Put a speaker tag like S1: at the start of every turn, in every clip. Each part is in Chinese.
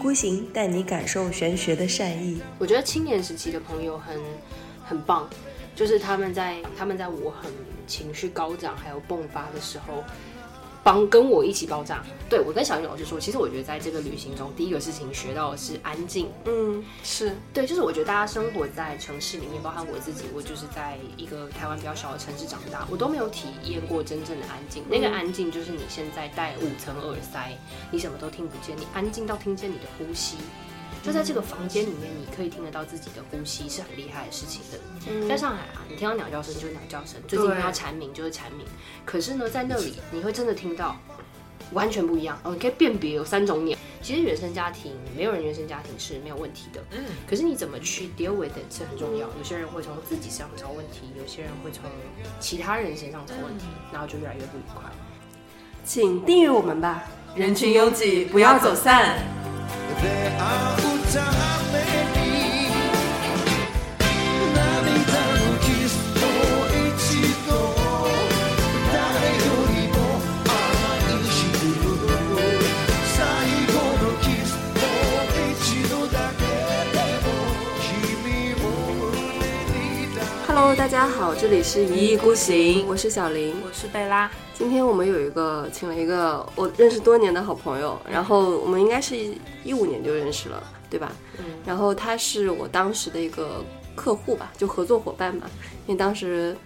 S1: 孤行带你感受玄学的善意。
S2: 我觉得青年时期的朋友很很棒，就是他们在他们在我很情绪高涨还有迸发的时候，帮跟我一起爆炸。对我跟小英老师说，其实我觉得在这个旅行中，第一个事情学到的是安静。
S1: 嗯，是
S2: 对，就是我觉得大家生活在城市里面，包含我自己，我就是在一个台湾比较小的城市长大，我都没有体验过真正的安
S1: 嗯
S2: 静。那个安静就是你现在戴五层耳塞，你什么都听不见，你安静到听见你的呼吸。就在这个房间里面，你可以听得到自己的呼吸，是很厉害的事情的。在上海啊，你听到鸟叫声就是鸟叫声，最近
S1: 对
S2: 听到蝉鸣就是蝉鸣。可是呢，在那里你会真的听到完全不一样哦，你可以辨别有三种鸟。其实原生家庭没有人原生家庭是没有问题的，嗯，可是你怎么去 deal with it 是很重要。有些人会从自己身上找问题，有些人会从其他人身上找问题，然后就越来越不愉快。
S1: 请订阅我们吧。
S3: 人群拥挤，不要走散。
S4: There are utame「涙のキスと一度誰よりも愛してる」「最後のキスと一度だけでも君を胸に抱
S1: Hello，大家好，这里是一意孤行，我是小林。
S3: 我是贝拉，
S1: 今天我们有一个请了一个我认识多年的好朋友，然后我们应该是一五年就认识了，对吧？嗯。然后他是我当时的一个客户吧，就合作伙伴吧，因为当时，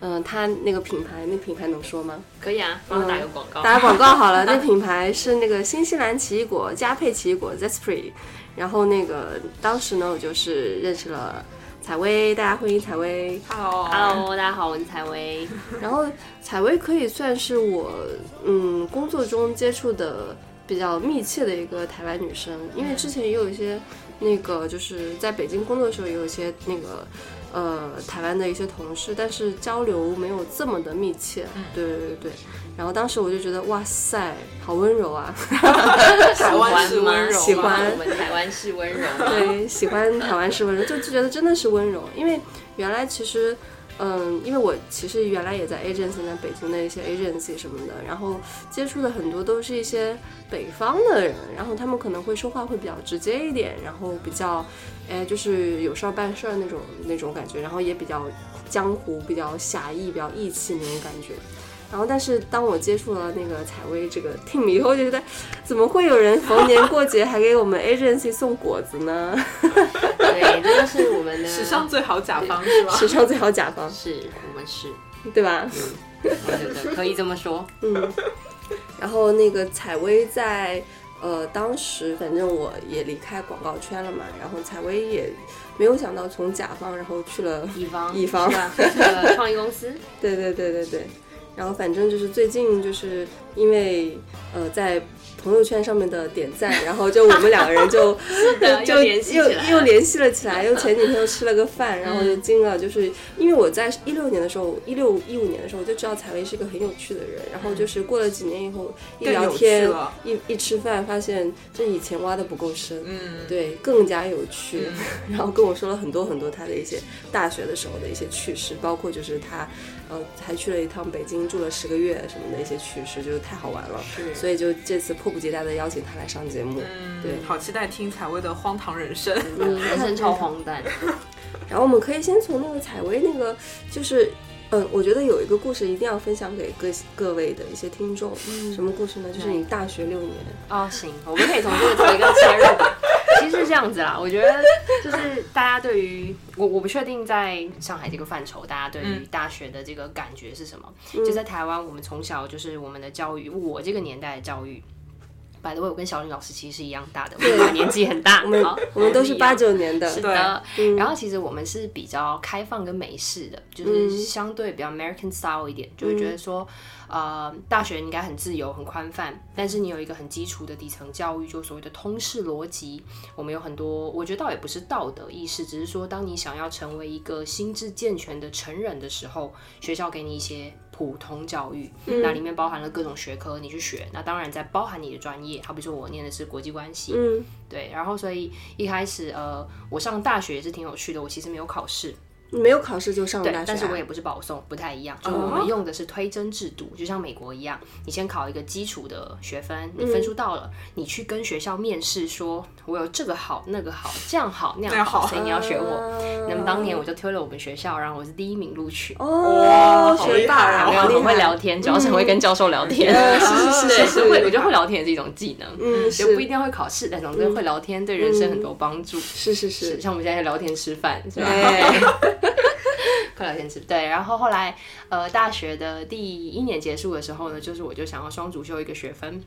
S1: 嗯、他那个品牌，那品牌能说吗？
S2: 可以啊，帮我打个广
S5: 哦
S2: 告。
S1: 打广告好了，那品牌是那个新西兰奇异果佳配奇异果 Zespri，然后那个当时呢，我就是认识了采薇，大家欢迎采薇。
S2: Hello，大家好，我是采薇。
S1: 然后采薇可以算是我嗯工作中接触的比较密切的一个台湾女生，因为之前也有一些那个就是在北京工作的时候也有一些那个呃台湾的一些同事，但是交流没有这么的密切。对对对对。然后当时我就觉得哇塞，好温柔啊！
S3: 台湾是温柔吗，
S1: 喜欢
S5: 我们台湾是温柔 吗
S1: 对，喜欢台湾式温柔，就就觉得真的是温柔。因为原来其实，嗯，因为我其实原来也在 agency，在北京的一些 agency 什么的，然后接触的很多都是一些北方的人，然后他们可能会说话会比较直接一点，然后比较，哎，就是有事儿办事儿那种那种感觉，然后也比较江湖，比较侠义，比较义气那种感觉。然后，但是当我接触了那个采薇这个 team 以后，我就觉得怎么会有人逢年过节还给我们 agency 送果子呢？
S5: 对，这就是我们的
S3: 史上最好甲方是吧？
S1: 史上最好甲方，
S5: 是，我们是，
S1: 对吧？
S5: 对对对，可以这么说。
S1: 嗯。然后那个采薇在呃，当时反正我也离开广告圈了嘛，然后采薇也没有想到从甲方然后去了，
S5: 乙方，
S1: 乙方
S5: 是吧？这个创意公司，
S1: 对对对对对。然后反正就是最近就是因为呃在朋友圈上面的点赞，然后就我们两个人 就
S5: 的
S1: 就
S5: 呃又联系起
S1: 又
S5: 来
S1: 又联系了起来，又前几天又吃了个饭，然后就惊了，就是因为我在一六年的时候，一六一五年的时候我就知道采薇是一个很有趣的人，然后就是过了几年以后一
S3: 更
S1: 聊
S3: 有趣
S1: 天
S3: 了
S1: 一一吃饭，发现这以前挖的不够深，
S3: 嗯，
S1: 对，更加有趣。 然后跟我说了很多很多他的一些大学的时候的一些趣事，包括就是他，呃，还去了一趟北京住了十个月什么的一些趣事，就是太好玩了。所以就这次迫不及待的邀请他来上节目。
S3: 嗯
S1: 对
S3: 好期待听采薇的荒唐人生。
S5: 人生超荒诞。
S1: 然后我们可以先从那个采薇那个，就是，嗯，我觉得有一个故事一定要分享给各各位的一些听众。
S5: 嗯
S1: 什么故事呢？就是你大学六年，
S5: 哦，行，我们可以从这个从一个切入吧。其实是这样子啦，我觉得就是大家对于我，我不确定在上海这个范畴，大家对于大学的这个感觉是什么。
S1: 嗯
S5: 就在台湾，我们从小就是我们的教育，我这个年代的教育。by the way，我跟小林老师其实是一样大的，我们俩年纪很大，
S1: 我们
S5: 好
S1: 我们都是
S5: 一样
S1: 八九年的，
S3: 对
S5: 的。然后其实我们是比较开放跟美式的，就是相对比较 American style 一点，就会觉得说，呃，大学应该很自由、很宽泛，但是你有一个很基础的底层教育，就所谓的通识逻辑。我们有很多，我觉得倒也不是道德意识，只是说，当你想要成为一个心智健全的成人的时候，学校给你一些。普通教育，那里面包含了各种学科，你去学。那当然在包含你的专业，好比说我念的是国际关系，
S1: 嗯
S5: 对，然后所以一开始呃，我上大学也是挺有趣的，我其实没有考试，
S1: 没有考试就上了
S5: 对
S1: 大学啊、，哦
S5: 但是我也不是保送，不太一样，就是我们用的是推甄制度，就像美国一样，你先考一个基础的学分，你
S1: 嗯
S5: 分数到了，你去跟学校面试说，我有这个好那个好，这样好那
S3: 那样
S5: 样好，
S3: 好
S5: 所以你要选我。
S1: 啊
S5: 那么当年我就推了我们学校，然后我是第一名录取。
S1: 哦，
S3: 好
S1: 学
S3: 厉害
S1: 霸，
S3: 啊
S5: 没有
S1: 好厉
S5: 很会
S1: 害嗯
S5: 聊天，主要是很会跟教授聊天。
S1: 是是是
S5: 对，
S1: 是
S5: 会，我觉得会聊天也是一种技能，
S1: 嗯，
S5: 也
S1: 是嗯
S5: 不一定要会考试，但总之会聊天对人生很多帮助。
S1: 是是是，
S5: 像我们现在聊天吃饭是吧？
S1: 哎，
S5: 快乐天吃对，然后后来呃大学的第一年结束的时候呢，就是我就想要双主修一个学分。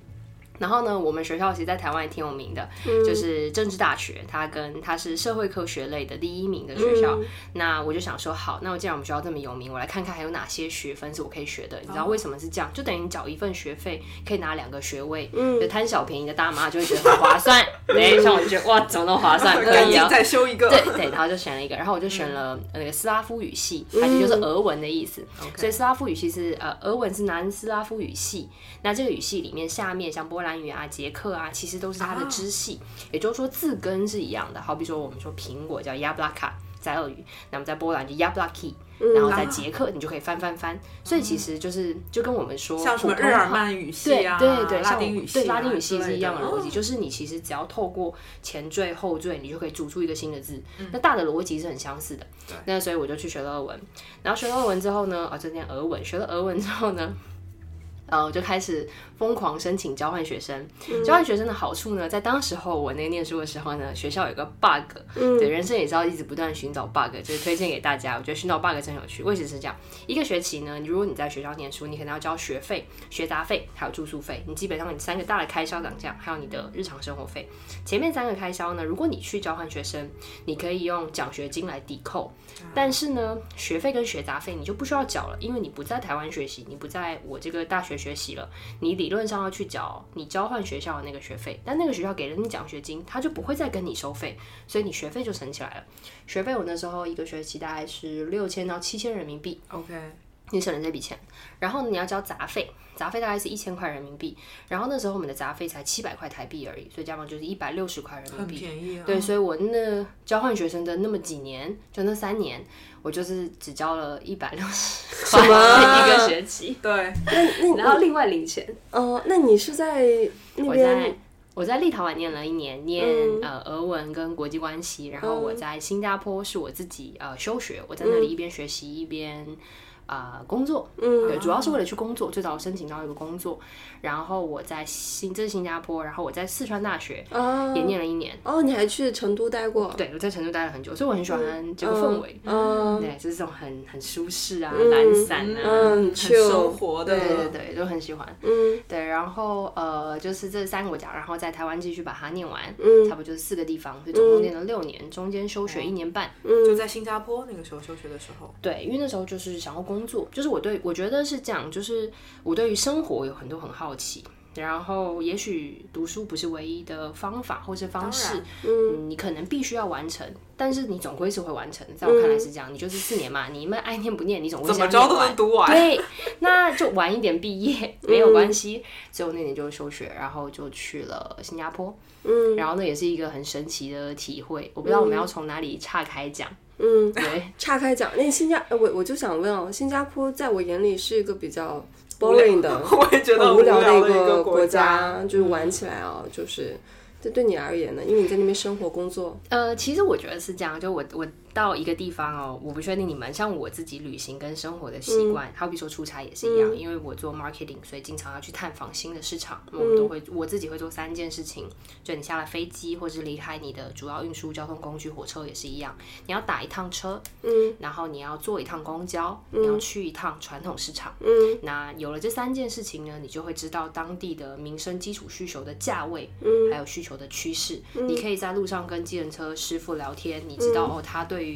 S5: 然后呢，我们学校其实，在台湾也挺有名的，就是政治大学，它跟它是社会科学类的第一名的学校。那我就想说，好，那既然我们学校这么有名，我来看看还有哪些学分是我可以学的。你知道为什么是这样？就等于你缴一份学费可以拿两个学位，就贪小便宜的大妈就会觉得很划 算。对，像我就觉得哇，怎么那么划算？ 可
S3: 赶
S5: 以
S3: 紧
S5: 啊，
S3: 再修一个。
S5: 对对，然后就选了一个，然后我就选
S3: 嗯
S5: 了那个斯拉夫语系，它其实就是俄文的意思。所以斯拉夫语系是呃，俄文是南斯拉夫语系。那这个语系里面，下面像波兰语啊、捷克啊，其实都是它的支系，也就是说字根是一样的。好比说我们说苹果叫 Yablaka，在俄语，那么在波兰就 Yablaki。然
S3: 嗯啊
S5: 后在捷克，你就可以翻翻翻，所以其实就是就跟我们说
S3: 像什么
S5: 普
S3: 日
S5: 通
S3: 耳
S5: 话
S3: 曼
S5: 对
S3: 语系啊，
S5: 对对，
S3: 拉
S5: 像
S3: 丁
S5: 我
S3: 语系啊，
S5: 对拉丁语系
S3: 之
S5: 是
S3: 类
S5: 一样的
S3: 的嗯
S5: 逻辑，就是你其实只要透过前缀后缀，你就可以组出一个新的字。
S3: 嗯
S5: 那大的逻辑是很相似的。那所以我就去学了俄文，然后学了俄文之后呢，哦，这念俄文，学了俄文之后呢。 呃，我就开始疯狂申请交换学生。
S3: 嗯
S5: 交换学生的好处呢，在当时候我那个念书的时候呢，学校有个 bug，、对，
S3: 嗯
S5: 人生也是要一直不断寻找 bug，就是推荐给大家。我觉得寻找 bug 真有趣。为什么是这样？一个学期呢，如果你在学校念书，你可能要交学费、学杂费还有住宿费，你基本上你三个大的开销涨价，还有你的日常生活费。前面三个开销呢，如果你去交换学生，你可以用奖学金来抵扣，但是呢，学费跟学杂费你就不需要缴了，因为你不在台湾学习，你不在我这个大学学习了，你理论上要去缴你交换学校的那个学费，但那个学校给了你奖学金，他就不会再跟你收费，所以你学费就省起来了。学费我那时候一个学期大概是六千到七千人民币。
S3: 哦 OK，
S5: 你省了这笔钱，然后呢，你要交杂费，杂费大概是一千块人民币，然后那时候我们的杂费才七百块台币而已，所以加上就是一百六十块人民
S3: 很
S5: 币。
S3: 便宜啊。
S5: 对，所以我那交换学生的那么几年，就那三年，我就是只交了一百六十块
S1: 什么
S5: 一个学期，
S3: 对，
S5: 然后另外零钱。
S1: 哦，那你是在那
S5: 我在
S1: 边？
S5: 我在立陶宛念了一年，念、
S1: 嗯
S5: 呃俄文跟国际关系，然后我在新加坡是我自己呃休学，我在那里一边学习一边。啊、工作，
S1: 嗯
S5: 对，主要是为了去工作。最早我申请到一个工作，然后我在新，这是新加坡，然后我在四川大学、
S1: 哦
S5: 也念了一年。
S1: 哦，你还去成都待过？
S5: 对，我在成都待了很久，所以我很喜欢这个氛围。
S1: 嗯
S5: 对，就是这种很很舒适啊，懒散啊，
S1: 嗯，
S3: 很
S1: 去
S3: 生活的，
S5: 对对对，就很喜欢。
S1: 嗯，
S5: 对，然后呃，就是这三个国家，然后在台湾继续把它念完，
S1: 嗯
S5: 差
S1: 哦
S5: 不多就是四个地方，所以总共念了六年，中间休学一年半。
S3: 就
S1: 嗯
S3: 在新加坡那个时候休学的时候，
S5: 对，因为那时候就是想要工作，就是我对我觉得是这样，就是我对于生活有很多很好奇。然后，也许读书不是唯一的方法或是方式
S3: 当，
S5: 嗯，你可能必须要完成，但是你总归是会完成的。在我看来是这样，你就是四年嘛，你们爱念不念，你总归
S3: 嗯怎
S5: 是要念
S3: 么着都
S5: 完
S3: 能读完。嗯
S5: 对，那就晚一点毕 业没有关系。所以我那年就休学，然后就去了新加坡。嗯，然后呢，也是一个很神奇的体会。我不知道我们
S3: 嗯
S5: 要从哪里岔开讲。
S1: 嗯，
S5: 对，
S1: 岔开讲，那新加，呃我我就想问哦，新加坡在我眼里是一个比较 boring 的，
S3: 我也觉得
S1: 很
S3: 很
S1: 哦无
S3: 聊
S1: 聊的
S3: 的
S1: 一个
S3: 个
S1: 国
S3: 家，
S1: 家，就是玩起来哦，就是这对你而言呢，因为你在那边生活工作，
S5: 呃，其实我觉得是这样，就我我到一个地方哦，我不确定你们像我自己旅行跟生活的习惯，好比说出差也是一样，因为我做 marketing，所以经常要去探访新的市场，我们都会我自己会做三件事情，就你下了飞机或是离开你的主要运输交通工具，火车也是一样，你要打一趟车，嗯，然后你要坐一趟公交，你要去一趟传统市场，嗯，那有了这三件事情呢，你就会知道当地的民生基础需求的价位，嗯，还有需求的趋势。你可以在路上跟计程车师傅聊天，你知道、哦，他对于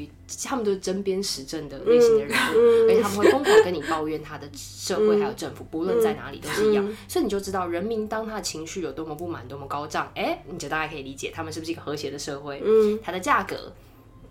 S5: 他们都是针砭时政的类型的人物，而且他们会疯狂跟你抱怨他的社会还有政府，不论在哪里都是一样，所以你就知道人民当他的情绪有多么不满，多么高涨，哎，你就大概可以理解他们是不是一个和谐的社会，嗯，它的价格。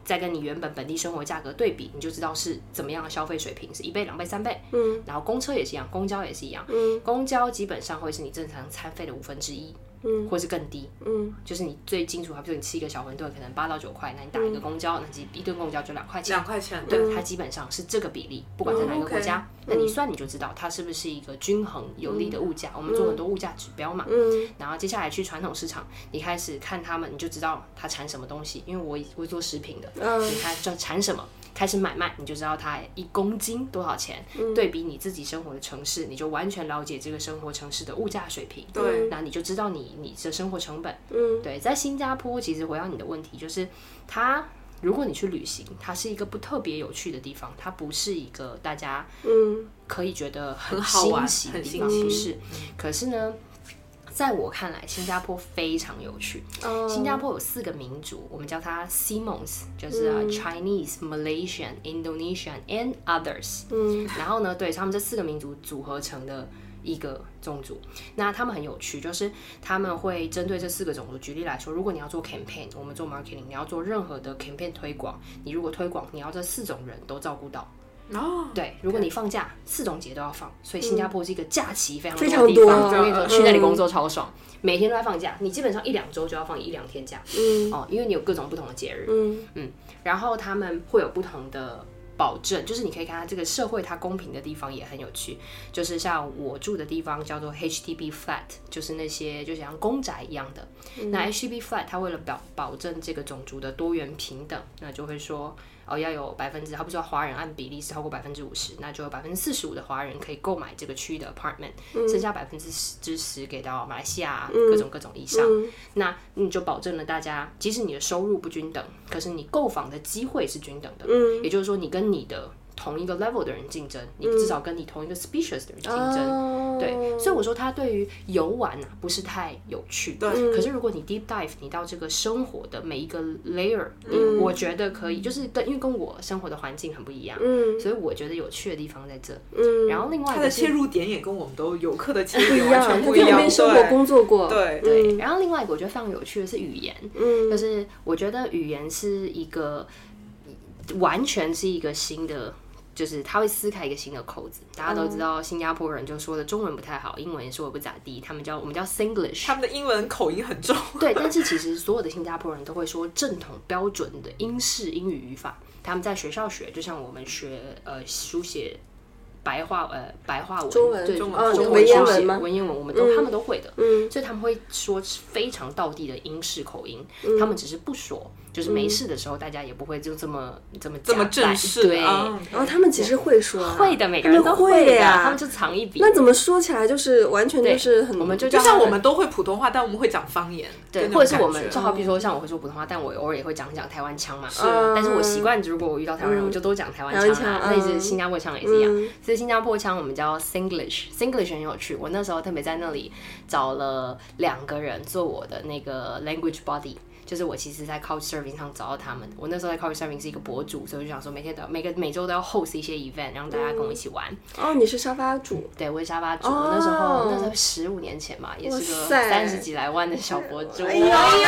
S5: 再跟你原本本地生活价格对比，你就知道是怎么样的消费水平，是一倍、两倍、三倍。嗯，然后公车也是一样，公交也是一样。嗯，公交基本上会是你正常餐费的五分之一。嗯，或是更低，
S1: 嗯，
S5: 就是你最基础，好比说你吃一个小馄饨可能八到九块，那你打一个公交，那几一顿公交就两块钱
S3: 两，块钱，
S5: 对，它基本上是这个比例，不管在哪一个国家，那你算你就知道它是不是一个均衡有利的物价。我们做很多物价指标嘛，
S1: 嗯，
S5: 然后接下来去传统市场，你开始看他们，你就知道它产什么东西，因为我我做食品的，
S1: 嗯
S5: 你看就产什么。开始买卖，你就知道它一公斤多少钱。对比你自己生活的城市，你就完全了解这个生活城市的物价水平。
S3: 对
S5: 那你就知道你你的生活成本。嗯，对，在新加坡，其实回到你的问题，就是它，如果你去旅行，它是一个不特别有趣的地方，它不是一个大家
S1: 嗯
S5: 可以觉得很
S3: 很好玩
S5: 新奇的
S3: 很
S5: 地方，
S3: 新
S5: 不
S3: 奇
S5: 是？可是呢，在我看来，新加坡非常有趣。新加坡有四个民族，我们叫它 CMOS，就是啊 Chinese、Malaysian、Indonesian and others。
S1: 嗯，
S5: 然后呢，对他们这四个民族组合成的一个种族。那他们很有趣，就是他们会针对这四个种族，举例来说，如果你要做 campaign，我们做 marketing，你要做任何的 campaign 推广，你如果推广，你要这四种人都照顾到。
S3: 哦，
S5: 对，如果你放假，四种节都要放，所以新加坡是一个假期非常
S1: 嗯非
S5: 多的
S1: 常
S5: 地
S1: 多
S5: 方。我跟你说，
S1: 嗯
S5: 去那里工作超爽，每天都在放假，你基本上一两周就要放一两天假。
S1: 嗯
S5: 哦，因为你有各种不同的节日，
S1: 嗯
S5: 然后他们会有不同的保证，就是你可以看它这个社会它公平的地方也很有趣，就是像我住的地方叫做 HDB flat，就是那些就像公宅一样的。那 HDB flat 它为了保保证这个种族的多元平等，那就会说哦要有百分之，它不说华人按比例是超过百分之五十，那就有百分之四十五的华人可以购买这个区的 apartment，、剩下百分之十之十给到马来西亚啊、各种各种以上。那你就保证了大家，即使你的收入不均等，可是你购房的机会是均等的。嗯，也就是说，你跟你的同一个 level 的人竞争，你至少跟你同一个 species 的人竞争。
S1: 嗯哦
S5: 对，所以我说它对于游玩啊不是太有趣。
S3: 对
S5: 可是如果你 deep dive，你到这个生活的每一个
S1: 嗯
S5: layer，你、
S3: 嗯
S5: 我觉得可以，就是跟因为跟我生活的环境很不一样，
S1: 嗯
S5: 所以我觉得有趣的地方在这。
S1: 嗯，
S5: 然后另外一
S3: 它
S5: 个
S3: 的
S5: 是
S3: 切入点也跟我们都游客的切入
S1: 不
S3: 点
S1: 一
S3: 完
S1: 样，
S3: 全
S1: 他
S3: 不
S1: 在
S3: 一
S1: 那
S3: 样，
S1: 边生活工作过，
S3: 对对，
S5: 对，然后另外一个我觉得非常有趣的是语言，
S1: 嗯
S5: 就是我觉得语言是一个完全是一个新的。就是他会撕开一个新的扣子，大家都知
S3: 嗯
S5: 道新加坡人就说的中文不太好，英文也说的不咋地，他们叫我们叫 Singlish，
S3: 他们的英文口音很重，
S5: 对，但是其实所有的新加坡人都会说正统标准的英式英语语法，他们在学校学，就像我们学呃书写白话呃白话文、
S1: 中文
S5: 对
S3: 中文
S5: 或者
S3: 中文
S5: 文
S3: 言
S5: 书
S1: 文
S5: 写
S1: 吗
S5: 文言文，我们都、他们都会的，
S1: 嗯
S5: 所以他们会说非常道地的英式口音，
S1: 嗯
S5: 他们只是不说，就是没事的时候大家也不会就这么这么
S3: 这么
S5: 夹带
S3: 正式
S5: 对。
S3: 啊，
S1: 然后他们其实会说啊，
S5: 会的，每个人都
S1: 他们会
S5: 的，
S1: 呀
S5: 他们就藏一笔。
S1: 那怎么说起来就是完全
S5: 对
S1: 就是很，
S5: 我们就
S3: 就
S5: 叫他
S3: 像
S5: 们
S3: 我们都会普通话，但我们会讲方言，
S5: 对，
S3: 就那种
S5: 或者是我
S3: 感
S5: 们
S3: 觉
S5: 就
S1: 嗯
S5: 好比说像我会说普通话，但我偶尔也会讲讲台湾腔嘛。
S3: 是
S5: 但是我习惯，如果我遇到台湾人，我就都讲台湾腔
S1: 嗯台湾
S5: 啊。
S1: 腔
S5: 那
S1: 嗯
S5: 一支新加坡腔也是一样
S1: 嗯，
S5: 所以新加坡腔我们叫 Singlish，Singlish 很有趣。我那时候特别在那里找了两个人做我的那个 language body。就是我其实，在 Couchsurfing 上找到他们。我那时候在 Couchsurfing 是一个博主，所以我就想说，每天都要每个每周都要 host 一些 event，让大家跟我一起玩。
S1: 哦，你是沙发主，
S5: 对，我是沙发主。
S1: 哦
S5: 那时候那时候十五年前嘛，也是个
S1: 哇塞
S5: 三十几来万的小博主。
S1: 哎呀
S3: 那很厉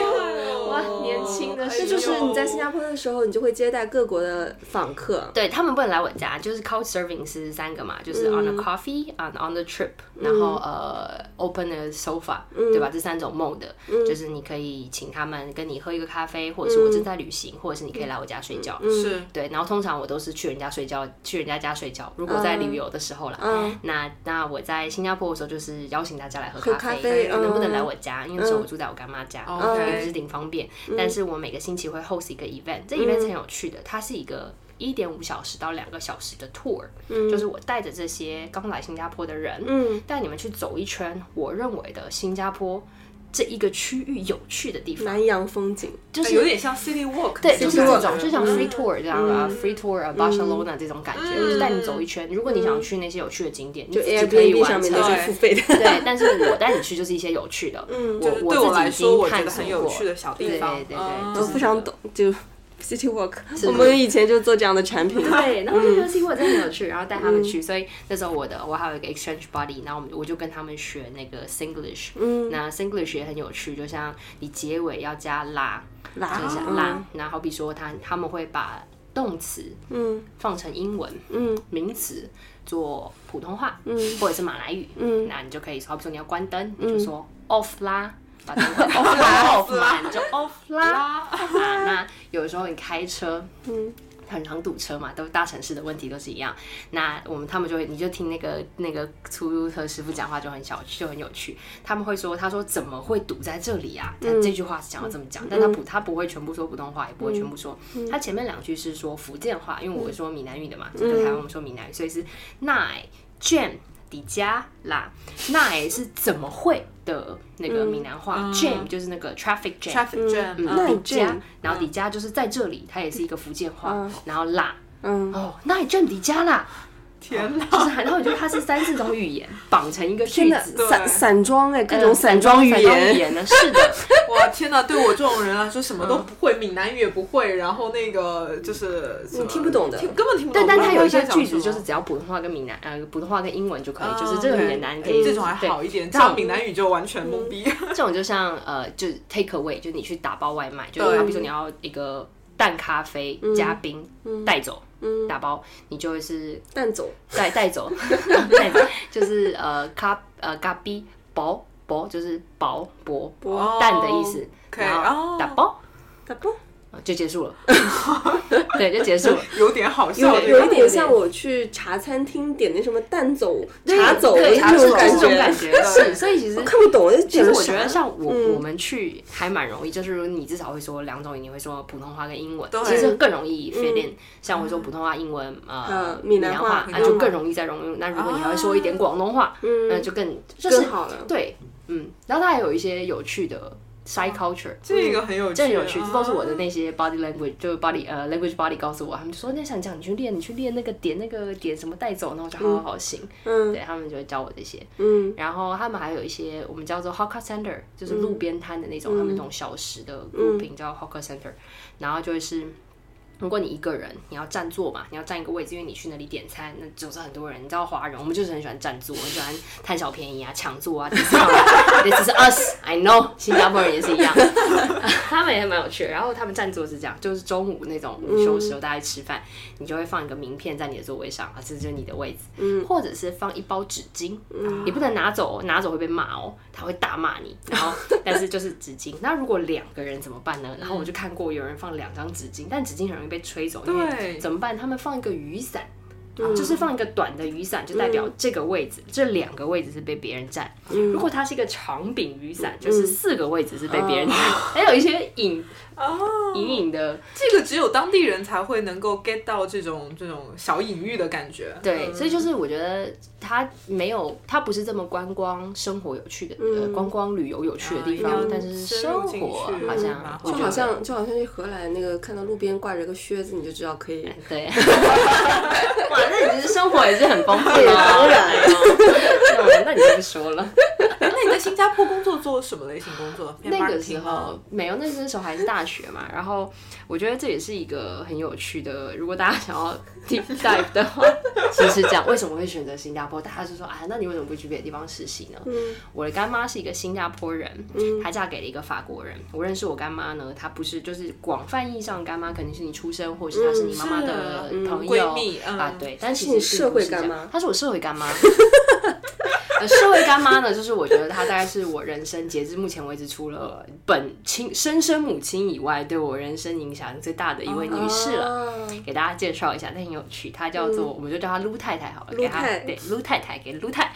S3: 害哦，哎
S5: 哇年轻的时
S1: 这
S5: 候
S1: 就是你在新加坡的时候，你就会接待各国的访客，
S5: 对他们不能来我家，就是 couch serving 是三个嘛，就是 on a coffee and on the trip，、然后呃 open a sofa，、对吧？这三种 mode，、就是你可以请他们跟你喝一个咖啡，或者是我正在旅行，或者是你可以来我家睡觉。
S3: 是
S5: 对，然后通常我都是去人家睡觉，去人家家睡觉。如果在旅游的时候啦，那那我在新加坡的时候就是邀请大家来喝
S1: 喝
S5: 咖
S1: 咖
S5: 啡，
S1: 啡
S5: 看能不能来
S1: 嗯
S5: 我家？因为那时候我住在我干妈家，
S3: OK
S5: 也不是挺方便。但是我每个星期会 host 一个 event，这 event 是很有趣的，它是一个。一点五小时到两个小时的 tour，、就是我带着这些刚来新加坡的人，
S1: 嗯
S5: 带你们去走一圈，我认为的新加坡这一个区域有趣的地方，
S1: 南洋风景，
S5: 就是
S3: 有点像 City Walk，
S5: 对，就是这种，
S3: 嗯
S5: 就像 free tour 这样啊、f r e e tour 啊，Barcelona 这种感觉，我就带你走
S3: 嗯
S5: 一圈。如果你想去那些有趣的景点，你
S1: 就
S5: 自己可以
S1: Airbnb
S5: 完
S1: 上面
S5: 成。
S1: 都是
S3: 对
S1: 付费的，
S5: 对，但是我带你去就是一些有趣的，我
S3: 嗯就是对我
S5: 我
S3: 来
S5: 自己已
S3: 说，
S5: 经
S3: 我觉
S5: 探
S3: 得
S5: 索
S3: 很
S5: 过。
S3: 有趣的小地方，
S5: 对对对
S3: 嗯
S5: 就
S1: 我
S5: 是
S1: 非常懂，就 City Walk，
S5: 是
S1: 我们以前就做这样的产品，
S5: 对，然后就觉得 C 我真的很有趣，然后带他们
S3: 嗯
S5: 去，所以那时候我的我还有一个 exchange body，然后我们我就跟他们学那个 Singlish，嗯，那 Singlish 也很有趣，就像你结尾要加啦，
S1: 啦啊
S5: 就是啦，那好比说他他们会把动词
S1: 嗯
S5: 放成英文，
S1: 嗯
S5: 名词做普通话，
S1: 嗯
S5: 或者是马来语，
S1: 嗯
S5: 那你就可以，好比说你要关灯，你就说 off 啦，把灯关 off 啦 off 啦，你就 off 啦。啊，那有时候你开车，
S1: 嗯，
S5: 很常堵车嘛，都大城市的问题都是一样。那我们他们就会，你就听那个那个出租车师傅讲话就很小，就很有趣。他们会说，他说怎么会堵在这里啊？他这句话是想要这么讲，但他不他不会全部说普通话，也不会全部说，他前面两句是说福建话，因为我说闽南语的嘛，就在台湾我们说闽南语，所以是奈卷。迪迦啦，奈是怎么会的那个闽南话、
S3: 嗯
S5: j a m 就是那个 traffic jam，
S3: traffic jam，
S5: 嗯
S1: 那
S3: 嗯
S1: 你
S5: 迪迦
S1: Jam，
S5: 然后迪迦就是在这里，它也是一个福建话
S1: 嗯，
S5: 然后啦，
S1: 嗯
S5: 哦，那你就迪迦啦，
S3: 天 哪，
S5: 就是然后我觉得它是三四种语言绑成一个
S1: 真
S5: 句
S1: 的
S5: 子，嗯
S1: 散散装哎，各种散
S5: 装
S1: 装语
S5: 言，
S1: 言，
S5: 呢，是 的，
S3: 哇天哪！对我这种人来说，什么都不会，闽南语也不会，然后那个
S5: 嗯
S3: 就是什么
S1: 听不懂的
S3: 听根本听不
S5: 对
S3: 懂。，
S5: 但它有一
S3: 不知
S5: 些
S3: 道在讲
S5: 句
S3: 什
S5: 子
S3: 么
S5: 就是只要普通话跟闽南呃普通话跟英文就可以，
S3: 嗯
S5: 就是这个很难，你可以
S3: 对这种还好一点，
S5: 对
S3: 这样闽南语就完全懵逼。
S5: 这种就像呃，就是 take away，就你去打包外卖，就是
S3: 对嗯
S5: 好比说你要一个蛋咖啡加冰带走，打包你就会是
S1: 蛋总
S5: 带带走， 带走就是呃咖呃咖啡薄薄就是薄薄
S3: 哦
S5: 蛋嗯的意思，
S3: OK，
S5: 然后
S3: 哦
S5: 打包
S1: 打不？
S5: 呃就结束了， 对，就结束了。
S3: 有点好笑，
S5: 有
S3: 对
S1: 有
S3: 吧
S1: 一点像我去茶餐厅点那什么蛋走茶走哎
S5: 对，
S1: 那
S5: 茶
S1: 种
S5: 走就是这种
S1: 感
S5: 感觉，
S1: 觉，
S3: 对
S5: 是，所以其实
S1: 我看不懂，
S5: 其实我觉得像我、
S1: 嗯
S5: 我们去还蛮容易，就是你至少会说两种语言，你会说普通话跟英文
S3: 对，
S5: 其实更容易 fit in、像我说普通话、英文、呃
S1: 嗯闽南
S5: 南
S1: 话
S5: 那
S1: 嗯
S5: 就更容易再融入。那如果你还会说一点广东话，
S1: 嗯
S5: 那就更就是
S1: 更好了，
S5: 对，嗯。然后它还有一些有趣的 side culture，
S3: 这个很有趣，
S5: 嗯这很有趣，这都是我的
S3: 啊
S5: 那些 body language，就是 body 呃 language body 告诉我，他们就说那想讲你去练，你去练那个点那个点什么带走，那我就好好好行。
S1: 嗯
S5: 对他们就会教我这些，
S1: 嗯
S5: 然后他们还有一些我们叫做 hawker center，就是路边摊的那种，他们那种小食的物品叫 hawker center，然后就会是。如果你一个人，你要占座嘛，你要占一个位置，因为你去那里点餐，那总是很多人。你知道华人，我们就是很喜欢占座，很喜欢贪小便宜啊、抢座啊。this is our- This is us，I know。新加坡人也是一样， 他们也蛮有趣的。然后他们占座是这样，就是中午那种午休时候，大家吃饭，你就会放一个名片在你的座位上，啊，这就是你的位置。或者是放一包纸巾，你不能拿走哦，拿走会被骂哦，他会大骂你。然后，但是就是纸巾。那如果两个人怎么办呢？然后我就看过有人放两张纸巾，但纸巾很容易被吹走，因为
S3: 对
S5: 怎么办？他们放一个雨伞。啊
S3: 嗯
S5: 就是放一个短的雨伞，就代表这个位置，这两个位置是被别人占。
S3: 嗯
S5: 如果它是一个长柄雨伞，就是四个位置是被别人占。 还有一些隐
S3: 啊哦，
S5: 隐隐的，
S3: 这个只有当地人才会能够 get 到这种这种小隐喻的感觉。
S5: 对，所以就是我觉得它没有，它不是这么观光生活有趣的，呃，观光旅游有趣的地
S3: 嗯啊
S5: 方
S3: 一定，要
S5: 但是
S3: 深入
S5: 生
S3: 进
S5: 活好
S3: 去嗯蛮
S5: 像
S3: 好
S5: 我
S1: 就
S5: 觉得
S3: 的
S1: 好像就好像去荷兰那个看到路边挂着个靴子，你就知道可以
S5: 对， 哇，那你其实生活也是很丰富的哦，
S1: 当然
S5: 哎呦，对那你就不说了。
S3: 那你在新加坡工作做什么类型工作？
S5: 那个
S3: marketing
S5: 时
S3: 吗
S5: 候没有，那个时候还是大学嘛。然后我觉得这也是一个很有趣的，如果大家想要 deep dive 的话，其实这样为什么会选择新加坡？大家就说啊，那你为什么不去别的地方实习呢？我的干妈是一个新加坡人，她嫁给了一个法国人。我认识我干妈呢，她不是就是广泛意义上的干妈，肯定是你出生，或者是她是你妈妈的
S3: 是
S5: 朋友、
S3: 闺蜜嗯
S5: 啊，对。但其
S1: 是你
S5: 实并
S1: 社
S5: 不
S1: 会
S5: 是这样
S1: 干妈
S5: 她是我社会干妈。呃，社会干妈呢，就是我觉得她大概是我人生截至目前为止，除了本亲生生母亲以外，对我人生影响最大的一位女士了。
S1: 啊
S5: 给大家介绍一下，那很有趣，她叫做、我们就叫她撸太太好了，
S1: 撸
S5: 给她
S1: 嗯太嗯
S5: 对撸太太给撸太。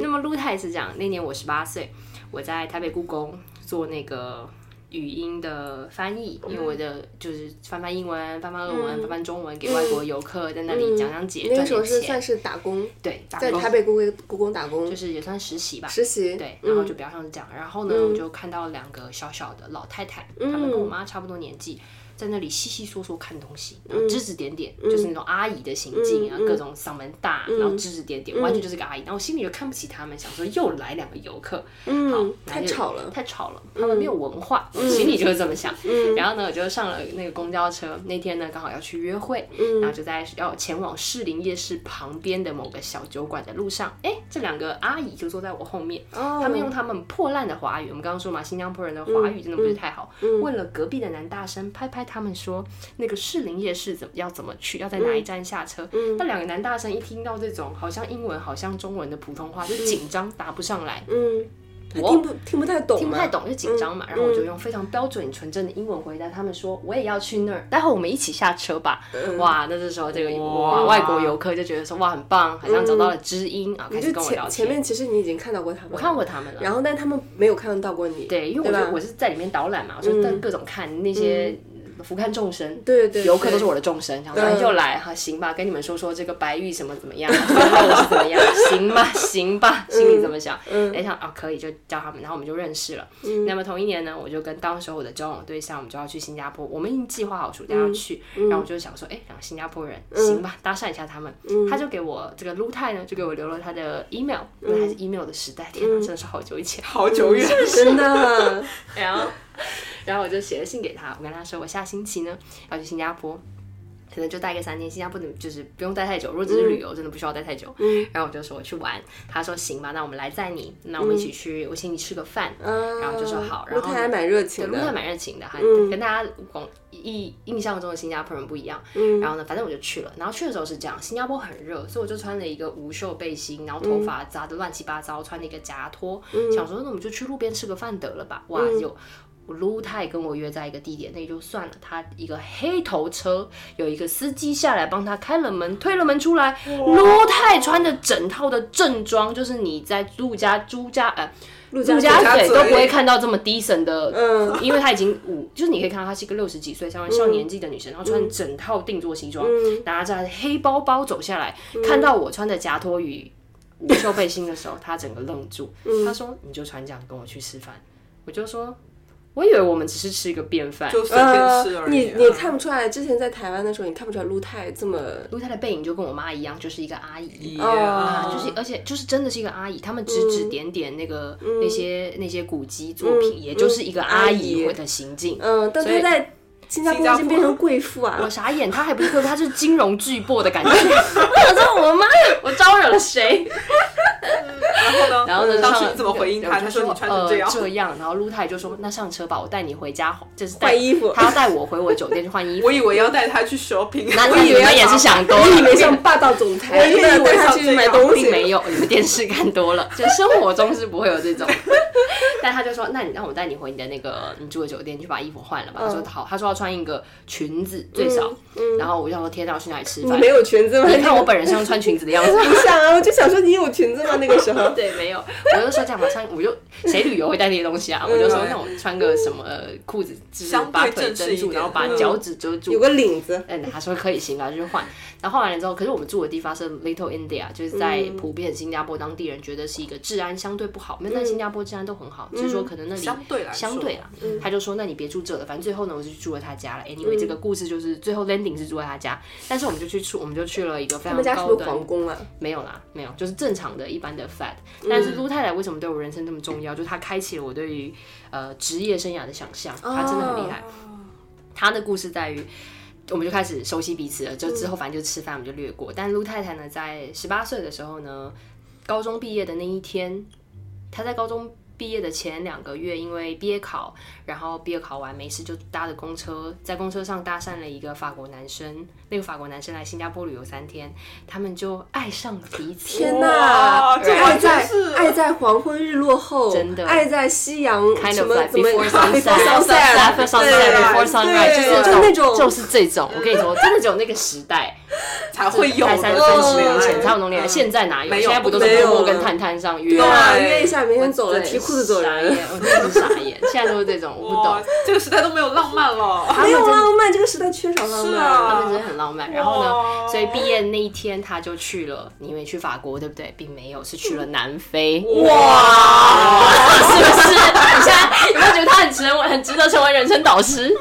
S5: 那么撸太是这样，那年我十八岁，我在台北故宫做那个。语音的翻译，因为
S1: 嗯
S5: 我的就是翻翻英文、翻翻俄文、翻翻中文给外国游客在那里讲讲解，
S1: 嗯那个
S5: 赚
S1: 时候
S5: 点
S1: 是
S5: 钱。
S1: 算是打工，
S5: 对，打
S1: 在
S5: 工
S1: 台北故宫故宫打工
S5: 就是也算实习吧，
S1: 实习，
S5: 对，然后
S1: 嗯
S5: 就比较像是这样。然后呢，我就看到两个小小的老太太，她们跟我妈差不多年纪，在那里稀稀嗦嗦看东西，然后指指点点，就是那种阿姨的行径啊，各种嗓门大，然后指指点点，完全就是个阿姨。然后我心里就看不起她们，想说又来两个游客，好
S1: 嗯，
S5: 然后
S1: 太
S5: 就
S1: 吵了，嗯
S5: 太吵了，他们没有文化，我心里就是这么想。然后呢，我就上了那个公交车，那天呢刚好要去约会，
S1: 嗯
S5: 然后就在要前往士林夜市旁边的某个小酒馆的路上，哎，这两个阿姨就坐在我后面，
S1: 哦
S5: 他们用他
S1: 嗯
S5: 们破烂的华语，我们刚刚说嘛，新加坡人的华语真的不是太好，问了隔壁的男大生，拍拍他们说那个士林夜市怎么要怎么去，要
S1: 嗯
S5: 在哪一站下车。那两个男大生一听到这种好像英文好像中文的普通话，就紧张答不上来，
S1: 嗯，他
S5: 我
S1: 听不听不太懂，啊
S5: 听不太。懂就紧张嘛。然后我就用非常标准纯正的英文回答他们说，我也要去那儿，待会我们一起下车吧。哇，那这时候这个哇
S2: 哇
S5: 外国游客就觉得说哇很棒，好像找到了知音啊，开
S1: 你
S5: 始
S1: 就
S5: 跟我聊
S1: 前前
S5: 天。
S1: 面其实你已经看到过他们，
S5: 我看，过他们了。
S1: 然后但他们没有看到过你，
S5: 对，因为我
S1: 吧嗯
S5: 就我是在里面导览嘛，我就在各种看那些俯瞰众生。
S1: 对对，
S5: 游客都是
S1: 我，
S5: 我的众生，想
S1: 嗯
S5: 说又来哈，行吧，跟你们说说这个白玉什么怎么样， 然后我是怎么样，行吧，行吧，心
S1: 嗯
S5: 里怎么想？哎想啊，可以就叫他们，然后我们就认识了。
S1: 嗯
S5: 那么同一年呢，我就跟当时候我的交往对象，我们就要去新加坡，我们已经计划好暑假
S1: 嗯
S5: 要去，然后我就想说，哎，两个新加坡人，行吧，搭讪一下他们。
S1: 嗯
S5: 他就给我这个卢泰呢，就给我留了他的 email，那
S1: 嗯
S5: 还是 email 的时代，天哪，真的是好久以前。
S3: 好久远，
S1: 真 的，啊
S5: 然后，然后我就写了信给他，我跟他说我下星期呢要去新加坡，可能就待个三天。新加坡的就是不用待太久，如果只是旅游，真的不需要待太久。然后我就说我去玩，他说行吧，那我们来载你，那我们一起去，我请你吃个饭。
S1: 嗯，
S5: 然后就说好然
S1: 我
S5: 后
S1: 太还蛮热情
S5: 对，路上
S1: 的，嗯
S5: 蛮热情的，还跟大家广印印象中的新加坡人不一样。
S1: 嗯
S5: 然后呢，反正我就去了。然后去的时候是这样，新加坡很热，所以我就穿了一个无袖背心，然后头发扎的乱七八糟，穿了一个夹拖，
S1: 嗯
S5: 想说那我们就去路边吃个饭得了吧。哇，有。我卢泰跟我约在一个地点，那也就算了。他一个黑头车，有一个司机下来帮他开了门，推了门出来。卢泰穿的整套的正装，就是你在陆家、朱家呃
S1: 陆
S5: 陆家
S1: 家
S5: 嘴
S3: 嘴
S5: 都不会看到这么低层的，
S1: 嗯
S5: 因为她已经五，就是你可以看到她是一个六十几岁相当上年纪的女生，然后穿整套定做西装，拿着黑包包走下来，看到我穿着夹拖与无袖背心的时候，她整个愣住，她说：“你就穿这样跟我去吃饭。”我就说：“我以为我们只是吃一个便饭。”
S3: 就随便
S1: 呃
S5: 啊
S3: 吃，而
S1: 你
S3: 已。啊
S1: 你看不出来，之前在台湾的时候，你看不出来陆泰这么，
S5: 因为她的背影就跟我妈一样，就是一个阿姨。嗯
S3: 啊
S5: 啊，就是，而且就是真的是一个阿姨，他们指指点点那个、那些那些古籍作品，也就是一个嗯阿
S1: 阿姨
S5: 姨会的行径。
S1: 嗯，但
S5: 所
S1: 他
S5: 以
S1: 在新加坡
S3: 新加
S1: 已
S3: 坡
S1: 经变成贵妇啊
S5: 我，傻眼，她还不是客户，她是金融巨擘的感 觉。我说我妈呀，我招惹了谁？
S3: 然后呢？
S5: 然后呢，
S3: 当
S5: 上
S3: 时你怎么回应
S5: 我
S3: 他？
S5: 就
S3: 他说你穿成
S5: 呃
S3: 这
S5: 这
S3: 样，
S5: 样，然后卢泰就说那上车吧，我带你回家，就是带
S1: 换衣服
S5: 他要带我回我酒店去换衣服
S3: 我。以为要带他去 shopping，
S5: 那
S3: 我
S5: 你
S3: 以为
S5: 们也是想多了，
S1: 你以为像霸道总裁，
S3: 我也以为
S1: 带他
S3: 像
S1: 去
S3: 这
S1: 买
S3: 样
S1: 东西
S5: 并，没有，你们电视看多了，就生活中是不会有这种。 但他就说，那你让我带你回你的那个你住的酒店去把衣服换了吧。他
S3: 嗯
S5: 说好，他说要穿一个裙子最少。然后我就想说，天哪，我去哪里吃
S1: 你
S5: 饭
S1: 没？有裙子吗？
S5: 你看我本人像穿裙子的样子吗。，
S1: 不像啊，我就想说你有裙子吗？那个时候
S5: 对，没有，我就说这样吧，穿我就谁旅游会带那些东西啊？我就说那我穿个什么呃裤子，就是
S3: 相对
S5: 把腿
S3: 正式
S5: 遮
S3: 一
S5: 住，
S3: 点
S5: 然后把
S3: 嗯
S5: 脚趾遮住，
S1: 有个领子，
S5: 嗯，他说可以行啊，就去换。然后换完了之后，可是我们住的地方是 Little India，就是在普遍新加坡当地人觉得是一个治安相对不好，没有在新加坡治安都很好，只是说可能那里
S3: 相对来说
S5: 相对啊，他就说那你别住这了，反正最后呢，我就去住了他家了。Anyway，这个故事就是最后 landing 是住在他家，但是我们就去住，我们就去了一个非
S1: 他
S5: 常
S1: 们家是不
S5: 高
S1: 是
S5: 端
S1: 皇宫啊？
S5: 没有啦，没有，就是正常的一般的 fat。但是陆太太为什么对我人生这么重要？就是她开启了我对于呃职业生涯的想象，她真的很厉害。她的故事在于。我们就开始熟悉彼此了，就之后反正就吃饭我们就略过。但陆太太呢，在十八岁的时候呢，高中毕业的那一天，她在高中毕业的前两个月，因为毕业考，然后毕业考完没事就搭着公车，在公车上搭讪了一个法国男生。那个法国男生来新加坡旅游三天，他们就爱上了彼此。
S1: 天哪！
S3: 哇这
S1: 爱
S3: 还
S1: 在
S3: 真是
S1: 爱在黄昏日落后，
S5: 真的
S1: 爱在夕阳
S5: Kind
S1: 什
S5: of
S1: 么
S5: like
S1: 怎么哎
S5: before
S1: sunset
S5: sunset，before sunset，before
S3: 对
S5: sunrise，
S3: 对
S5: 就是
S1: 就那种
S5: 就是这种。我跟你说，真的只有那个时代，
S3: 才会有
S5: 在
S3: 的
S5: 三三十年前
S3: 嗯
S5: 才有那种恋爱，现在哪有？
S3: 没
S5: 现
S3: 有
S5: 在不都是
S1: 没有
S5: 陌陌
S1: 了
S5: 跟探探上约
S1: 对啊，
S3: 对
S1: 约一下，明天走了，
S5: 对
S1: 提裤子走
S5: 傻
S1: 人。
S5: 眼，我真的是傻眼。现在都是这种，我不
S3: 哇
S5: 懂。，
S3: 这个时代都没有浪漫了。
S1: 没有浪漫，这个时代缺少浪
S3: 是
S1: 漫。
S3: 啊
S5: 他们真的很浪漫。然后呢，
S3: 哇
S5: 所以毕业那一天他就去了，你以为去法国对不对？并没有，是去了南非。
S3: 哇，
S5: 是不是？你现在有没有觉得他很值得，很值得成为人生导师？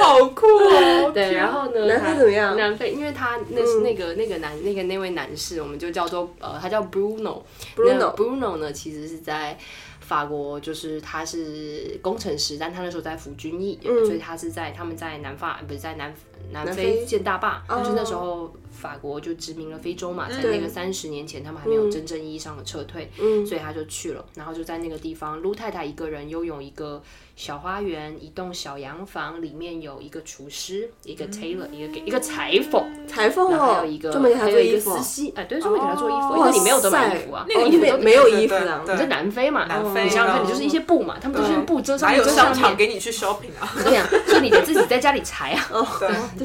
S3: 好酷哦！啊
S1: 啊
S5: 对，然后呢，呢，
S1: 南非怎么样嗯
S5: 南非，因为他那、那个那个男那个那位男士，我们就叫做呃，他叫 Bruno。那
S1: Bruno
S5: Bruno 呢，其实是在法国，就是他是工程师，但他那时候在服军役，所以他是在他们在南法不是在南南
S1: 嗯南
S5: 非
S1: 非
S5: 建大坝，
S1: 哦
S5: 就那时候法国就殖民了非洲
S3: 嗯
S5: 嘛，在那个三十年前他们还没有真正意义上的撤退，
S1: 嗯
S5: 所以他就去了，然后就在那个地方，卢太太一个人拥有一个小花园，一栋小洋房，里面有一个厨师，一个 tailor，、一个给一个裁缝，
S1: 裁缝
S5: 然后还
S1: 哦
S5: 有一，个
S1: 专门给他
S5: 还
S1: 做
S5: 有一
S1: 衣
S5: 个
S1: 服哦
S5: 司，机，哎，对，专门给他做衣服，因
S1: 哇
S5: 为你没有得买
S1: 塞
S5: 衣服啊，
S1: 哦
S5: 你
S1: 你
S5: 没
S1: 没
S5: 有
S1: 没有
S3: 对
S1: 衣服
S3: 对
S1: 啊，
S3: 对
S5: 你在南非嘛，
S3: 南
S5: 哦
S3: 非
S5: 你想想
S3: 然
S5: 看，
S3: 后
S5: 你就是一些布嘛，他们就是用布遮上
S3: 哪有
S5: 遮上
S3: 商场
S5: 面，
S3: 给你去 shopping 啊？
S5: 对呀，所以你就自己在家里裁啊。
S3: 对，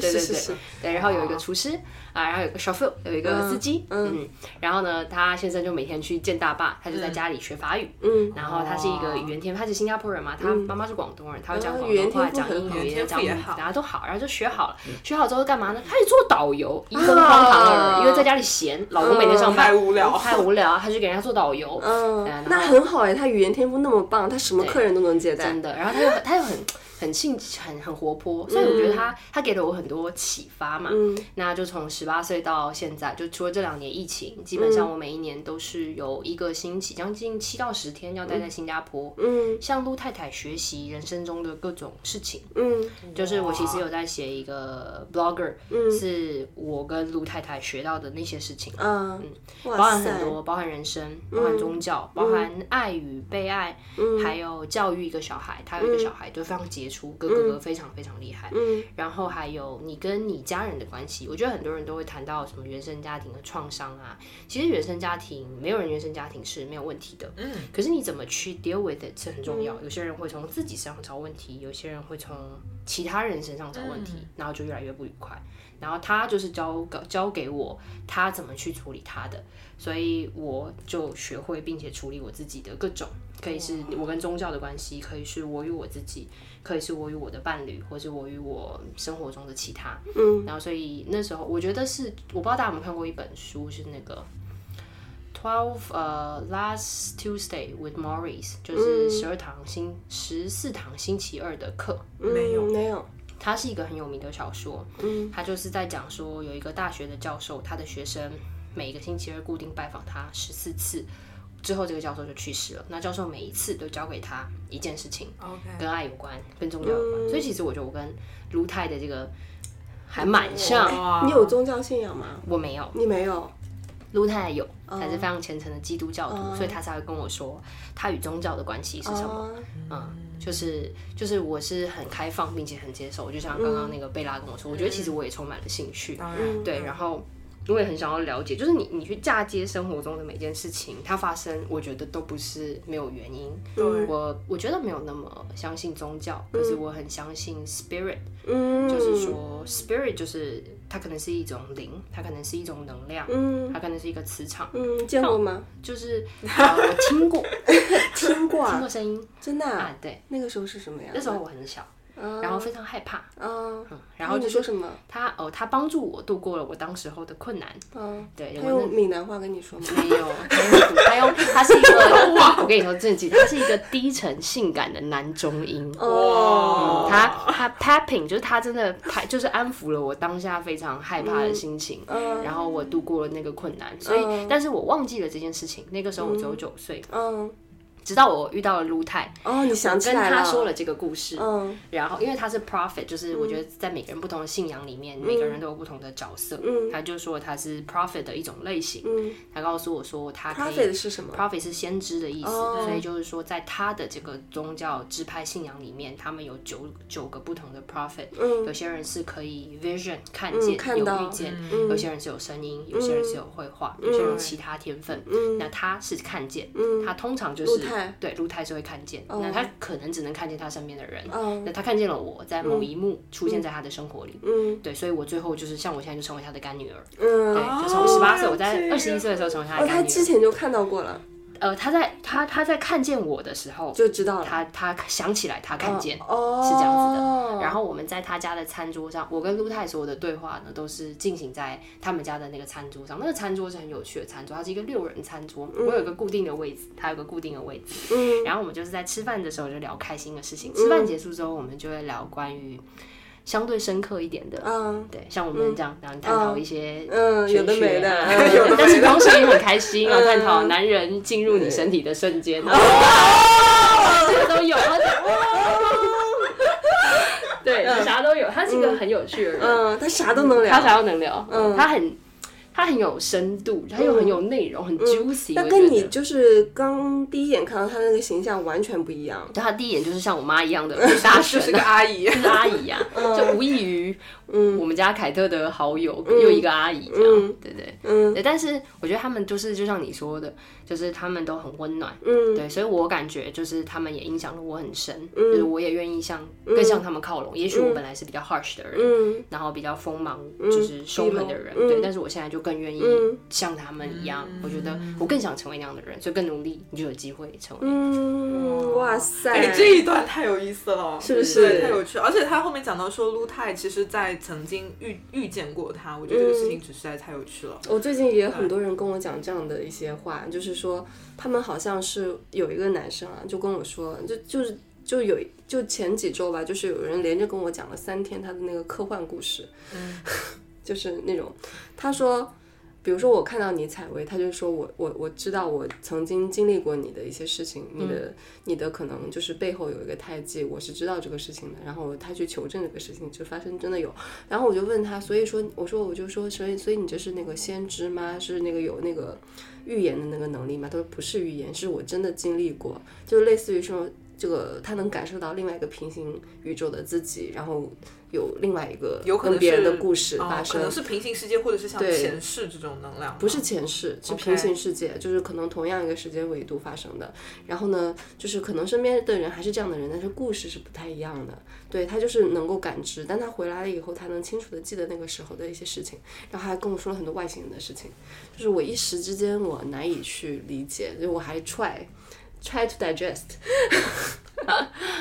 S5: 对
S1: 是
S5: 对
S1: 是
S5: 对
S1: 是哦
S5: 对，然后有一个厨师啊，然后有个 chauffeur，有一个司机，
S1: 嗯
S5: 嗯，然后呢，他先生就每天去见大爸，他就在家里学法语，
S1: 嗯，
S5: 然后他是一个语言天赋，他是新加坡人嘛，他妈妈是广东人，他会讲
S1: 哦
S5: 广
S1: 语言
S5: 东话、
S1: 天
S5: 讲
S1: 赋很
S5: 英
S1: 好
S5: 语、
S3: 语言
S5: 讲
S3: 天赋也
S5: 母语
S3: 好
S5: 大家都好，然后就学好了，学好之后干嘛呢？开始做导游，一个荒唐
S1: 啊嗯
S5: 二，因为在家里闲，老公每天上班
S3: 太无聊
S5: 太无聊，他就给人家做导游，对啊
S1: 嗯，
S5: 然
S1: 那
S5: 后
S1: 很好哎，他语言天赋那么棒，他什么客人都能接待
S5: 真，的。然后他又很他又很很性很很活泼，所以我觉得他、他给了我很多启发嘛。
S1: 嗯
S5: 那就从十八岁到现在，就除了这两年疫情，基本上我每一年都是有一个星期，将近七到十天要待在新加坡。
S1: 嗯
S5: 向陆太太学习人生中的各种事情，
S1: 嗯
S5: 就是我其实有在写一个 blogger，、是我跟陆太太学到的那些事情。
S1: 嗯，
S5: 包
S1: 哇
S5: 含
S1: 塞嗯
S5: 很，多，包含人生，包含宗教，包含爱与被爱，还有教育一个小孩，他有一个小孩就非常杰出，哥哥哥非常非常厉害。
S1: 嗯
S5: 然后还有你跟你家人的关系，我觉得很多人都会谈到什么原生家庭的创伤啊。其实原生家庭没有人原生家庭是没有问题的，嗯，可是你怎么去 deal with it 是很重要。有些人会从自己身上找问题，有些人会从其他人身上找问题，然后就越来越不愉快。然后他就是教给教给我他怎么去处理他的，所以我就学会并且处理我自己的各种，可以是我跟宗教的关系，可以是我与我自己，可以是我与我的伴侣，或是我与我生活中的其他。
S1: 嗯，
S5: 然后所以那时候我觉得是，我不知道大家有没有看过一本书，是那个 Twelve 呃 Last Tuesday with Morris，就是
S3: 嗯
S5: 十二堂星十四堂星期二的课。
S3: 没有
S1: 嗯没有，
S5: 它是一个很有名的小说，嗯，它就是在讲说有一个大学的教授，他的学生每个星期二固定拜访他十四次，之后这个教授就去世了。那教授每一次都交给他一件事情
S3: OK 嗯
S5: 跟爱有关，跟宗教有关。所以其实我觉得我跟卢泰的这个还蛮像，
S3: 哇
S1: 你有宗教信仰吗？
S5: 我没有，
S1: 你没有，
S5: 卢太太有，
S1: 哦
S5: 她是非常虔诚的基督教徒，所以她才会跟我说她与宗教的关系是什么。
S3: 哦
S1: 啊
S5: 嗯，就是就是我是很开放并且很接受，就像刚刚那个贝拉跟我说，我
S1: 嗯
S5: 觉得其实我也充满了兴趣，
S3: 当然
S5: 对，然后我也很想要了解，就是你你去嫁接生活中的每件事情，它发生，我觉得都不是没有原因。
S3: 对
S5: 我我觉得没有那么相信宗教，可是我很相信 spirit，、
S1: 嗯，
S5: 就是，说 spirit 就是它可能是一种灵，它可能是一种能量，
S1: 嗯
S5: 它可能是一个磁场，
S1: 嗯，见过吗？
S5: 就是、呃、我听 过
S1: 听过
S5: 听
S1: 啊
S5: 过，声音
S1: 真的啊
S5: 啊，，对，
S1: 那个时候是什么呀？
S5: 那时候我很小，然后非常害怕。
S1: 嗯，
S5: 嗯，然后
S1: 你
S5: 就
S1: 说
S5: 是
S1: 什么？
S5: 他哦，他帮助我度过了我当时候的困难。
S1: 嗯，
S5: 对，
S1: 他
S5: 我那
S1: 用闽南话跟你说吗？
S5: 没有，还有他是一个，我跟你说正经，他是一个低沉性感的男中音。
S1: 哦
S3: 哇，
S5: 他他 tapping 就是他真的拍，就是安抚了我当下非常害怕的心情，
S1: 嗯
S5: 然后我度过了那个困难。所以，但是我忘记了这件事情。那个时候我只有九岁，
S1: 嗯，
S5: 直到我遇到了卢泰，
S1: 哦，你想起
S5: 跟
S1: 来
S5: 他
S1: 了，
S5: 说了这个故事。
S1: 嗯
S5: 然后，因为他是 prophet，就是我觉得在每个人不同的信仰里面，每个人都有不同的角色。
S1: 嗯
S5: 他就说他是 prophet 的一种类型。
S1: 嗯
S5: 他告诉我说他可以
S1: ，profit 是什么？
S5: prophet 是先知的意思，
S1: 哦
S5: 所以就是说，在他的这个宗教支派信仰里面，他们有九九个不同的 prophet，、
S1: 嗯
S5: 有些人是可以 vision 看
S1: 嗯
S5: 见、
S1: 看
S5: 有
S1: 到
S5: 遇见，
S1: 嗯
S5: 有些人是有声音，有些人是有绘画，有些人有其他天分。
S1: 嗯
S5: 那他是看见，
S1: 嗯
S5: 他通常就
S1: 陆
S5: 是
S1: 太
S5: 对露台是会看见，那他可能只能看见他身边的人，
S1: 哦
S5: 那他看见了我在某一幕出现在他的生活里，
S1: 嗯
S5: 对，所以我最后就是像我现在就成为他的干女儿，
S1: 嗯，
S5: 对，就
S3: 哦
S5: 从十八岁，我
S3: 了
S5: 在
S3: 解
S5: 二十一岁的时候成为他
S1: 哦，
S5: 的
S1: 他
S5: 干女
S1: 之
S5: 儿。
S1: 前就看到过了，
S5: 呃，他在他他在看见我的时候，
S1: 就知道了，
S5: 他他想起来他看见，
S1: 哦，
S5: 是这样子
S1: 的
S5: 然后我们在他家的餐桌上，我跟陆太所有的对话呢，都是进行在他们家的那个餐桌上。那个餐桌是很有趣的餐桌，它是一个六人餐桌，我有一个固定的位置，他有一个固定的位置。
S1: 嗯
S5: 然后我们就是在吃饭的时候就聊开心的事情，吃饭结束之后，我们就会聊关于相对深刻一点的。
S1: 嗯
S5: 对，像我们这样，然后探讨一些
S1: 嗯，有的
S5: 玄学
S1: 没的，
S5: 啊
S1: 嗯
S3: 有的
S5: 但是同时也很开 心啊，探讨男人进入你身体的瞬
S1: 哦
S5: 间，然后 这个都有，他哦 对，啥都有，他是一个很有趣的人，
S1: 嗯，他啥都能聊，
S5: 他啥都能聊，
S1: 嗯
S5: 他很他很有深度，他又很有内容，很 juicy，
S1: 嗯那
S5: 我
S1: 跟
S5: 觉
S1: 你
S5: 得
S1: 就是刚第一眼看到他那个形象完全不一样。
S5: 他第一眼就是像我妈一样的大
S3: 就
S5: 神
S3: 是个
S5: 啊，
S3: 阿 姨，
S5: 就是阿姨呀、
S1: 嗯
S5: 啊，就无异于我们家凯特的好友、又一个阿姨这样，
S1: 嗯
S5: 对对
S1: 嗯
S5: 对。但是我觉得他们就是就像你说的，就是他们都很温暖，
S1: 嗯
S5: 对，所以我感觉就是他们也影响了我很深，就是我也愿意向更向他们靠拢。也许我本来是比较 harsh 的人，
S1: 嗯
S5: 然后比较锋芒，就是凶狠的人，
S1: 嗯
S5: 对。但是我现在就更愿意
S1: 嗯
S5: 像他们一样，我觉得我更想成为那样的人，所以更努力，你就有机会成为。
S1: 嗯，哇塞！
S3: 哎，这一段太有意思了，
S1: 是不
S3: 对
S1: 是
S3: 太有趣？而且他后面讲到说，撸泰其实在曾经遇遇见过他，我觉得这个
S1: 嗯
S3: 事情实在太有趣了。
S1: 我最近也有很多人跟我讲这样的一些话，就是说他们好像是有一个男生啊，就跟我说，就就是就有就前几周吧，就是有人连着跟我讲了三天他的那个科幻故事，
S3: 嗯
S1: 就是那种他说。比如说我看到你采薇，他就说我我我知道我曾经经历过你的一些事情，你的、
S3: 嗯
S1: 你的可能就是背后有一个胎记，我是知道这个事情的。然后他去求证这个事情，就发生真的有。然后我就问他，所以说我说我就说，所以所以你这是那个先知吗？是那个有那个预言的那个能力吗？他说不是预言，是我真的经历过，就类似于说这个他能感受到另外一个平行宇宙的自己，然后有另外一个
S3: 有可能
S1: 跟别人
S3: 是
S1: 的故事
S3: 哦
S1: 发
S3: 可
S1: 生，
S3: 能是平行世界，或者是像
S1: 对
S3: 前世这种能量，
S1: 不是前世，是
S3: OK
S1: 平行世界就是可能同样一个时间维度发生的。然后呢，就是可能身边的人还是这样的人，但是故事是不太一样的。对他就是能够感知，但他回来了以后，他能清楚的记得那个时候的一些事情。然后还跟我说了很多外星人的事情，就是我一时之间我难以去理解，就我还 try try to digest，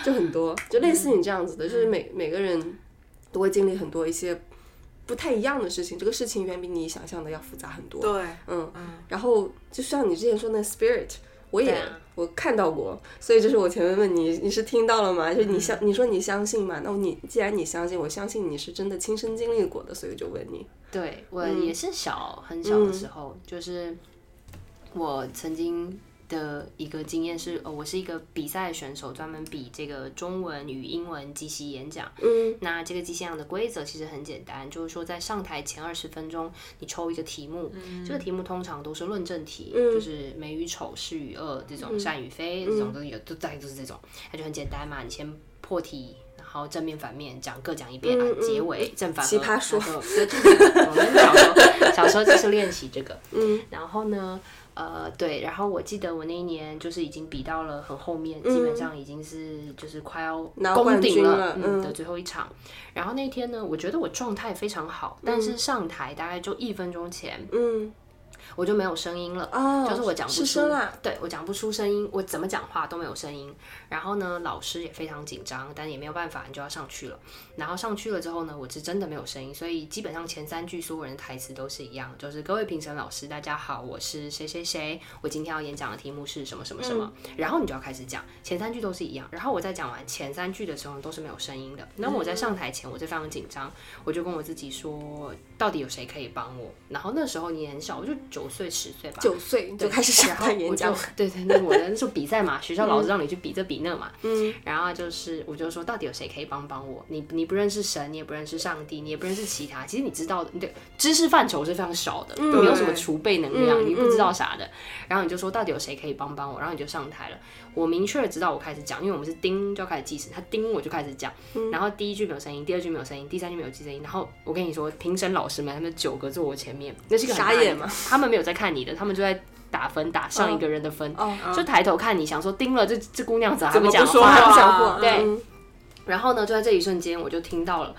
S1: 就很多，就类似你这样子的，就是每每个人都会经历很多一些。不太一样的事情，这个事情远比你想象的要复杂很多。
S3: 对，
S1: 嗯
S3: 嗯，
S1: 然后就像你之前说那 spirit，我也、
S5: 对啊
S1: 我看到过，所以就是我前面问你，你是听到了吗？就是你相、你说你相信吗？那我你既然你相信，我相信你是真的亲身经历过的，所以我就问你，
S5: 对我
S1: 嗯
S5: 也是小很小的时候，就是我曾经的一个经验是，呃，我是一个比赛选手，专门比这个中文与英文即席演讲。
S1: 嗯
S5: 那这个即兴的规则其实很简单，就是说在上台前二十分钟，你抽一个题目，
S1: 嗯
S5: 这个题目通常都是论证题，就是美与丑、是与恶这
S1: 嗯
S5: 种，善与非这种都有，都大概就是这种，那就很简单嘛，你先破题。然后正面反面讲各讲一遍、啊，结尾正反合
S1: 嗯奇葩说
S5: 然后对对对，我们小时候小时候就是练习这个，嗯，然后呢，呃，对，然后我记得我那一年就是已经比到了很后面，基本上已经是就是快要
S1: 拿
S5: 攻
S1: 冠
S5: 顶
S1: 军
S5: 了
S1: 了
S5: 嗯
S1: 嗯
S5: 的最后一场。然后那天呢，我觉得我状态非常好，但是上台大概就一分钟前，
S1: 嗯
S5: 我就没有声音了。
S1: 哦，
S5: 就是我讲不
S1: 失
S5: 出
S1: 声啦，，
S5: 对我讲不出声音，我怎么讲话都没有声音。然后呢，老师也非常紧张，但也没有办法，你就要上去了。然后上去了之后呢，我是真的没有声音，所以基本上前三句所有人的台词都是一样的，就是各位评审老师，大家好，我是谁谁谁，我今天要演讲的题目是什么什么什么。然后你就要开始讲，前三句都是一样。然后我在讲完前三句的时候都是没有声音的。那么我在上台前，我就非常紧张，我就跟我自己说，到底有谁可以帮我？然后那时候你也很小，我就九岁十岁吧，
S1: 九岁就
S5: 对
S1: 开始上
S5: 然后
S1: 台演
S5: 我就
S1: 讲，嗯
S5: 对对，那我的那时候比赛嘛，学校老师让你去比这比那嘛，嗯，然后就是我就说，到底有谁可以帮帮我？你你不认识神，你也不认识上帝，你也不认识其他，其实你知道的，你的知识范畴是非常少的，没有什么储备能量，
S1: 嗯
S5: 你不知道啥的。然后你就说，到底有谁可以帮帮我？然后你就上台了。我明确的知道我开始讲，因为我们是叮就要开始计时，他叮我就开始讲，
S1: 嗯
S5: 然后第一句没有声音，第二句没有声音，第三句没有声音，然后我跟你说，评审老师们他们九个坐我前面，那是一个很大
S1: 傻眼
S5: 的
S1: 吗
S5: 他们没有在看你的，他们就在打分，打上一个人的分，
S1: 哦
S5: 就抬头看你，想说盯了这这姑娘咋还
S3: 怎么
S5: 讲
S3: 不说
S5: 话？
S3: 话
S1: 不讲话，
S5: 对
S1: 嗯
S5: 然后呢，就在这一瞬间，我就听到了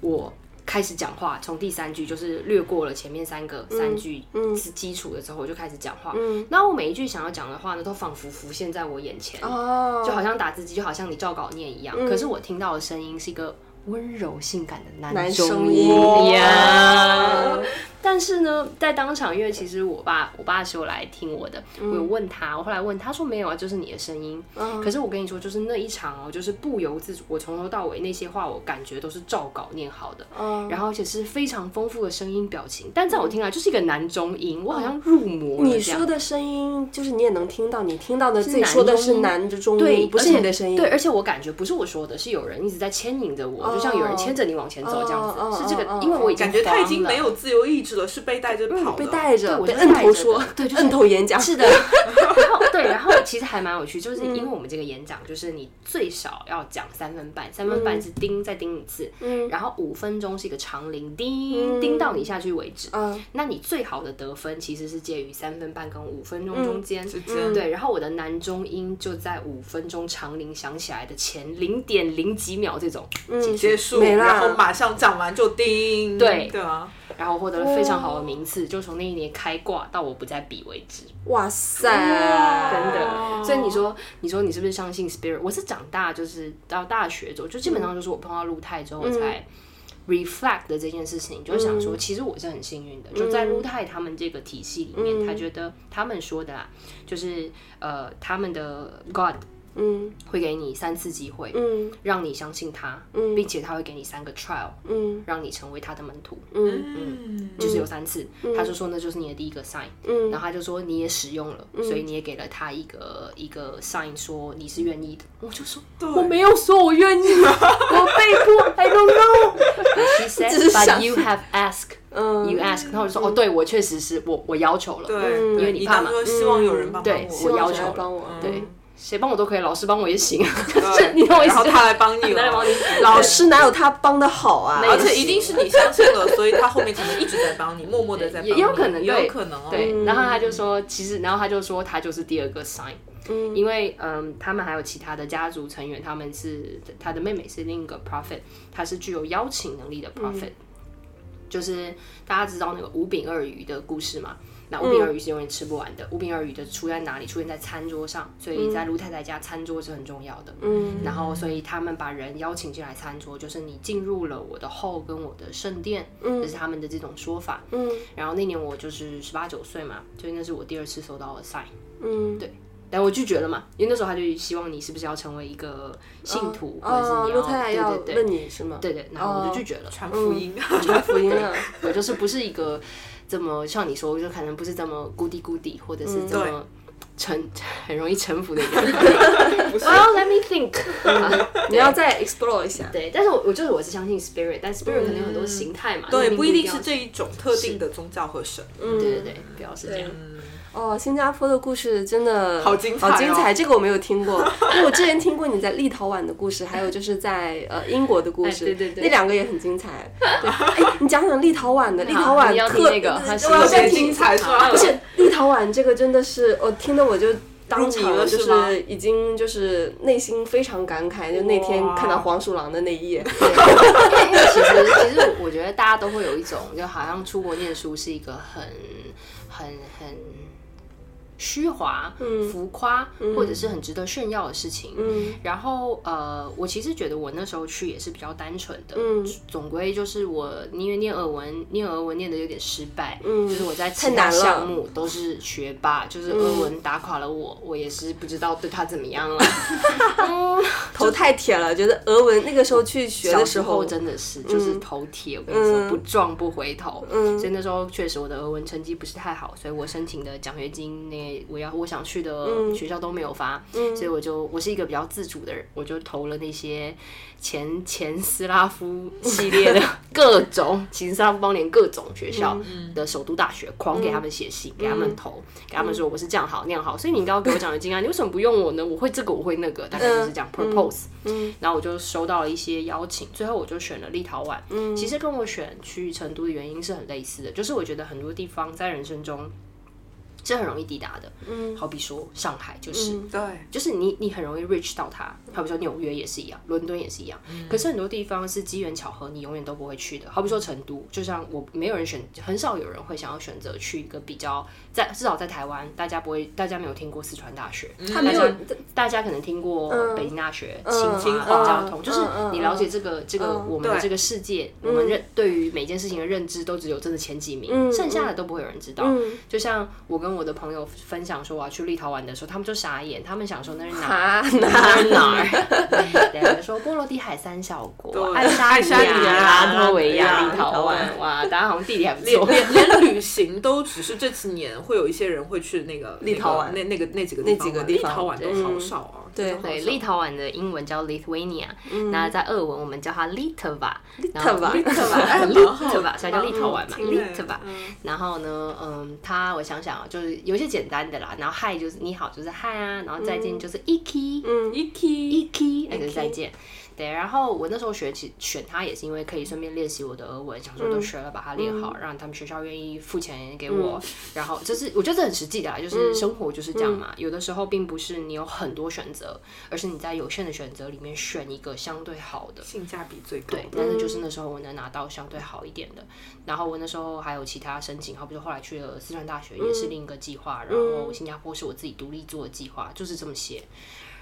S5: 我开始讲话，从第三句就是略过了前面三个、
S1: 嗯
S5: 三句是基础的之后，我就开始讲话。那我每一句想要讲的话呢，都仿佛浮现在我眼前，
S1: 哦，
S5: 就好像打字机，就好像你照稿念一样。
S1: 嗯
S5: 可是我听到的声音是一个温柔性感的
S1: 男
S5: 中
S1: 声音
S5: 呀。但是呢，在当场，因为其实我爸我爸是有来听我的，我
S1: 嗯
S5: 有问他，我后来问他说没有啊，就是你的声音。可是我跟你说，就是那一场哦，就是不由自主，我从头到尾那些话，我感觉都是照稿念好的，
S1: 嗯
S5: 然后而且是非常丰富的声音表情。但在我听来，就是一个男中音，我好像入魔了
S1: 嗯你
S5: 这样
S1: 说。的声音，就是你也能听到，你听到的自己
S5: 男
S1: 说的
S5: 中
S1: 是
S5: 音
S1: 男的中
S5: 对，
S1: 音，不
S5: 而
S1: 是你
S5: 且
S1: 的声音。
S5: 对，而且我感觉不是我说的，是有人一直在牵引着我，就像有人牵着你往前走这样子。
S1: 哦哦哦
S5: 是这个
S1: 哦哦，
S5: 因为我已经
S3: 感觉他已
S5: 慌
S3: 经
S5: 了
S3: 没有自由意志了，是被带着跑的。
S1: 嗯被带着，
S5: 我
S1: 被
S5: 是
S1: 摁
S5: 带
S1: 头
S5: 着
S1: 说
S5: 的，对就是
S1: 摁头演讲。
S5: 是的，然后对，然后其实还蛮有趣，就是
S1: 嗯
S5: 因为我们这个演讲，就是你最少要讲三分半，三分半是叮再叮一次，
S1: 嗯
S5: 然后五分钟是一个长铃，叮叮到你下去为止。
S1: 嗯
S5: 那你最好的得分其实是介于三分半跟五分
S1: 嗯
S5: 钟中间。
S3: 之间，
S5: 对，然后我的男中音就在五分钟长铃响起来的前零点零几秒这种结束，
S3: 结束，
S1: 没啦
S3: 然后马上讲完就叮，
S5: 对
S3: 对啊，
S5: 然后获得了非常好的名次，就从那一年开挂到我不再比为止。
S1: 哇塞，
S5: 真
S1: 哦
S5: 的。所以你说，你说你是不是相信 spirit？我是长大就是到大学之后，就基本上就是我碰到露泰之后，我
S1: 嗯
S5: 才 reflect 的这件事情，就想说，其实我是很幸运
S1: 嗯
S5: 的，就在露泰他们这个体系里面，他觉得他们说的啦，就是呃，他们的 God
S1: 嗯
S5: 会给你三次机会，
S1: 嗯
S5: 让你相信他，
S1: 嗯
S5: 并且他会给你三个 trial，
S1: 嗯
S5: 让你成为他的门徒。
S1: 嗯
S3: 嗯，
S5: 就是有三次，他就说那就是你的第一个 sign，、然后
S1: 嗯
S5: 他就说你也使用了，
S3: 嗯
S5: 所以你也给了他一个一个 sign，说你是愿意的。我就说我没有说我愿意， 我被迫，I don't know。She
S1: 只是
S5: said,
S1: 想
S5: but you have asked,
S1: 嗯
S5: you ask。然后我就说哦，对我确实是我我要求了，
S3: 对，
S1: 嗯
S3: 对
S5: 因为你怕嘛
S3: 当初希望有人帮帮
S5: 对
S3: 我，
S5: 我
S1: 希
S5: 要
S1: 望
S5: 求
S1: 谁来
S5: 了嗯
S1: 帮我？
S5: 对，谁帮我都可以，老师帮我也行。啊
S3: 对
S5: 你懂我意思
S3: 然后他来帮你
S5: 来
S3: 了
S5: 帮你。
S1: 老师哪有他帮的好啊？
S5: 没
S3: 而且一定是你相信了，所以他后面可能一直在帮你，默默的在帮你，
S5: 也也有可能
S3: 也
S5: 对
S3: 有可能哦。
S5: 对，然后他就说，其实，然后他就说他就是第二个 sign，、因为嗯，他们还有其他的家族成员，他们是他的妹妹是另一个 prophet，他是具有邀请能力的 prophet，、就是大家知道那个五饼二鱼的故事嘛。那五饼二鱼是永远吃不完的。五饼二鱼的出在哪里？出现在餐桌上，所以在卢太太家，餐桌是很重要的。嗯，然后所以他们把人邀请进来餐桌，就是你进入了我的后跟我的圣殿，这是他们的这种说法。
S1: 嗯
S5: 然后那年我就是十八九岁嘛，所以那是我第二次收到的 sign，
S1: 嗯，
S5: 但我拒绝了嘛，因为那时候他就希望你是不是要成为一个信徒，或者是
S1: 哦，
S5: 你
S1: 陆太
S5: 要
S1: 要
S5: 对对
S1: 问
S5: 对
S1: 你是吗？
S5: 对对，然后我就拒绝了，
S3: 传福音，啊
S5: 嗯
S1: 传福音 啊了。
S5: 我就是不是一个这么像你说，就可能不是这么咕滴咕滴，或者是这么臣 很容易臣服的人。Well, let me think 啊。
S1: 你要再 explore 一下。
S5: 对，但是我我就是我是相信 spirit，但 spirit 可能有很多形态嘛，
S3: 对，
S5: 那
S3: 不一定
S5: 要
S3: 是这一种特定的宗教和神。
S5: 对对对，不要是这样。
S1: 哦，新加坡的故事真的
S3: 好精彩哦
S1: 好精彩！这个我没有听过，因为我之前听过你在立陶宛的故事，还有就是在呃英国的故事，
S5: 哎对对对
S1: 那两个也很精彩。 对，哎，你讲讲立陶宛的，立陶宛
S5: 你要听
S1: 特
S5: 那个还是
S1: 我要
S5: 有
S1: 再
S5: 些
S1: 听
S3: 精彩是吧
S1: 不是立陶宛这个真的是，我听的我就。当
S3: 入迷
S1: 场
S3: 了
S1: 就是
S3: 吗
S1: 是已经就是内心非常感慨，就那天
S3: 哇
S1: 看到黄鼠狼的那一页，
S5: 因为哎其实其实我觉得大家都会有一种，就好像出国念书是一个很很很虚华、浮夸，或者是很值得炫耀的事情。
S1: 嗯
S5: 然后呃，我其实觉得我那时候去也是比较单纯的，
S1: 嗯
S5: 总归就是我因为念俄文，念俄文念的有点失败，
S1: 嗯
S5: 就是我在
S1: 太
S5: 其
S1: 难
S5: 他
S1: 了嗯
S5: 项目都是学霸，就是俄文打垮了我，我也是不知道对他怎么样 了。嗯
S1: 头太铁了，觉得俄文那个时候去学
S5: 小
S1: 的
S5: 时候真的是就是头铁，我跟你
S1: 嗯
S5: 说不撞不回头。
S1: 嗯
S5: 所以那时候确实我的俄文成绩不是太好，所以我申请的奖学金那我要我想去
S1: 嗯
S5: 的学校都没有发，所以我就我是一个比较自主的人，我就投了那些前前斯拉夫系列 的各种前斯拉夫邦联各种学校
S1: 嗯
S5: 的首都大学，狂给他们写信，给他们投，给他们
S1: 嗯
S5: 说我是这样好那样好，所以你应该要给我奖学金啊，你为什么不用我呢？我会这个，我会那个，大概
S1: 嗯
S5: 就是这样 propose。然后我就收到了一些邀请，最后我就选了立陶宛。嗯，其实跟我选去成都的原因是很类似的，就是我觉得很多地方在人生中。是很容易抵达的。嗯，好比说上海就是，
S3: 对，
S5: 就是你你很容易 reach 到它。好比说纽约也是一样，伦敦也是一样。可是很多地方是机缘巧合，你永远都不会去的。好比说成都，就像我没有人选，很少有人会想要选择去一个比较在至少在台湾，大家不会，大家没有听过四川大学，
S1: 他没有
S5: 大家大家可能听过北京大学、清
S3: 清
S5: 华、
S3: 华
S5: 交通，就是
S1: 嗯嗯
S5: 你了解这个这个我们的
S3: 对
S5: 这个世界，我们认对于每件事情的认知都只有真的前几名，
S1: 嗯
S5: 剩下的都不会有人知道。
S1: 嗯，
S5: 就像我跟我的朋友分享说我要去立陶宛的时候，他们就傻眼，他们想说那是哪
S1: 哈
S5: 哪
S1: 那
S5: 儿哪儿？对，我说波罗的海三小国，
S3: 对
S5: 爱沙
S3: 爱沙尼
S5: 亚、
S3: 亚
S5: 拉脱维亚、
S3: 拉脱维亚
S5: 立陶宛，哇，大家好像地理还不
S3: 连
S5: 错。
S3: 连 连旅行都只是这几年会有一些人会去那个
S6: 立陶宛
S3: 那个那那个那几个
S6: 那
S3: 地
S6: 几个
S3: 方玩，
S6: 地
S3: 立
S6: 方
S3: 陶宛
S5: 对
S3: 都好少啊，
S1: 对
S3: 真的好
S5: 对，
S3: 少
S5: 立陶宛的英文叫 Lithuania，那在俄文我们叫它 Litva，然后
S6: Litva
S5: Litva，Litva，所以叫立陶宛嘛
S3: 听着
S5: ，Litva。然后呢，嗯，它我想想啊，就是有一些简单的啦，然后嗨就是你好，就是嗨啊，然后再见就是 iki，
S1: 嗯
S5: iki iki，那就是再见。对，然后我那时候学起选它也是因为可以顺便练习我的俄文，想说都学了，把它练好，让他们学校愿意付钱给我。然后就是我觉得这很实际的啦，就是生活就是这样嘛。有的时候并不是你有很多选择，而是你在有限的选择里面选一个相对好的。
S3: 性价比最高
S5: 对，但是就是那时候我能拿到相对好一点的，然后我那时候还有其他申请，好比说后来去了四川大学也是另一个计划，然后新加坡是我自己独立做的计划，就是这么些，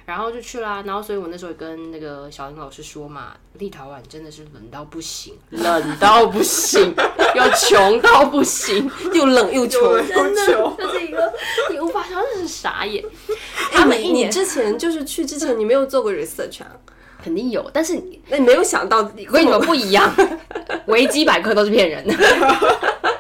S5: 然后就去啦，然后所以我那时候也跟那个小英老师说嘛，立陶宛真的是冷到不行，冷到不行， 又穷到不行，
S6: 又冷又穷。
S3: 真的
S5: 就是一个你无法想象，真是傻眼，
S1: 他们一哎年之前就是去之前，你没有做过 research 啊？
S5: 肯定有，但是你
S1: 那你没有想到，我
S5: 我跟你们不一样， 维基百科都是骗 人的。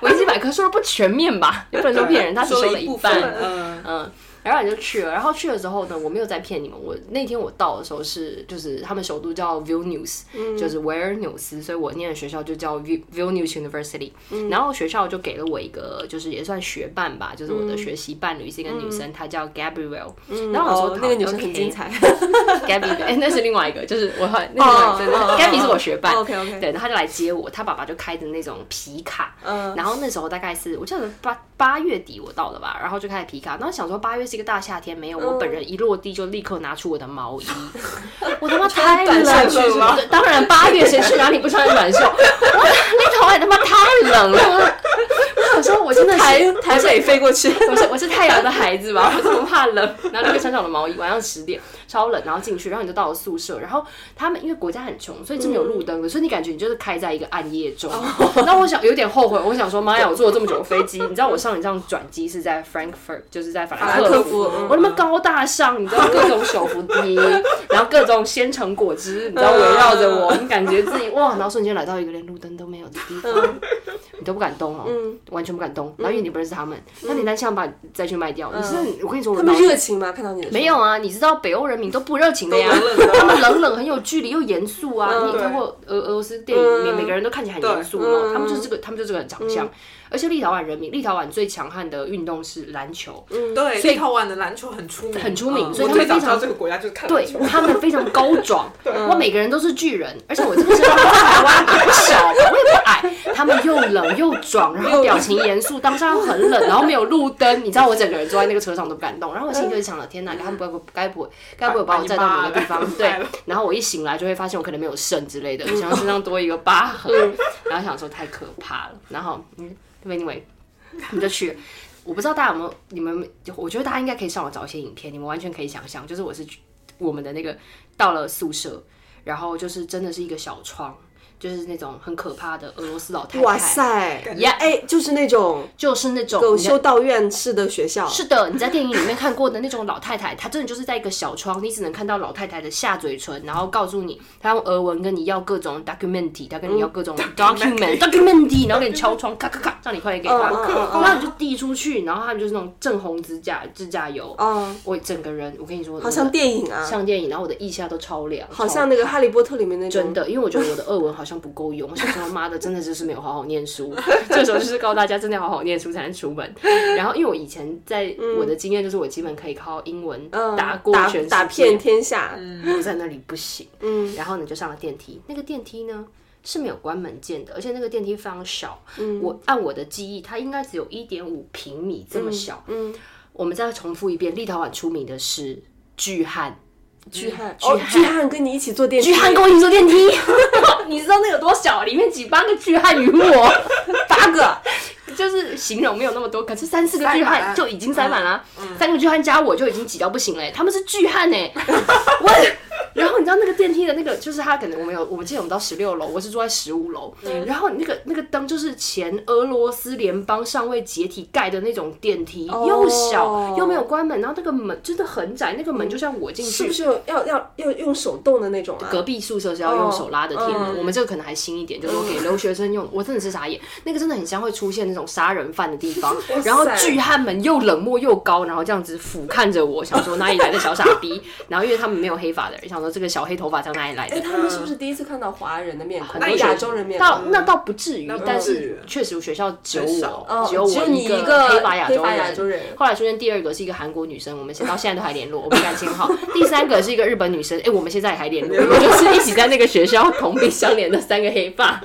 S5: 维基百科说的不全面吧，也不能说骗人，他只
S3: 说
S5: 了
S3: 一部分，
S5: 半。
S3: 嗯，
S5: 嗯，然后你就去了，然后去了之后呢，我没有再骗你们，我那天我到的时候是就是他们首都叫 Vilnius，、就是
S1: 嗯
S5: 维尔纽斯，所以我念的学校就叫 Vil- Vilnius University，、然
S1: 嗯
S5: 后学校就给了我一个就是也算学伴吧，就是我
S1: 嗯
S5: 的学习伴侣是一个女生，她叫 Gabrielle，、然后我说、
S1: 哦，那个女生很精彩。
S5: Gabby，哎、那是另外一个，就是我后来那个对对
S1: 哦哦
S5: g a b b y 是我学伴
S1: OK OK，
S5: 对，然后他就来接我，他爸爸就开着那种皮卡，
S1: 嗯
S5: 然后那时候大概是我记得八八月底我到的吧，然后就开始皮卡，然后想说八月是一个大夏天，没有，我本人一落地就立刻拿出我的毛 衣，我他妈太冷
S3: 短袖是
S5: 了
S3: 吗，
S5: 对当然八月谁去哪里不穿短 袖？我那头也他妈太冷了，我想说我真的是
S1: 台台北飞过去，
S5: 我是我是太阳的孩子 嘛，我怎么怕冷？然后就穿上我的毛衣，晚上十点超冷，然后进去，然后你就到了宿舍，然后他们因为国家很穷，所以是没有路灯的，所以你感觉你就是开在一个暗夜中。那、我想有点后悔，我想说妈呀，我坐了这么久的飞机，你知道我上一趟转机是在 Frankfurt，就是在法兰
S1: 法兰
S5: 克
S1: 克
S5: 福
S1: 福，嗯
S5: 我他妈高大上，你知道各种手扶梯， 然后各种鲜橙果汁，你知道围绕着我，你感觉自己哇，然后瞬间来到一个连路灯都没有的地方。你都不敢动哦，
S1: 嗯
S5: 完全不敢动。然后因为你不认识他们，那你单想把债券卖掉，你是我跟你说，我
S1: 嗯他们
S5: 脑
S1: 热情吗？看到你的时候
S5: 没有啊，你知道北欧人民都不热情的呀
S3: 都冷冷，的
S5: 他们冷冷很有距离又严肃啊。
S1: 啊嗯
S5: 你看过俄俄罗斯电影里面，
S1: 嗯
S5: 每个人都看起来很严肃嘛，他们就是这个，他们就是这个长相。而且立陶宛人民，立陶宛最强悍的运动是篮球，
S1: 嗯
S3: 对，
S5: 嗯所以
S3: 立陶宛的篮球很出名，
S5: 很出名
S3: 嗯
S5: 所以
S3: 我
S5: 他们
S3: 最早
S5: 非
S3: 知
S5: 常
S3: 道这个国家就是看篮
S5: 对
S3: 球，
S5: 他们非常高壮，哇，每个人都是巨人，而且我真的是在台湾也不小，我也不矮，他们又冷又壮，然后表情严肃，当下又很冷，然后没有路灯，你知道我整个人坐在那个车上都不敢动，然后我心里就想了，天哪，他们不会该不会该不会把我载到某个地方
S3: 把你？扒
S5: 对
S3: 了，
S5: 然后我一醒来就会发现我可能没有肾之类的，想要身上多一个疤痕，然后想说太可怕了，然后嗯，anyway，我们就去了。我不知道大家有没有，你们，我觉得大家应该可以上网找一些影片，你们完全可以想象，就是我是我们的那个到了宿舍，然后就是真的是一个小窗，就是那种很可怕的俄罗斯老太太，
S1: 哇，塞，
S5: 呀、
S1: 哎，就是那种
S5: 就是那种
S1: 狗
S5: 你在
S1: 修道院式的学校，
S5: 是的，你在电影里面看过的那种老太太，她真的就是在一个小窗，你只能看到老太太的下嘴唇，然后告诉你，她用俄文跟你要各种 document，她跟你要各种
S1: 嗯
S5: document document，然后给你敲窗，咔咔咔，让你快点给她，
S1: 嗯嗯嗯嗯
S5: 然后你就递出去，然后他们就是那种正红指甲指甲油，
S1: 嗯，
S5: 我整个人，我跟你说，
S1: 好像电影啊，
S5: 像电影，然后我的腋下都超凉，
S1: 好像那个《哈利波特》里面那种
S5: 真的，因为我觉得我的俄文好像不够用，我 想说妈的，真的就是没有好好念书。 这时候就是告诉大家，真的要好好念书才能出 门。然后，因为我以前在我的经验就是，我基本可以靠英文
S1: 嗯
S5: 打过
S1: 打
S5: 全世
S1: 打
S5: 界
S1: 遍天下，嗯
S5: 我在那里不行。嗯，然后呢就上了电梯，那个电梯呢是没有关门键的，而且那个电梯非常小。嗯，我按我的记忆，它应该只有一点五平米这么小。
S1: 嗯，
S5: 我们再重复一遍，立陶宛出名的是巨汉，
S1: 巨汉，哦，巨汉跟你一起坐电梯，
S5: 巨汉跟我一起坐电梯， 你知道那有多小？里面挤八个巨汉与我，八个，就是形容没有那么多，可是三四个巨
S3: 塞满
S5: 汉
S3: 了
S5: 就已经塞满了啊、三个巨汉加我就已经挤到不行了欸、他们是巨汉哎、我。然后你知道那个电梯的那个，就是它可能我们有，我们记得我们到十六楼，我是住在十五楼。然后那个那个灯就是前俄罗斯联邦上尉解体盖的那种电梯，又
S1: 哦
S5: 小又没有关门，然后那个门真的很窄，那个门就像我进去，
S1: 是不是有要要要用手动的那种啊？
S5: 隔壁宿舍是要用手拉的铁门，
S1: 嗯
S5: 我们这个可能还新一点， 就是说给留学生用。我真的是傻眼，那个真的很像会出现那种杀人犯的地方。 然后巨汉们又冷漠又高，然后这样子俯瞰着我，想说哪里来的小傻 逼？然后因为他们没有黑发的人，想说这个小黑头发从哪里来的？
S1: 哎，他们是不是第一次看到华人的面孔？
S3: 那也
S1: 亚洲人面
S5: 到
S1: 孔？
S5: 那倒不至于
S3: 那不，
S5: 但
S3: 至于
S5: 是确实学校只有
S3: 很少
S5: 我，
S1: 哦
S5: 有
S1: 只有
S5: 我
S1: 你一个
S5: 个黑发亚
S1: 黑
S5: 洲
S1: 发亚洲
S5: 人
S1: 人。
S5: 后来出现第二个是一个韩国女生，我们到现在都还联络，我们感情好。第三个是一个日本女生，哎、我们现在还联 络，我们就是一起在那个学校同病相怜的三个黑发。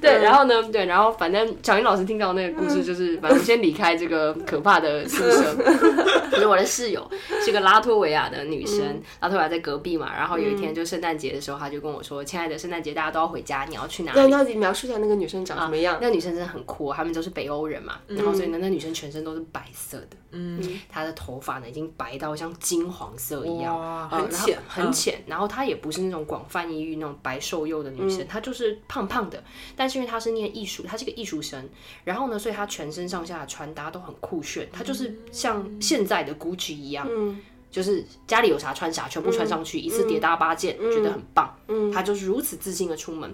S5: 对，
S1: 嗯
S5: 然后呢？对，然后反正小英老师听到那个故事，就是反正我们先离开这个可怕的宿舍。
S1: 嗯
S5: 就是我的室友是个拉脱维亚的女生，拉脱维亚在隔壁嘛。然后有一
S1: 嗯
S5: 天就圣诞节的时候，她就跟我说：“亲爱的，圣诞节大家都要回家，你要去哪里？”
S1: 那那你描述一下那个女生长什么样？
S5: 啊那女生真的很酷，哦她们都是北欧人嘛，然后所以呢，那女生全身都是白色的，嗯，她的头发呢已经白到像金黄色一样，
S3: 哇
S5: 呃
S3: 很
S5: 然后
S3: 浅
S5: 很
S3: 嗯
S5: 浅。然后她也不是那种广泛抑郁那种白瘦幼的女生，她就是胖胖的。但是因为她是念艺术，她是个艺术生，然后呢，所以她全身上下的穿搭都很酷炫，她就是像现在的 GUCCI 一样，
S1: 嗯
S5: 就是家里有啥穿啥，全部穿上去，一次叠搭八件，觉得很棒。
S1: 嗯
S5: 她就是如此自信的出门。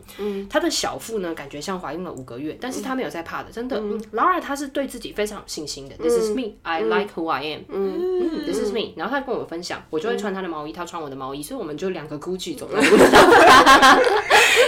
S5: 她的小腹呢，感觉像怀孕了五个月，但是她没有在怕的，真的。嗯，Laura 她是对自己非常有信心的。This is me, I like who I am.
S1: 嗯，
S5: 嗯，This is me。然后她跟我分享，我就会穿她的毛衣，她穿我的毛衣，所以我们就两个 GUCCI 走在路 上。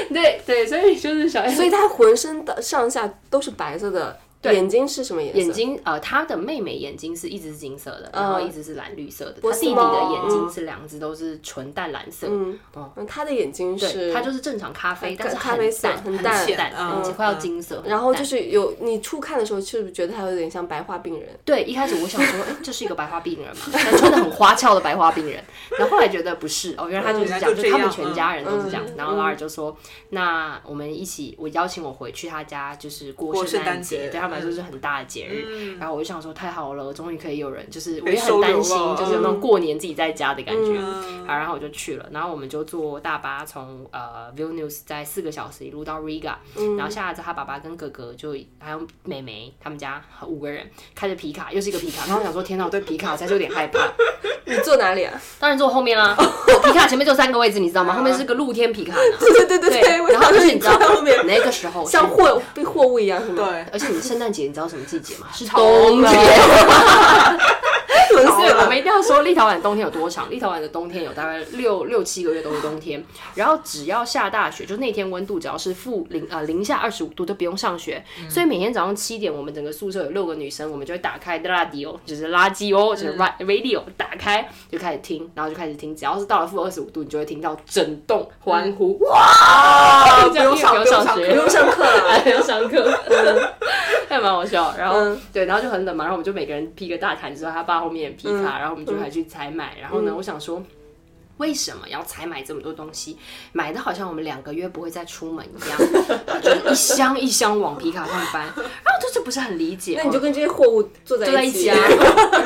S5: 对对，所以就是小
S1: 所以她浑身的上下都是白色的，
S5: 对
S1: 眼睛是什么颜色？
S5: 眼睛，呃，她的妹妹眼睛是一直是金色的，然后
S1: 嗯
S5: 一直是蓝绿色的。她
S1: 波
S5: 弟
S1: 斯
S5: 弟的
S1: 猫
S5: 眼睛是两只都是纯淡蓝色。
S1: 嗯，嗯，她的眼睛
S5: 对，
S1: 是，
S5: 它就是正常咖啡，
S1: 咖
S5: 但是
S1: 咖啡
S5: 很
S1: 色
S5: 淡，
S1: 很
S5: 很
S1: 淡
S5: 淡，
S3: 嗯
S5: 很快要金色。
S1: 然后
S5: 很
S1: 就
S5: 淡
S1: 是有你初看的时候，是不是觉得她有点像白化病人？
S5: 对，一开始我想说，哎，这是一个白化病人嘛，但穿的很花俏的白化病人。然后后来觉得不是，哦，原来他就是这
S3: 嗯原来
S5: 样，
S3: 就
S5: 就
S3: 这
S5: 他们
S3: 样
S5: 全
S3: 嗯
S5: 家人都是这样
S1: 嗯。
S5: 然后拉尔就说，那我们一起，我邀请我回去他家，就是过
S3: 过
S5: 圣
S3: 圣
S5: 诞
S3: 诞
S5: 节，
S3: 节
S5: 对他们来说是很大的节日。
S3: 嗯
S5: 然后我就想说，太好了，终于可以有人，就是我
S3: 被
S5: 也很
S3: 收
S5: 担
S3: 留
S5: 心，
S3: 了
S5: 就是有那种过年自己在家的感觉。
S3: 嗯
S5: 好，然后我就去了，然后我们就坐大巴从呃 Vilnius 在四个小时一路到 Riga，、然后下来之后，他爸爸跟哥哥就还有妹妹他们家五个人开着皮卡，又是一个皮卡，然后我想说天哪，我对皮卡才是有点害怕，
S1: 你坐哪里啊？
S5: 当然坐我后面啦，我皮卡前面就三个位置，你知道吗？后面是个露天皮卡呢，
S1: 对对对
S5: 对，然后而且你知道那个时候是
S1: 像货被货物一样是吗？
S3: 对，
S5: 而且你圣诞节你知道什么季节吗？是
S3: 冬
S5: 冬天。
S1: 对，
S5: 不是，我们一定要说立陶宛的冬天有多长。立陶宛的冬天有大概六六七个月都是冬天，然后只要下大雪，就那天温度只要是负零呃零下二十五度都不用上学。所以每天早上七点，我们整个宿舍有六个女生，我们就会打开 radio，就是垃圾哦，就是 ra- radio，打开就开始听，然后就开始听。只要是到了负二十五度，你就会听到整栋欢呼哇！这样
S3: 啊不用上
S5: 因为不用上学，
S3: 不用上课
S1: 不用上课啊 了。
S5: 还要上课， 还蛮好笑。然后、
S1: 嗯
S5: 对，然后就很冷嘛，然后我们就每个人披个大毯子，他爸后面也披卡，
S1: 嗯
S5: 然后我们就还去采买。然后呢，我想说。为什么要采买这么多东西？买的好像我们两个月不会再出门一样， 就是一箱一箱往皮卡上搬，然后就是不是很理解。
S1: 那你就跟这些货物坐
S5: 坐在
S1: 在
S5: 一起
S1: 起
S5: 啊，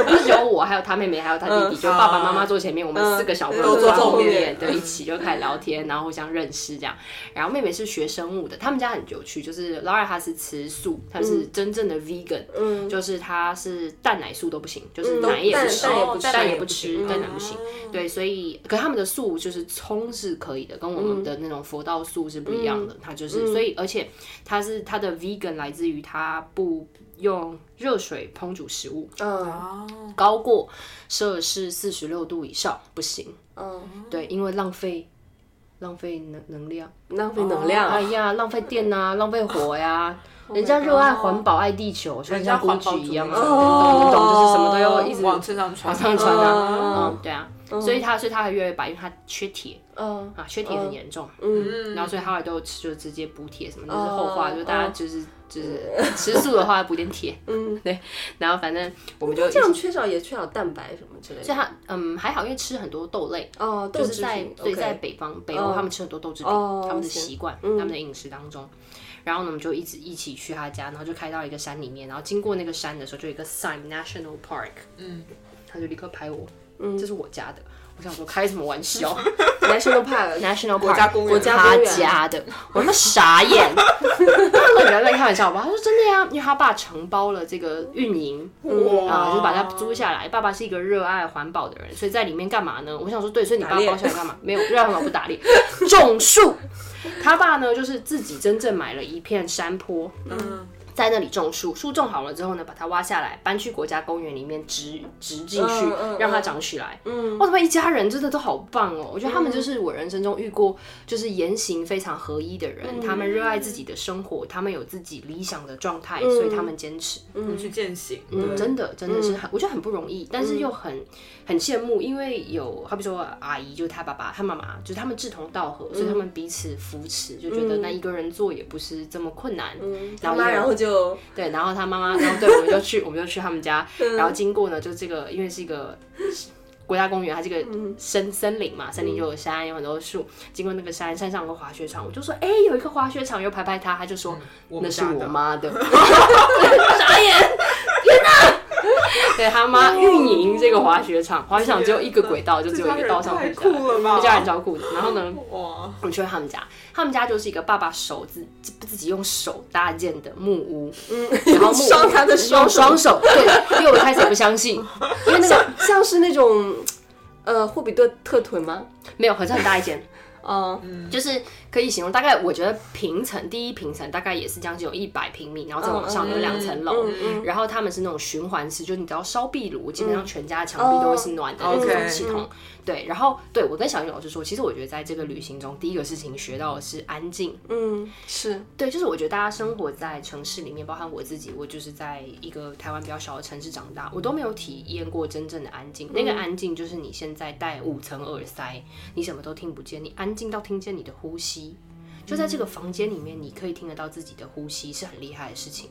S5: 不是只有我，还有他妹妹，还有他弟弟，
S1: 嗯
S5: 就爸爸妈妈坐前面，我们四个小朋友
S3: 嗯
S5: 坐在
S3: 坐
S5: 后
S3: 后面
S5: 面，对，一起就开始聊天，然后互相认识这样。然后妹妹是学生物的，他们家很有趣，就是 Laura 她是吃素，她是真正的 vegan，
S1: 嗯
S5: 就是她是蛋奶素都不行，就是
S1: 嗯
S5: 奶也不吃
S1: 蛋蛋也，不吃
S5: 蛋也不吃，
S3: 嗯
S5: 蛋奶不行。对，所以可他们的素就是葱是可以的，跟我们的那种佛道素是不一样的。它就是，所以而且它是它的 vegan 来自于它不用热水烹煮食物，
S1: 嗯
S3: 哦，
S5: 高过摄氏四十六度以上不行。
S1: 嗯，
S5: 对，因为浪费浪费能能量，
S1: 浪费能
S5: 哎
S1: 量。
S5: 呀，浪费电呐、浪费火呀、人家热爱环保、爱地球，就很像
S3: 人家环
S5: 古
S3: 保
S5: 举
S3: 主义
S5: 一样嘛，啊
S3: 哦
S5: 懂不懂？就是什么都要一直
S3: 往身上穿，
S5: 往上穿啊。
S1: 哦
S5: 嗯，对啊。所以他所以他会越来越白，因为他缺铁
S1: 嗯
S5: 啊，缺铁很严重。
S1: 嗯，
S3: 嗯
S5: 然后所以他后来都吃就直接补铁什么，
S1: 哦
S5: 就是后话，就是大家就是就是吃素的话补点铁，
S1: 嗯，
S5: 对。然后反正我们就
S1: 这样缺少也缺少蛋白什么之类
S5: 所
S1: 的。
S5: 以他嗯还好，因为吃很多豆类，
S1: 哦，豆
S5: 就是
S1: 制
S5: 在
S1: 品，
S5: 对
S1: OK
S5: 在北方北欧他们吃很多豆制品
S1: 哦，
S5: 他们的
S1: 行
S5: 习惯，
S1: 嗯
S5: 他们的饮食当中。然后呢，我们就一直一起去他家，然后就开到一个山里面，然后经过那个山的时候，就有一个 Sime National Park，
S3: 嗯，
S5: 他就立刻拍我，
S1: 嗯
S5: 这是我家的。我想说开什么玩 笑
S1: National Park，
S5: ？National Park
S3: 国家公园
S5: 国家公园他家的，我他妈傻眼。他说你不要在开玩笑吧？他说真的呀，因为他爸承包了这个运营，啊，就是把它租下来。爸爸是一个热爱环保的人，所以在里面干嘛呢？我想说，对，所以你爸
S3: 打猎
S5: 包下来干嘛？没有，热爱环保不打猎，种树。他爸呢，就是自己真正买了一片山坡，
S3: 嗯，
S5: 在那里种树，树种好了之后呢，把它挖下来，搬去国家公园里面植植进去
S1: 嗯嗯，
S5: 让它长起来。
S1: 嗯
S5: 哇，他们一家人真的都好棒哦！我觉得他们就是我人生中遇过，就是言行非常合一的人。他们热爱自己的生活，他们有自己理想的状态，所以他们坚持。
S3: 嗯去践行，
S5: 嗯，
S3: 对
S5: 真的真的是很，我觉得很不容易，但是又很、很羡慕，因为有好比说阿姨，就是她爸爸、她妈妈，就是他们志同道合，
S1: 嗯
S5: 所以他们彼此扶持，就觉得那一个人做也不是这么困难。然
S1: 嗯他
S5: 后
S1: 妈，
S5: 也有
S1: 然后就
S5: 对，然后他妈妈，然后对，我们就去，我们就去他们 家，
S3: 嗯
S5: 然后经过呢，就这个，因为是一个国家公园，它这个
S3: 嗯
S5: 森森林嘛，森林就有山，有很多树，经过那个山，山上有个滑雪场，我就说，哎、有一个滑雪场，又拍拍他，他就说，
S3: 嗯我
S5: 那
S3: 们
S5: 是
S3: 家
S5: 我
S3: 的，
S5: 妈的， 傻眼，天哪！对他
S3: 哦
S5: 妈运营这个滑雪场，滑雪场只有一个轨道，就只有一个道上
S3: 这家
S5: 回
S3: 人太酷了吧
S5: 家人照顾的。然后呢，
S3: 哇，
S5: 我们去他们家，他们家就是一个爸爸手自自己用手搭建的木屋，嗯，然后木屋
S1: 双他的双
S5: 用双手，对，因为我一开始也不相 信，因为那个
S1: 像像是那种呃霍比特特屯吗？
S5: 没有，好像很大一间，嗯
S1: 哦，
S5: 就是可以形容，大概我觉得平层第一平层大概也是将近有一百平米，然后再往上有两层楼，
S1: 嗯
S5: 然后他们是那种循环式，就是你只要烧壁炉，基本上全家的墙壁都会是暖的
S3: 哦
S5: 那种
S3: OK
S5: 系统。对，然后对我跟小英老师说，其实我觉得在这个旅行中，第一个事情学到的是安静。
S1: 嗯，是，
S5: 对，就是我觉得大家生活在城市里面，包含我自己，我就是在一个台湾比较小的城市长大，我都没有体验过真正的安静。那个安静就是你现在戴五层耳塞，你什么都听不见，你安静到听见你的呼吸。就在这个房间里面，你可以听得到自己的呼吸，是很厉害的事情。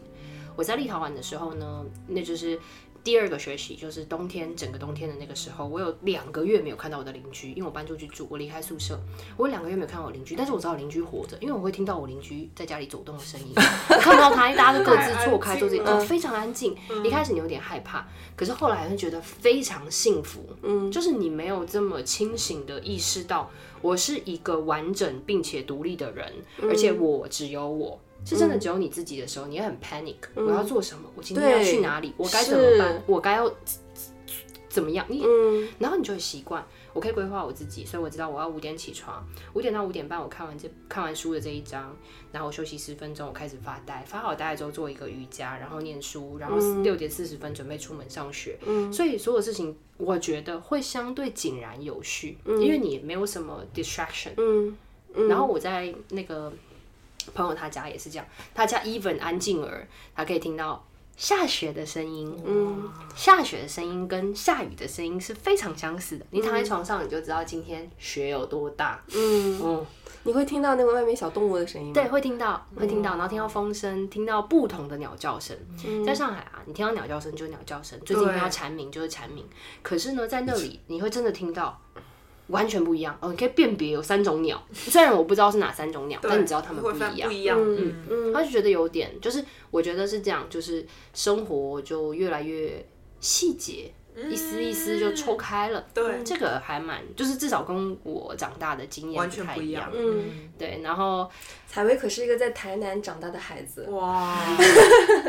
S5: 我在立陶宛的时候呢，那就是第二个学期，就是冬天整个冬天的那个时候，我有两个月没有看到我的邻居，因为我搬出去住，我离开宿舍，我有两个月没有看到我邻居，但是我知道我邻居活着，因为我会听到我邻居在家里走动的声 音，我看不到他，因为大家都各自错开做自己，
S3: 太安静了嗯
S5: 就非常安静。一开始你有点害怕，可是后来会觉得非常幸福，嗯，就是你没有这么清醒的意识到，我是一个完整并且独立的人，
S1: 嗯
S5: 而且我只有我。是真的只有你自己的时候，你会很 panic，、我要做什么？我今天要
S1: 嗯对
S5: 去哪里？我该怎么
S1: 是
S5: 办？我该要怎么样？你
S1: 嗯
S5: 然后你就会习惯。我可以规划我自己，所以我知道我要五点起床，五点到五点半我看完这看完书的这一章，然后我休息十分钟，我开始发呆，发好呆之后做一个瑜伽，然后念书，然后六点四十分准备出门上学。嗯，所以所有事情我觉得会相对井然有序，因为你没有什么 distraction。
S1: 嗯
S5: 然后我在那个朋友他家也是这样，他家 even 安静儿，他可以听到下雪的声音，嗯，下雪的声音跟下雨的声音是非常相似的。你
S3: 嗯
S5: 躺在床上，你就知道今天雪有多大，
S1: 嗯，
S5: 嗯，
S1: 你会听到那个外面小动物的声音吗？
S5: 对，，会听到，会听
S3: 嗯
S5: 到，然后听到风声，听到不同的鸟叫声。在上海啊，你听到鸟叫声就是鸟叫声，最近听到
S3: 对
S5: 蝉鸣就是蝉鸣。可是呢，在那里你会真的听到完全不一样哦，你可以辨别有三种鸟，虽然我不知道是哪三种鸟，但你知道它们
S3: 会
S5: 不
S3: 分
S5: 一样
S3: 不。一样，嗯，
S5: 他就觉得有点，就是我觉得是这样，就是生活就越来越细节，一丝一丝就抽开了。
S3: 嗯对
S5: 这个还蛮，就是至少跟我长大的经验
S3: 完全
S5: 不太
S3: 不一
S5: 一
S3: 样，。
S1: 嗯，
S5: 对，然后
S1: 采薇可是一个在台南长大的孩子，
S3: 嗯哇，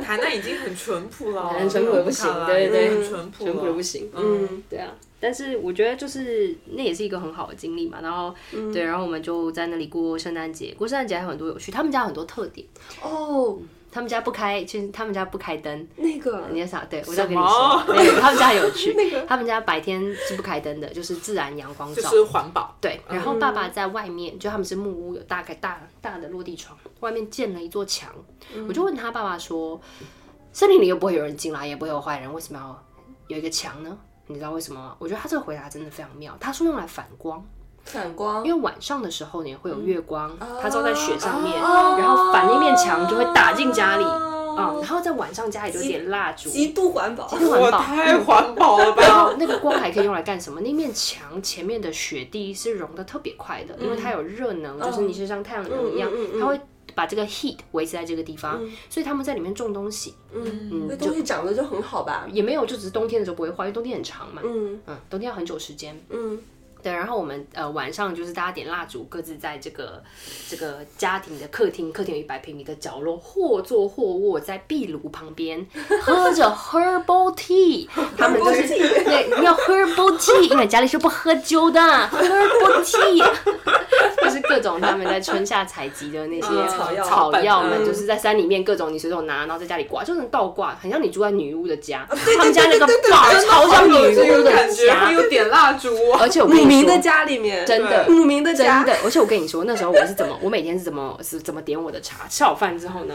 S3: 台南已经很淳朴了，
S5: 很淳朴也不行
S3: 卡拉
S5: 对对
S3: 已经很淳朴
S5: 全部都
S3: 了
S5: 不，行。
S1: 嗯
S5: 对啊，但是我觉得就是那也是一个很好的经历嘛。然后、
S3: 嗯
S5: 对，然后我们就在那里过圣诞节，过圣诞节还有很多有趣，他们家有很多特点，
S1: 哦，
S5: 他们家不开，其实他们家不开灯，
S1: 那个
S5: 哦你要想，对我再跟你
S3: 么
S5: 说，没有他们家很有 趣，他们家白天是不开灯的，就是自然阳光
S3: 就
S5: 照。
S3: 是嗯环保，
S5: 对，然后爸爸在外面，就他们是木屋，有大概大大的落地窗，外面建了一座墙。
S3: 嗯
S5: 我就问他爸爸说：“森林里又不会有人进来，也不会有坏人，为什么要有一个墙呢？”你知道为什么吗？我觉得他这个回答真的非常妙。他说用来反光，
S3: 哦
S1: 反光，
S5: 因为晚上的时候呢会有月光，
S3: 嗯
S5: 它照在雪上面，
S3: 哦
S1: 哦
S5: 然后反一面墙就会打进家里啊、嗯然后在晚上家里就有点蜡烛，
S1: 极度环保。
S5: 度
S3: 我
S5: 环保。
S3: 太环保了
S5: 然
S3: 吧！
S5: 后那个光还可以用来干什么？那面墙前面的雪地是融的特别快的，因为它有热能，就是你是像太阳能一样，
S1: 嗯嗯嗯嗯嗯
S5: 它会把这个 heat 维持在这个地方，所以他们在里面种东西
S1: 嗯，那东西长得就很好吧？
S5: 也没有，就只是冬天的时候不会坏，因为冬天很长嘛，
S1: 嗯
S5: 嗯，冬天要很久时间。
S1: 嗯
S5: 对，然后我们呃晚上就是大家点蜡烛，各自在这个这个家庭的客厅，客厅有一百平米的角落，或坐或卧在壁炉旁 边，喝着 herbal tea。他们就是对要 herbal tea，因为家里是不喝酒的 herbal tea，就是各种他们在春夏采集的那些
S1: 嗯草药
S5: 草药们，
S1: 嗯
S5: 就是在山里面各种你随手拿，然后在家里挂，就是倒挂，很像你住在女巫的家。他们家那个宝超像女巫
S3: 有
S5: 的
S3: 感觉，
S5: 家
S3: 还，有点蜡烛哦，
S5: 而且我跟
S1: 姆
S5: 你
S1: 明的
S5: 说。
S1: 家里面，
S5: 真的，
S1: 姆明的家
S5: 真，的，而且我跟你说，那时候我是怎么，我 每天是怎么是怎么点我的茶。吃好饭之后呢，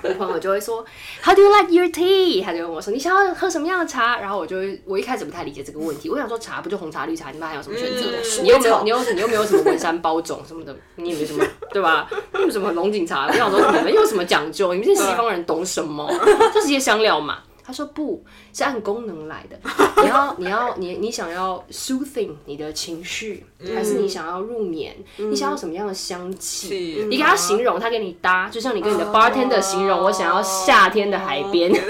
S5: 我朋友就会说 How do you like your tea？他就问我说你想要喝什么样的茶？然后我就会我一开始不太理解这个问题，我想说茶不就红茶绿茶，你们还有什么选择？
S3: 嗯
S5: 你又没有你又你又没有什么文山包种什么的，你也没什么对吧？你有什么龙井茶？我想说你们有什么讲究？你们这些西方人懂什么？ 就直接香料嘛。他说不是按功能来的，你要你要你你想要 soothing 你的情绪，还是你想要入眠？你想要什么样的香气？你给他形容，他给你搭，就像你跟你的 bartender 形容，我想要夏天的海 边一样。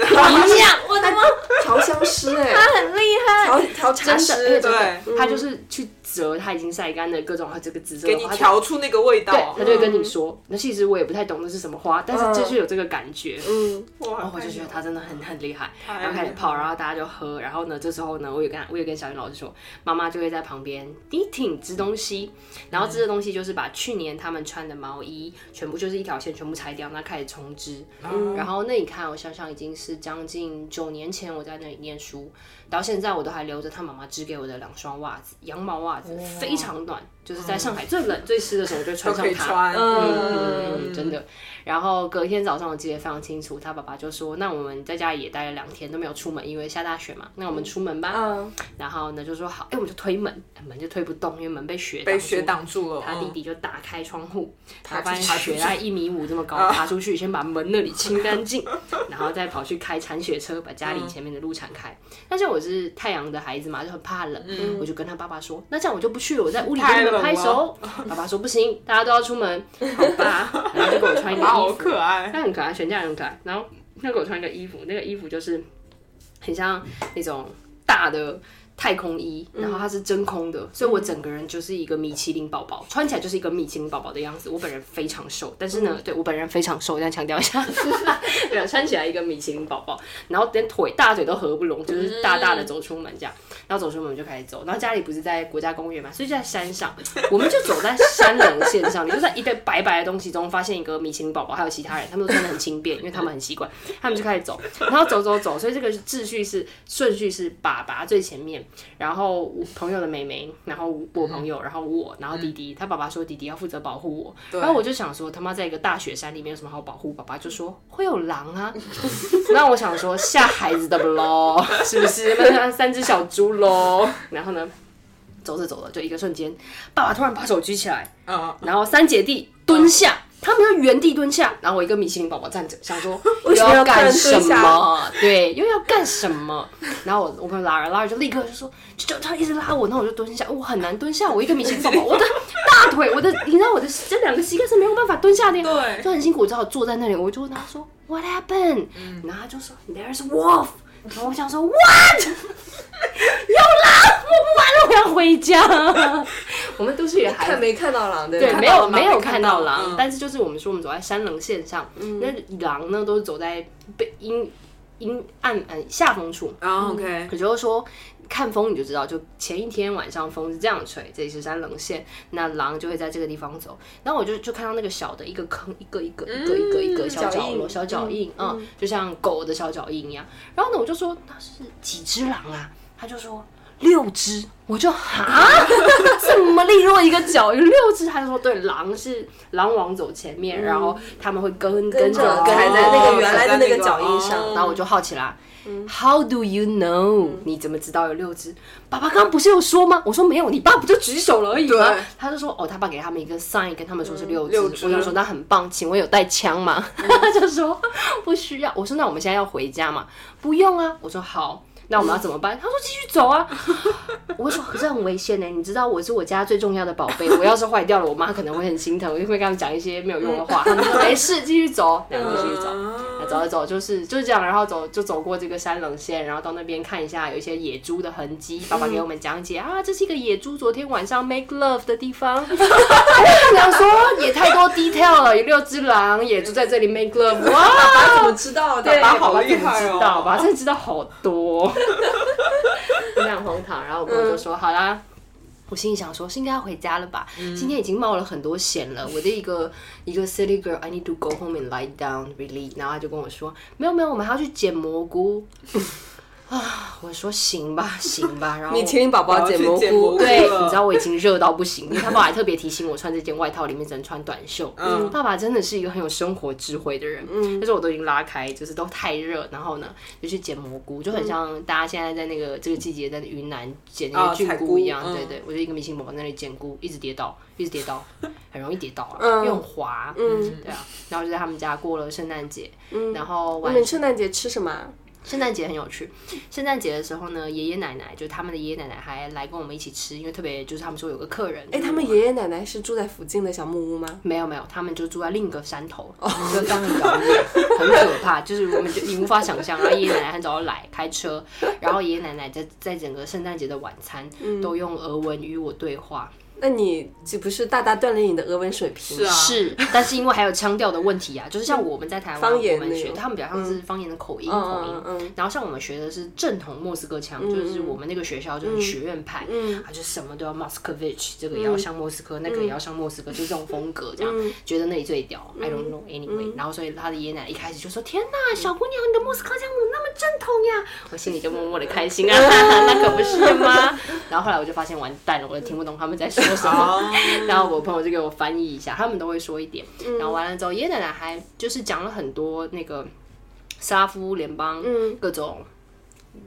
S1: 我的妈，调香 师哎，
S5: 他很厉害，
S1: 调调茶
S5: 真的，而且
S1: 师，
S5: 真
S3: 对
S5: 的，他就是去折他已经晒干的各种啊这个紫色的花，
S3: 给你
S5: 他就
S3: 调出那个味
S5: 对
S3: 道，，嗯
S5: 他就会跟你说。那其实我也不太懂那是什么花，但是就是有这个感觉。
S1: 嗯，
S5: 然
S3: 哇
S5: 哦后我就觉得他真的很很厉害，
S3: 太厉害
S5: 然后开始泡，然后大家就喝，然后呢，这时候呢，我也跟我也跟小云老师说，妈妈就会在旁边 eating 吃东西，然后吃的东西就是把去年他们穿的毛衣全部就是一条线全部拆掉，那开始重织，
S3: 嗯
S5: 然后那你看，我想想已经是将近九年前我在那里念书，到现在我都还留着他妈妈织给我的两双袜子，羊毛袜
S3: 哦
S5: 子非常暖，就是在上海最冷最湿的时候我就会
S3: 都
S5: 穿上
S3: 可以
S5: 它，
S3: 穿，
S5: 嗯，真的。然后隔天早上我记得非常清楚，他爸爸就说：“那我们在家里也待了两天都没有出门，因为下大雪嘛，那我们出门吧。
S1: 嗯
S5: 然后呢就说好，哎、我们就推门，门就推不动，因为门被雪
S3: 被
S5: 挡
S3: 雪
S5: 住
S3: 挡住了。
S5: 他弟
S3: 嗯
S5: 弟就打开窗户，
S3: 爬
S5: 他
S3: 出
S5: 发现
S3: 去啊
S5: 雪大概一米五这么高，爬出去先把门那里清干净， 然后再跑去开铲雪车，把家里前面的路铲开。但是我是太阳的孩子嘛，就很怕冷，
S3: 嗯
S5: 我就跟他爸爸说，那这样我就不去了，我在屋里跟你们拍手。爸爸说不行，大家都要出门，好吧， 然后就给我穿一个
S3: 哇，
S5: 衣
S3: 好
S5: 服，
S3: 可爱！
S5: 他很可爱，全家人很可爱。然后那给我穿一个衣服，那个衣服就是很像那种大的太空衣，然后它是真空的，所以我整个人就是一个米其林宝宝，穿起来就是一个米其林宝宝的样子。我本人非常瘦，但是呢，对我本人非常瘦，但强调一下， 对，穿起来一个米其林宝宝，然后连腿大腿都合不拢，就是大大的走出门这样。然后走出门我们就开始走，然后家里不是在国家公园嘛，所以就在山上，我们就走在山棱线上，你就在一堆白白的东西中发现一个米其林宝宝，还有其他人，他们都穿的很轻便，因为他们很习惯，他们就开始走，然后走走走，所以这个秩序是顺序是爸爸最前面，然后我朋友的妹妹，然后我朋友，然后我，然后弟弟，他爸爸说弟弟要负责保护我，然后我就想说他妈在一个大雪山里面有什么好保护？爸爸就说会有狼啊， 那我想说吓孩子的不咯，是不是？那他三只小猪喽，然后呢？走着走着，就一个瞬间，爸爸突然把手举起来，
S3: 嗯，
S5: 然后三姐弟蹲下，他们就原地蹲下，然后我一个米其林宝宝站着，想 说又
S1: 什么要
S5: 要
S1: 干
S5: 干
S1: 什
S5: 什
S1: 么
S5: 么？对，又要干什么？然后我我朋友拉着拉着就立刻就说，就就他一直拉我，然后我就蹲下，我很难蹲下，我一个米其林宝宝，我的大腿，我的你知道我的这两个膝盖是没有办法蹲下的，
S3: 对
S5: 就很辛苦，我只好坐在那里，我就问他说 What happened？、然
S1: 嗯
S5: 后他就说 There's wolf，然后我想说 What？有狼，我不玩了，我要回家。 我们都是也还
S1: 看没看到狼对
S5: 对，
S1: 吧
S5: 没
S3: 到
S5: 有
S3: 了吗
S5: 没有
S3: 没
S5: 看
S3: 看
S5: 到
S3: 到
S5: 狼，
S3: 嗯
S5: 但是就是我们说我们走在山棱线上，那狼呢都是走在被阴阴暗暗下风处，
S3: 然后 OK，
S5: 也就是说，看风你就知道，就前一天晚上风是这样吹，这里是山棱线，那狼就会在这个地方走。然后我就就看到那个小的一个坑，一个一个一个一个一个小角落、
S1: 脚印
S5: 小脚印，嗯，就像狗的小脚印一样。然后呢，我就说那是几只狼啊？他就说六只。我就哈，这么利落一个脚有六只，他就说对，狼是狼王走前面，然后他们会跟
S1: 跟着
S5: 着
S1: 踩在那个原来的那个
S3: 哦
S1: 脚印上
S3: 哦
S5: 然后我就好奇啦， How do you know？、你怎么知道有六只？爸爸刚刚不是有说吗？我说没有，你爸不就举手了而已吗
S3: 对？
S5: 他就说哦，他爸给他们一个 sign，跟他们说是六只。
S3: 六只
S5: 我想说那很棒，请问有带枪吗？ 他就说不需要。我说那我们现在要回家嘛？不用啊。我说好。那我们要怎么办？他说继续走啊。 我说可是很危险呢、你知道我是我家最重要的宝贝，我要是坏掉了，我妈可能会很心疼，我就会跟他们讲一些没有用的话。他们说没事，继续走，两个继续走。那走一走就是就是这样，然后走就走过这个山冷线，然后到那边看一下有一些野猪的痕迹。爸爸给我们讲解、啊，这是一个野猪昨天晚上 make love 的地方。我想说也太多 detail 了，有六只狼，野猪在这里 make love，哇，
S3: 爸怎么知道的？
S5: 爸
S3: 爸爸好厉
S5: 爸爸
S3: 害
S5: 真的
S3: 哦！
S5: 知道，爸爸真的知道好多，非常荒唐。然后我朋友就说：“好啦。”我心里想说，是应该要回家了吧？今天已经冒了很多险了。我的一个一个 city girl，I need to go home and lie down, really。然后他就跟我说，没有没有，我们还要去捡蘑菇。啊，我说行吧，行吧。然后
S1: 你麒麟宝宝
S3: 我要去
S1: 捡蘑
S3: 捡蘑
S1: 菇
S3: 菇，
S5: 对，
S3: 了
S5: 你知道我已经热到不行，因为他爸爸还特别提醒我穿这件外套里面只能穿短袖。嗯，爸爸真的是一个很有生活智慧的人。嗯，但是我都已经拉开，就是都太热，然后呢就去捡蘑菇，就很像大家现在在那个这个季节在云南捡那
S3: 啊
S5: 个菌
S3: 采
S5: 菇
S3: 菇
S5: 一样。
S3: 嗯
S5: 对对，我就一个明星宝宝在那里捡菇，一直跌倒，一直跌倒，很容易跌倒啊，
S1: 嗯
S5: 因为很滑。嗯，对啊。然后就在他们家过了圣诞节，然后
S1: 你
S5: 晚
S1: 们圣诞节吃什么啊？
S5: 圣诞节很有趣。圣诞节的时候呢，爷爷奶奶就他们的爷爷奶奶还来跟我们一起吃，因为特别就是他们说有个客人，
S1: 哎，他们爷爷奶奶是住在附近的小木屋吗？
S5: 没有没有，他们就住在另一个山头，
S1: 哦
S5: 就当很遥远，很可怕，就是我们就你无法想象。啊然后爷爷奶奶很早就来开车，然后爷爷奶奶在在整个圣诞节的晚餐
S1: 嗯
S5: 都用俄文与我对话，
S1: 那你岂不是大大锻炼你的俄文水平？
S3: 是啊
S5: 是，但是因为还有腔调的问题啊，就是像我们在台湾
S1: 方言
S5: 我们学
S1: 那种
S5: 他们比较像是方言的口音、
S1: 嗯
S5: 口音
S1: 嗯，嗯
S5: 然后像我们学的是正统莫斯科腔，就是我们那个学校
S1: 嗯
S5: 就是学院派，啊，就什么都要 Moskovich，这个也要像莫斯科，那个也要像莫斯科，就这种风格这样，
S1: 嗯
S5: 觉得那里最屌，I don't know anyway。然后所以他的爷爷奶奶一开始就说：“天哪，小姑娘，你的莫斯科腔怎么那么正统呀？”
S1: 嗯
S5: 我心里就默默的开心啊， 那可不是吗？然后后来我就发现完蛋了，我听不懂他们在说什
S1: 哦
S5: 么。 然后我朋友就给我翻译一下，他们都会说一点。
S1: 嗯
S5: 然后完了之后，爷爷奶奶还就是讲了很多那个沙夫联邦
S1: 嗯
S5: 各种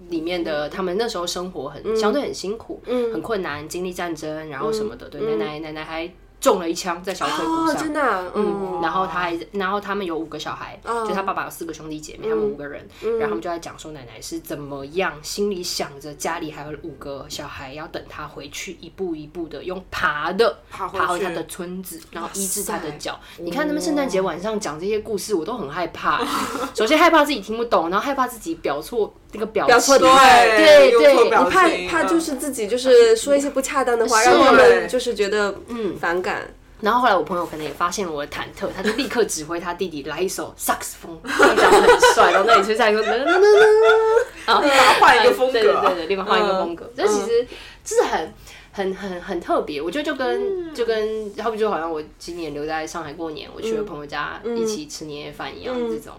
S5: 里面的，他们那时候生活很、
S1: 嗯
S5: 相对很辛苦，很困难，经历战争，然后什么的。对，奶奶奶奶还中了一枪在小腿骨
S1: 哦，
S5: 上。
S1: 真的嗯啊，
S5: 嗯，
S1: 嗯
S5: 然后他还，然后他们有五个小孩，
S3: 嗯
S5: 就他爸爸有四个兄弟姐妹，他们五个人，然后他们就在讲说奶奶是怎么样，心里想着家里还有五个小孩要等他回去，一步一步的用爬的
S3: 爬回
S5: 回
S3: 去
S5: 他的村子，然后医治他的脚。你看他们圣诞
S3: 哦
S5: 节晚上讲这些故事，我都很害怕， 首先害怕自己听不懂，然后害怕自己表错那个表
S1: 表错
S5: 情
S1: 对
S5: 对
S3: 对用错
S5: 对
S3: 表
S1: 你怕
S3: 情
S1: 怕
S3: 嗯
S1: 就是自己就是说一些不恰当的话，
S5: 是
S1: 让他们就是觉得嗯反感。
S5: 然后后来我朋友可能也发现了我的忐忑，他就立刻指挥他弟弟来一首萨克斯风，他长得很帅，然后那里吹萨克斯风，噔噔噔 噔，啊，
S3: 换一个风格
S5: 对
S3: 嗯
S5: 对对对，立马换一个风格。这其实这是很很很很特别，我觉得就
S3: 嗯
S5: 跟就跟，要不就好像我今年留在上海过年，我去
S3: 嗯
S5: 了朋友家一起吃年夜饭一样，这种，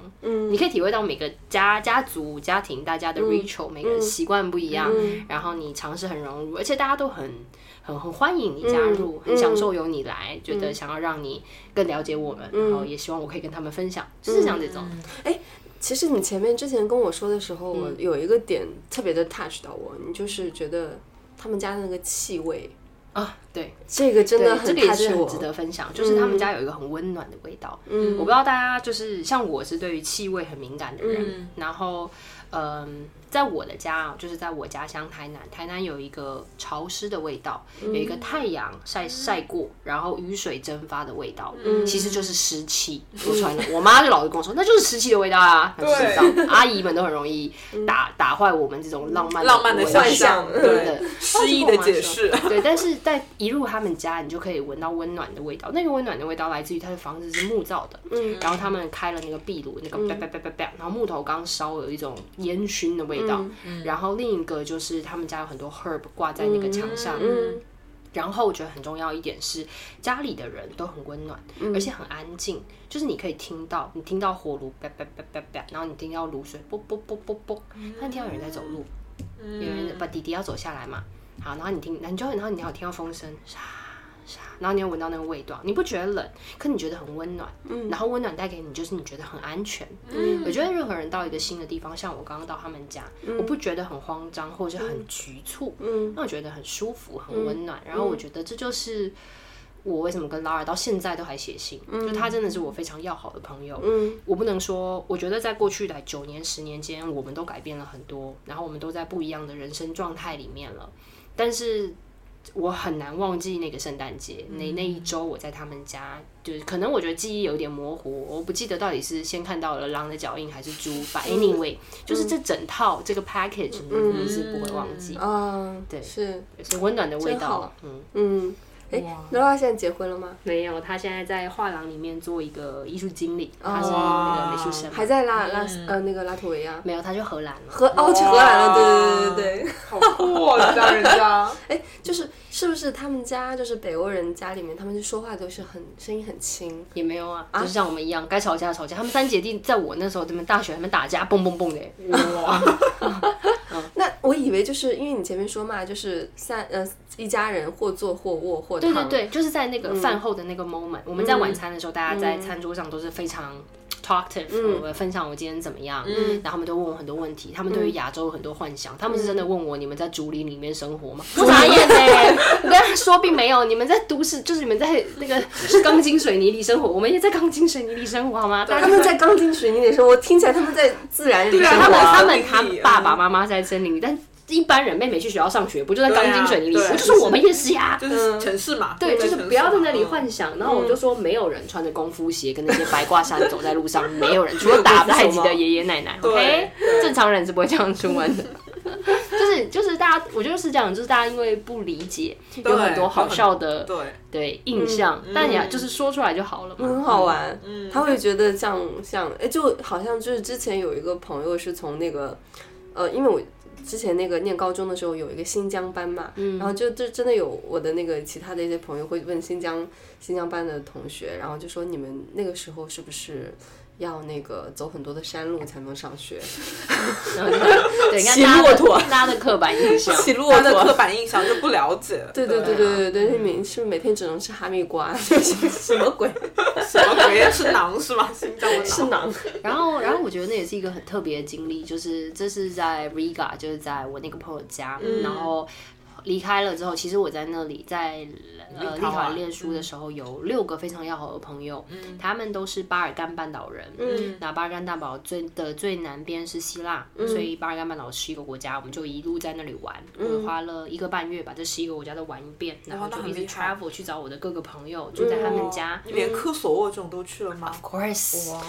S5: 你可以体会到每个家家族家庭大
S3: 嗯
S5: 家的 ritual，每个人习惯不一样，然后你尝试很融入，而且大家都很。很很欢迎
S3: 嗯
S5: 你加入，很享受有你来，觉得想要让你更了解我们，
S3: 嗯
S5: 然后也希望我可以跟他们分享，就是像这种，
S1: 其实你前面之前跟我说的时候，
S5: 嗯
S1: 我有一个点特别的 touch 到我，你就是觉得他们家的那个气味，
S5: 啊，对，
S1: 这个真的
S5: 对这
S1: 很
S5: 个也是
S1: touch
S5: 很
S1: 我，
S5: 值得分享，就是他们家有一个很温暖的味道。嗯，我不知道大家就是像我是对于气味很敏感的人，然后嗯，在我的家啊，就是在我家乡台南，台南有一个潮湿的味道，有一个太阳晒晒过，然后雨水蒸发的味道，其实就是湿气流出来的。我妈就老是跟我说，那就是湿气的味道啊，那就是这样阿姨们都很容易打打坏我们这种嗯浪漫
S3: 浪漫的
S5: 的幻
S3: 想象
S5: 对
S3: 对
S5: 的。
S3: 诗意的解释，
S5: 对，但是在一入他们家，你就可以闻到温暖的味道。那个温暖的味道来自于他的房子是木造的，嗯，然后他们开了那个壁炉，那个叭叭叭叭叭，然后木头刚烧有一种烟熏的味道。然后另一个就是他们家有很多 herb 挂在那个墙上，
S1: 嗯
S5: 然后我觉得很重要一点是，家里的人都很温暖，而且很安静，就是你可以听到，你听到火炉叭叭叭叭叭，然后你听到卤水啵啵啵啵啵，但听到有人在走路，嗯有人把弟弟要走下来嘛，好，然后你听，然后你就然后你还有听到风声，沙然后你又闻到那个味道，你不觉得冷，可你觉得很温暖，嗯，然后温暖带给你就是你觉得很安全，嗯，我觉得任何人到一个新的地方，像我刚刚到他们家，我不觉得很慌张或者是很局促，嗯，那我觉得很舒服，很温暖，然后我觉得这就是。我为什么跟拉尔到现在都还写信？
S1: 嗯
S5: 就他真的是我非常要好的朋友。嗯，我不能说，我觉得在过去的九年、十年间，我们都改变了很多，然后我们都在不一样的人生状态里面了。但是我很难忘记那个圣诞节，那
S1: 嗯
S5: 那一周我在他们家，就是可能我觉得记忆有点模糊，我不记得到底是先看到了狼的脚印还是猪。反
S1: 嗯
S5: 正 anyway，、就是这整套这个 package，你是不会忘记，
S1: 啊，
S5: 对
S1: 是，
S5: 是温暖的味
S1: 真
S5: 道
S1: 好。
S5: 嗯，
S1: 嗯，哎，罗拉现在结婚了吗？
S5: 没有，他现在在画廊里面做一个艺术经理，他是那
S1: 哇
S5: 个美术生嘛，
S1: 哦还在拉拉呃那个拉脱维亚，
S5: 没有，他去嗯荷兰了。
S1: 荷哦去荷兰了，对对对对对。
S3: 好酷哦，你知道人家
S1: 哎，就是是不是他们家就是北欧人家里面，他们就说话都是很声音很轻，
S5: 也没有啊，就是像我们一样，该吵架吵架。他们三姐弟在我那时候，他们大学他们打架，蹦蹦蹦的，哇！
S1: 那我以为就是因为你前面说嘛，就是三呃一家人或坐或卧或
S5: 对
S1: 躺，
S5: 对对，就是在那个饭后的那
S3: 嗯
S5: 个 moment，、我们在晚餐的时候，大家在餐桌上都是非常 talkative，、我
S3: 嗯
S5: 分享我今天怎么样，然后他们都问我很多问题，他们对于亚洲有很多幻
S3: 嗯
S5: 想，他们是真的问我你们在竹林里面生 活吗？我傻眼嘞！我跟他说并没有，你们在都市，就是你们在那个钢筋水泥里生活，我们也在钢筋水泥里生活好吗？大家
S1: 他们在钢筋水泥里生活，听起来他们在自然里
S3: 对
S1: 生
S3: 啊
S5: 他们
S1: 活。
S5: 他
S3: 森
S5: 们
S3: 林
S5: 他
S3: 里
S5: 爸爸妈妈在森林里，但一般人妹妹去学校上学不就在
S3: 对啊
S5: 钢筋水泥里？
S3: 对
S5: 我就说我们也是呀。
S3: 就是城市嗯嘛，
S5: 对，就是不要在那里
S3: 换。
S5: 幻想。然后我就说，没有人穿着功夫鞋跟那些白褂衫走在路上，没有人，除了打不太极的爷爷奶奶。
S3: 对
S5: OK，
S3: 对
S5: 正常人是不会这样出门的。就是就是大家，我觉得是这样，就是大家因为不理解，有很多好笑的
S3: 对，
S5: 对印象，但也就是说出来就好了
S1: 很
S5: 嘛。
S1: 嗯好啊玩，
S5: 嗯
S1: 他会觉得像像，哎，就好像就是之前有一个朋友是从那个，呃，因为我之前那个念高中的时候有一个新疆班嘛，
S5: 嗯
S1: 然后就就真的有我的那个其他的一些朋友会问新疆新疆班的同学，然后就说你们那个时候是不是？要那个走很多的山路才能上学，
S5: 然后就 对，你看
S1: 骑
S5: 大家
S1: 骆
S5: 的
S1: 驼
S5: 大家的刻板印象。
S1: 骑骆
S3: 他的刻
S1: 驼。
S3: 板印象就不了解。
S1: 对对对
S3: 对啊
S1: 对对对，你每是不是每天只能吃哈密瓜？什么鬼？
S3: 什么鬼？是囊是吗？新疆的
S1: 是
S3: 囊。
S1: 囊。
S5: 然后，然后我觉得那也是一个很特别的经历，就是这是在 Riga，就是在我那个朋友家，
S3: 嗯
S5: 然后离开了之后，其实我在那里在呃
S3: 立
S5: 立
S3: 陶宛嗯
S5: 陶宛念书的时候，有六个非常要好的朋友，他们都是巴尔干半岛人，
S1: 嗯
S5: 那巴尔干半岛最的最南边是希腊，
S3: 嗯
S5: 所以巴尔干半岛十一个国家，我们就一路在那里玩，我花了一个半月把这十一个国家都玩一遍，然后
S3: 嗯那
S5: 就
S3: 很
S5: 一直
S3: 厉害嗯
S5: travel 去找我的各个朋友，住在他们家。
S3: 你连科索沃这种都去了吗？
S5: Of course，
S3: 哇，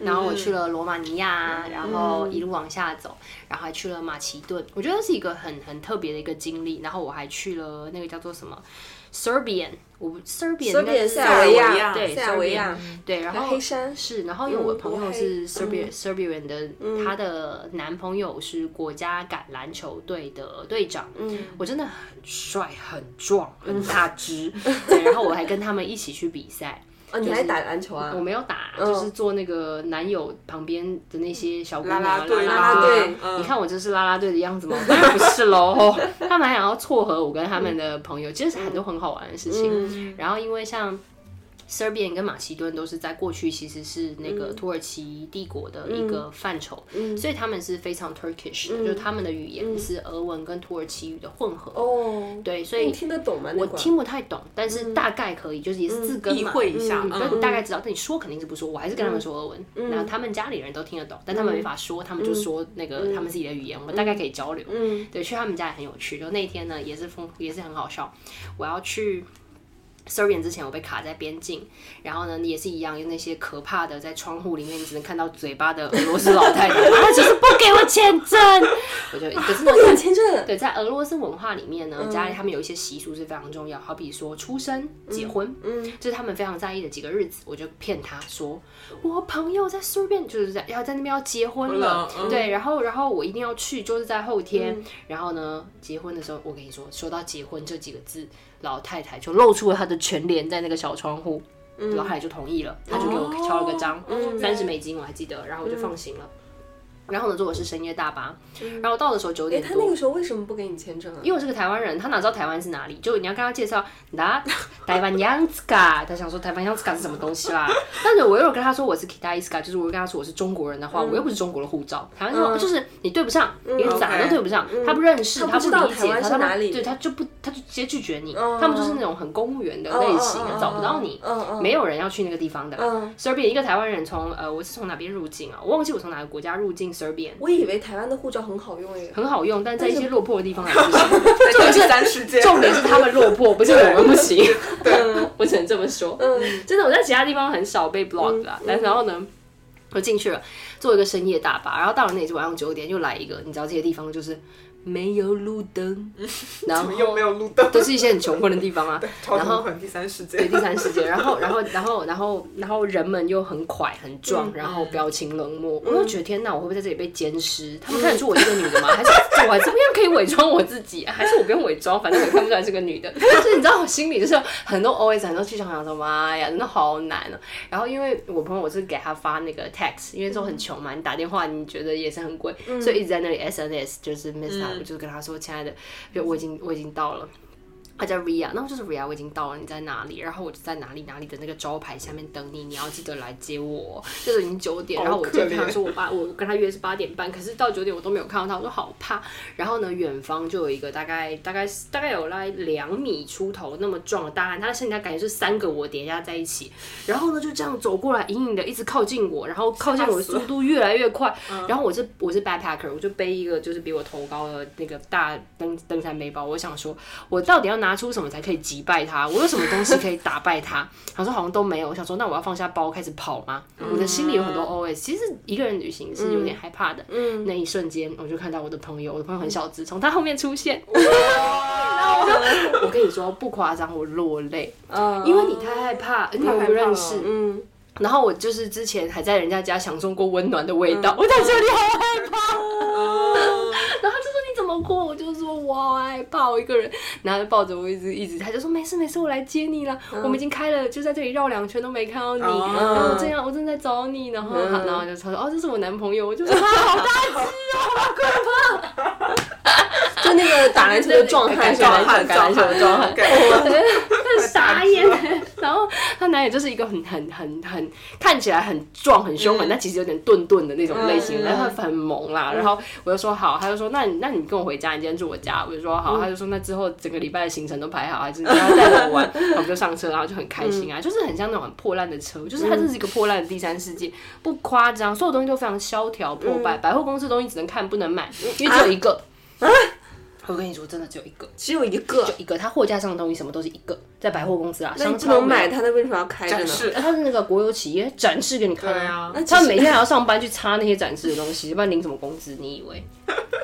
S5: 然后我
S1: 嗯
S5: 去了罗马尼亚啊，然后一路往下走，然后还去了马其顿，我觉得是一个很很特别的一个经历。然后我还去了那个叫做什么 Serbian，我不 Serbian 应该是
S1: 塞
S3: 尔
S1: 尔
S3: 维
S1: 维
S3: 亚
S1: 亚，
S5: 对
S1: 塞尔维亚，
S5: 对，然后
S1: 黑山
S5: 是，然后因为我朋友是
S1: 嗯
S5: Serbian、Serbian 的，她的男朋友是国家橄榄球队的队长，嗯，我真的很帅、很壮、
S1: 嗯
S5: 很大只，对，然后我还跟他们一起去比赛，
S1: 哦，你还打篮球啊
S3: 嗯
S5: 我？没有打，就是坐那个男友旁边的那些小姑娘
S3: 啦啦队
S5: 啦
S1: 啦
S5: 队
S1: 队。
S3: 嗯
S5: 你看我这是啦啦队的样子吗？当然不是喽，吼 他们还想要撮合我跟他们的朋 友，其实很多很好玩的事
S3: 嗯
S5: 情。然后因为像 Serbian 跟马其顿都是在过去其实是那个
S3: 嗯
S5: 土耳其帝国的一个范畴，所以他们是非常 Turkish 的，
S3: 嗯
S5: 就是他们的语言是俄文跟土耳其语的混合。
S1: 哦，
S5: 对，所
S1: 所以
S5: 以
S1: 你听得懂吗？那
S5: 我
S1: 会儿
S5: 听不太懂，但是大概可以，就是也是字根
S3: 嗯意
S5: 嘛，
S3: 会一下，
S5: 但
S3: 嗯，
S5: 大概知道，但你说肯定是不说，我还是跟他们说俄文，然后他们家里人都听得懂，但他们没法说，他们就说那
S3: 嗯
S5: 个他们自己的语言，我们大概可以交流。对，去他们家也很有趣。就那一天呢，也是风也是很好笑，我要去。Serbian 之前我被卡在边境，然后呢也是一样，有那些可怕的在窗户里面你只能看到嘴巴的俄罗斯老 太太，她就是不给我签证， 我就可是呢
S1: 不给我签证，啊
S5: 对，在俄罗斯文化里面呢，家里他们有一些习俗是非常重要，好比说出生、结婚，嗯，这是他们非常在意的几个日子。我就骗他说，我朋友在随便就是在要在那边要结婚了，
S3: 嗯
S5: 对，然后然后我一定要去，就是在后天。然后呢，结婚的时候，我跟你说，说到结婚这几个字，老太太就露出了她的全脸在那个小窗户，老太太就同意了，她就给我敲了个章，三十、美金我还记得，然后我就放行了。然后呢，坐的是深夜大巴，然后到的时候九
S1: 哎，
S5: 点
S1: 他
S5: 多
S1: 那。个时候为什么不给你签证啊？
S5: 因为我是个台湾人，他哪知道台湾是哪里？就你要跟他介绍，那台湾样子嘎，他想说台湾样子嘎是什么东西啦。 但是我如果跟他说我是 Kita Iska，就是我跟他说我是中国人的话，我又不是中国的护照，台湾说、
S1: 嗯
S5: 就是你对不上，你咋都
S3: OK
S5: 对不上，他不认识，
S1: 他
S5: 他
S1: 不知道
S5: 理
S1: 台
S5: 解，
S1: 湾
S5: 他
S1: 是
S5: 他妈
S1: 哪里
S5: 对他就不，他就直接拒绝你。
S1: 嗯
S5: 他们就是那种很公务员的类型啊
S1: 嗯嗯嗯，嗯
S5: 找不到你
S1: 嗯嗯，
S5: 没有人要去那个地方的。
S1: 嗯
S5: Serbian 一个台湾人从呃，我是从哪边入境啊？我忘记我从哪个国家入境 Serbian。
S1: 我以为台湾的护照很好用耶。
S5: 很好用，但在一些落魄的地方还不行。
S3: 在第三世 界，
S5: 重点是他们落魄，不是我们不行。 嗯我只能这么说。
S1: 嗯
S5: 真的，我在其他地方很少被 block
S3: 嗯
S5: 啦，但是然后呢，我进去了，坐一个深夜大巴，然后到了那里是晚上九点，又来一个，你知道这些地方就是没有路 灯，然后
S3: 又没有路灯，
S5: 都是一些很穷困的地 方啊，
S3: 超
S5: 然
S3: 痛
S5: 后
S3: 苦，第三世
S5: 对
S3: 界。
S5: 第三世界，然后然后然后然后然后人们又很快很壮，然后表情冷漠，我就觉得天哪，我会不会在这里被奸尸？他们看得出我是个女的吗？还是我还怎么样可以伪装我自己？还是我不用伪装，反正我也看不出来是个女的。 但是你知道，我心里就是很多 OS 很多剧场想说，妈呀，真的好难哦、然后因为我朋友我是给他发那个 text，因为说很穷嘛，你打电话你觉得也是很贵，所以一直在那里 SNS 就是 miss up，、我就跟他说，亲爱的，就我已经我已经到了。他叫 Ria，那我就是 Ria，我已经到了，你在哪里？然后我就在哪里哪里的那个招牌下面等你，你要记得来接我。就是已经九点，然后我就跟他说我八，我跟他约是八点半，可是到九点我都没有看到他，我说好怕。然后呢，远方就有一个大概大概大概有来两米出头那么壮的大汉，他的身体感觉是三个我叠加在一起，然后呢就这样走过来，隐隐的一直靠近我，然后靠近我的速度越来越快，然后我是我是 backpacker，我就背一个就是比我头高的那个大登登山背包，我想说我到底要拿出什么才可以击败他？我有什么东西可以打败他？他说好像都没有，我想说那我要放下包开始跑吗？我的心里有很多 OS，其实一个人旅行是有点害怕的，
S1: 嗯，
S5: 那一瞬间，我就看到我的朋友，我的朋友很小只，从他后面出现。 我跟你说不夸张，我落泪，
S1: 啊
S5: 因为你太害怕，你又不认识。
S1: 嗯，
S5: 然后我就是之前还在人家家享受过温暖的味道，我在这里好害怕。然后他就说你怎么过？我就说我好害怕，我一个人。然后他就抱着我一直一直，他就说没事没事，我来接你啦。我们已经开了，就在这里绕两圈都没看到你。
S3: 哦
S5: 然后我这样，我正在找你。然后他，
S1: 嗯
S5: 然后就他说哦，这是我男朋友。我就说他 好大
S1: 就那个打篮球的壮汉是吧？
S5: 壮汉
S3: 壮汉，
S5: 壮汉
S3: 汉，
S5: 傻眼。然后她男友就是一个很很很很看起来很壮很凶狠，但其实有点钝钝的那种类型，然后很萌啦。然后我就说好，他就说那你那你跟我回家，你今天住我家，我就说好，他就说那之后整个礼拜的行程都排好，还是你要带我玩，我们就上车，然后就很开心啊，就是很像那种很破烂的车，就是它这是一个破烂的第三世界，不夸张，所有东西都非常萧条破败，百货公司的东西只能看不能买，因为只有一个。我跟你说，真的只有一个。
S1: 只有一个
S5: 就，一个，它货架上的东西什么都是一个，在百货公司啊，
S1: 那
S5: 商
S1: 你不
S5: 场啊
S1: 能买，。他那为什么要开着
S3: 展
S1: 呢？
S3: 示
S5: 它是那个国有企业展示给你看
S3: 对啊
S1: 那其实
S5: 他们每天还要上班去擦那些展示的东西，不然领什么工资？你以 为？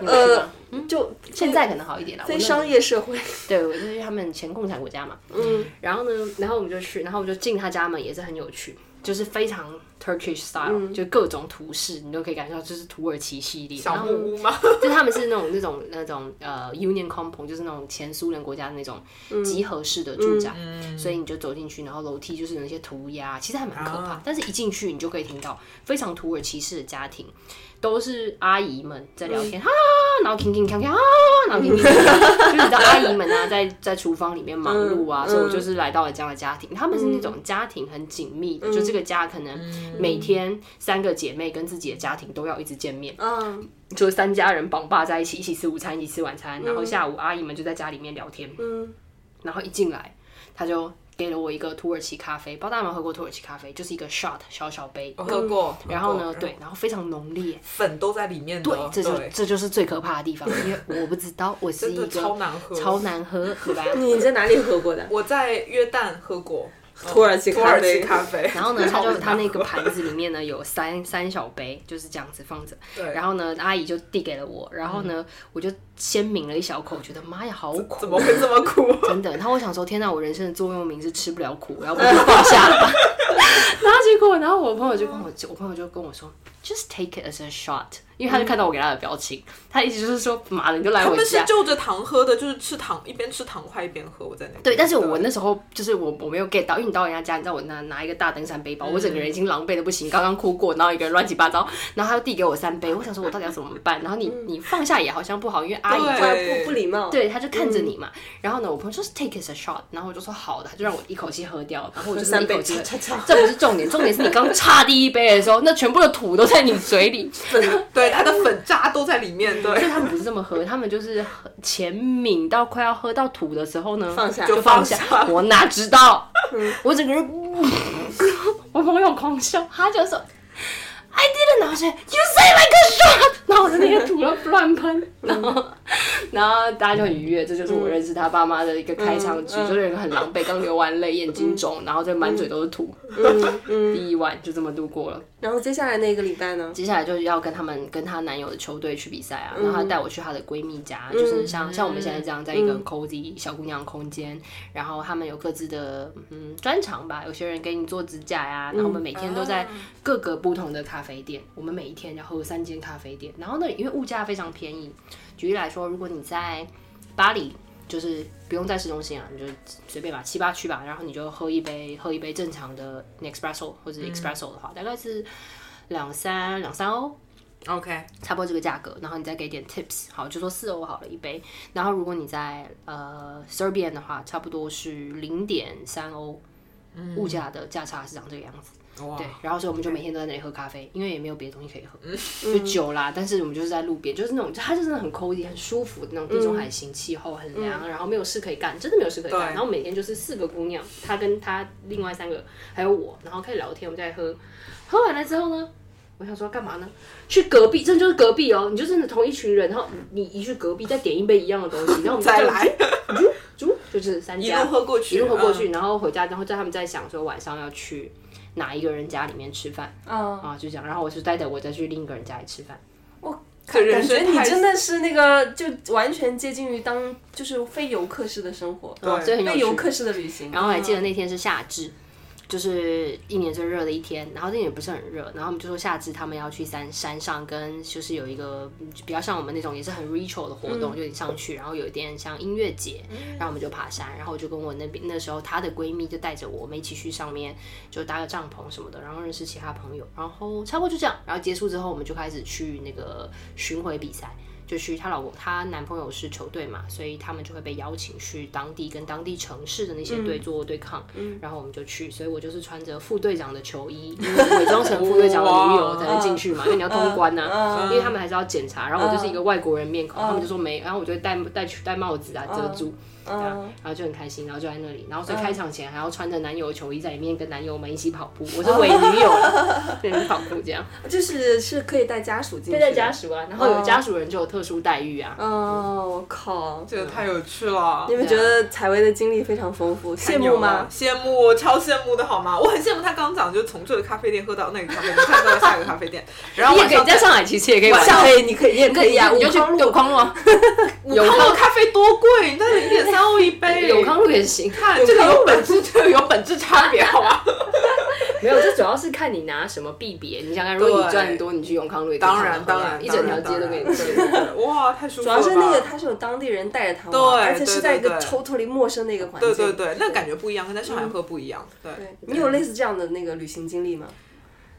S5: 你有去
S1: 呃
S5: 吗，
S1: 就
S5: 现在可能好一点了。我
S1: 非
S5: 那
S1: 商业社会，
S5: 对，我就是他们前共产国家嘛。
S1: 嗯，
S5: 然后呢，然后我们就去，然后我就进他家门，也是很有趣，就是非常 Turkish style，、就
S1: 嗯
S5: 各种图示，你都可以感受到，就是土耳其系列。
S3: 小
S5: 然
S3: 木
S5: 后
S3: 屋吗？
S5: 就他们是那种那种那种呃 Union Compound，就是那种前苏联国家的那种集合式的住宅，所以你就走进去，然后楼梯就是那些涂鸦，其实还蛮可怕。但是一进去，你就可以听到非常土耳其式的家庭，都是阿姨们在聊天，哈、然后 king king 铿铿啊，然后 king king，就是你知道阿姨们啊，在在厨房里面忙碌啊，
S1: 嗯
S5: 所以我就是来到了这样的家庭。他们是那种家庭很紧密的，就这个家可能每天三个姐妹跟自己的家庭都要一直见面。
S1: 嗯
S5: 就是三家人绑把在一起，一起吃午餐，一起吃晚餐，
S3: 嗯
S5: 然后下午阿姨们就在家里面聊天，
S1: 嗯
S5: 然后一进来他就给了我一个土耳其咖啡，不知道大家有没有喝过土耳其咖啡，就是一个 shot 小小杯，
S3: 我喝过。
S5: 然后呢，对，，然后非常浓烈。
S3: 粉都在里面的，
S5: 对，这就
S3: 对
S5: 这就是最可怕的地方，因为我不知道我是一个
S3: 真的超难喝
S5: 超难喝，对 吧？
S1: 你在哪里喝过的？
S3: 我在约旦喝 过呃
S1: 土耳其
S3: 土耳
S1: 咖
S3: 其
S1: 啡。
S3: 咖啡，
S5: 然后呢，他 就他那个盘子里面呢有三三小杯，就是这样子放着。
S3: 对嗯
S5: 然后呢，阿姨就递给了我，然后呢，我就先抿了一小口，觉得妈呀，好苦啊
S3: 怎么会这么苦？
S5: 真的。然后我想说，天哪，我人生的座右铭是吃不了苦，我要不就放下了吧。然后结果，然后我朋友就跟我，我朋友就跟我说，just take it as a shot。因为他就看到我给他的表情，他一直就是说妈的你就来
S3: 他
S5: 我
S3: 们是
S5: 家。
S3: 就着糖喝的，就是吃糖一边吃糖块一边喝。我在那边
S5: 对，但是我那时候就是我我没有 get 到，因为你到人家家，你知道我拿拿一个大登山背包，我整个人
S3: 嗯
S5: 已经狼狈的不行，刚刚哭过，然后一个人乱七八糟，然后他就递给我三杯，我想说我到底要怎么办？然后你你放下也好像不好，因为阿姨
S3: 嗯对
S5: 就
S1: 啊不不礼貌。，
S5: 对，他就看
S1: 嗯
S5: 着你嘛。然后呢，我朋友说是 take it a shot，然后我就说好的，他就让我一口气喝掉，然后我就
S1: 三
S5: 一口
S1: 杯
S5: 气喝。
S1: 叉叉叉
S5: 这不是重点，重点是你刚 插第一杯的时候，那全部的土都在你嘴里。
S3: 粉，对它的粉渣都在里面，
S5: 所
S3: 对
S5: 以，他们不是这么喝，他们就是喝前抿到快要喝到吐的时候呢，
S1: 放下
S5: 就放下
S3: 就放。下
S5: 我哪知道？我整个人， 我朋友狂笑，他就说。I didn't，然后说 You say like a shot，然后我 在那边吐了乱喷，然后然后大家就很愉悦，这就是我认识他爸妈的一个开场曲，就是有人很狼狈，刚流完泪，眼睛肿，然后再满嘴都是吐， 第一晚就这么度过了。
S1: 然后接下来那一个礼拜呢？
S5: 接下来就是要跟他们跟她男友的球队去比赛啊，然后她带我去她的闺蜜家，
S1: 嗯
S5: 就是像像我们现在这样，在一个很 cozy 小姑娘空间，然后他们有各自的嗯专长吧，有些人给你做指甲呀、然后
S1: 嗯
S5: 我们每天都在各个不同的咖啡店，我们每一天要喝三间咖啡店，然后呢，因为物价非常便宜，举例来说，如果你在巴黎。就是不用在市中心啊，你就随便吧，七八区吧，然后你就喝一杯，喝一杯正常的 espresso 或者 espresso 的话，大概是两三两三欧，
S3: ，OK，
S5: 差不多这个价格，然后你再给点 tips，好，就说四欧好了一杯。然后如果你在呃 Serbian 的话，差不多是零点三欧，物价的价差是长这个样子。
S3: 嗯哇
S5: 对，然后所以我们就每天都在那里喝咖啡，因为也没有别的东西可以喝，
S3: 嗯
S5: 就酒啦。但是我们就是在路边，就是那种它就是很 cozy、很舒服的那种地中海型气候，很凉，然后没有事可以干，真的没有事可以干。
S3: 嗯对
S5: 然后每天就是四个姑娘，她跟她另外三个还有我，然后开始聊天，我们在喝。喝完了之后呢，我想说干嘛呢？去隔壁，真的就是隔壁哦，你就真的同一群人，然后你你一去隔壁再点一杯一样的东西，然后我们就
S3: 再
S5: 这样
S3: 来
S5: 啾啾，就是三
S3: 一
S5: 家
S3: 路喝过 去，
S5: 一路喝过去，
S3: 嗯，
S5: 然后回家，然后在他们在想说晚上要去哪一个人家里面吃饭
S1: 嗯，
S5: 啊，就这样。然后我就带着我再去另一个人家里吃饭，
S3: 这人
S1: 感觉
S3: 生
S1: 你
S3: 太
S1: 真的是那个，就完全接近于当就是非游客式的生活，
S5: 啊所以很
S1: 非
S5: 有
S1: 游
S5: 趣。
S1: 客式的旅行。嗯
S5: 然后还记得那天是夏至，就是一年最热的一天，然后那天也不是很热，然后我们就说夏至他们要去山山上跟就是有一个比较像我们那种也是很 ritual 的活动，就你上去，然后有一点像音乐节，然后我们就爬山，然后我就跟我那边那时候她的闺蜜就带着我，我们一起去上面就搭个帐篷什么的，然后认识其他朋友，然后差不多就这样，然后结束之后我们就开始去那个巡回比赛。就去她老公，她男朋友是球队嘛，所以他们就会被邀请去当地跟当地城市的那些队做对抗，然后我们就去，所以我就是穿着副队长的球衣，因为伪装成副队长的女友才能进去嘛，因为你要通关呐、
S1: 嗯
S5: 因为他们还是要检查，然后我就是一个外国人面孔，他们就说没，然后我就戴戴戴帽子啊遮住，对啊，然后就很开心，然后就在那里，然后所以开场前还要穿着男友的球衣在里面跟男友们一起跑步，我是伪女友了，对，跑步这 样，
S1: 就是是可以带家属进去，
S5: 对待家。属啊，然后有家属人就有特殊待遇啊，
S1: 哦，我靠！
S3: 这个太有趣了
S1: 你。们觉得采薇的经历非常丰富，羡慕吗？
S3: 羡慕，我超羡慕的好吗？我很羡慕他刚讲，就是从这个咖啡店喝到那个咖啡店，看到下一个咖啡店，然后
S5: 你也可以
S3: 晚上
S5: 在上海，其实也可以玩，
S1: 夏威夷哎你可以，你也可以呀，
S5: 你
S1: 武
S5: 就去
S1: 康路
S5: 永康路啊，永
S3: 他们
S5: 康
S3: 的咖啡多贵，那零点三欧一 杯，
S5: 永康路也行。
S3: 看这个有本质，这个有本质差别好 吗？
S5: 没有，这主要是看你拿什么币别。你想想，如果你赚得多，你去永康路也可以
S3: 当然
S5: 看到
S3: 当然
S5: 一整条街都给你吃。
S3: 对哇，太舒服
S1: 主
S3: 了
S1: 要
S3: 吧。
S1: 是那个他是有当地人带着他玩，
S3: 对
S1: 而且是在一
S3: 对
S1: 个
S3: 对对
S1: 抽脱离陌生的一个环境。
S3: 对对对，那感觉不一样，跟在上海喝不一样。对，
S1: 对你有类似这样的那个旅行经历吗？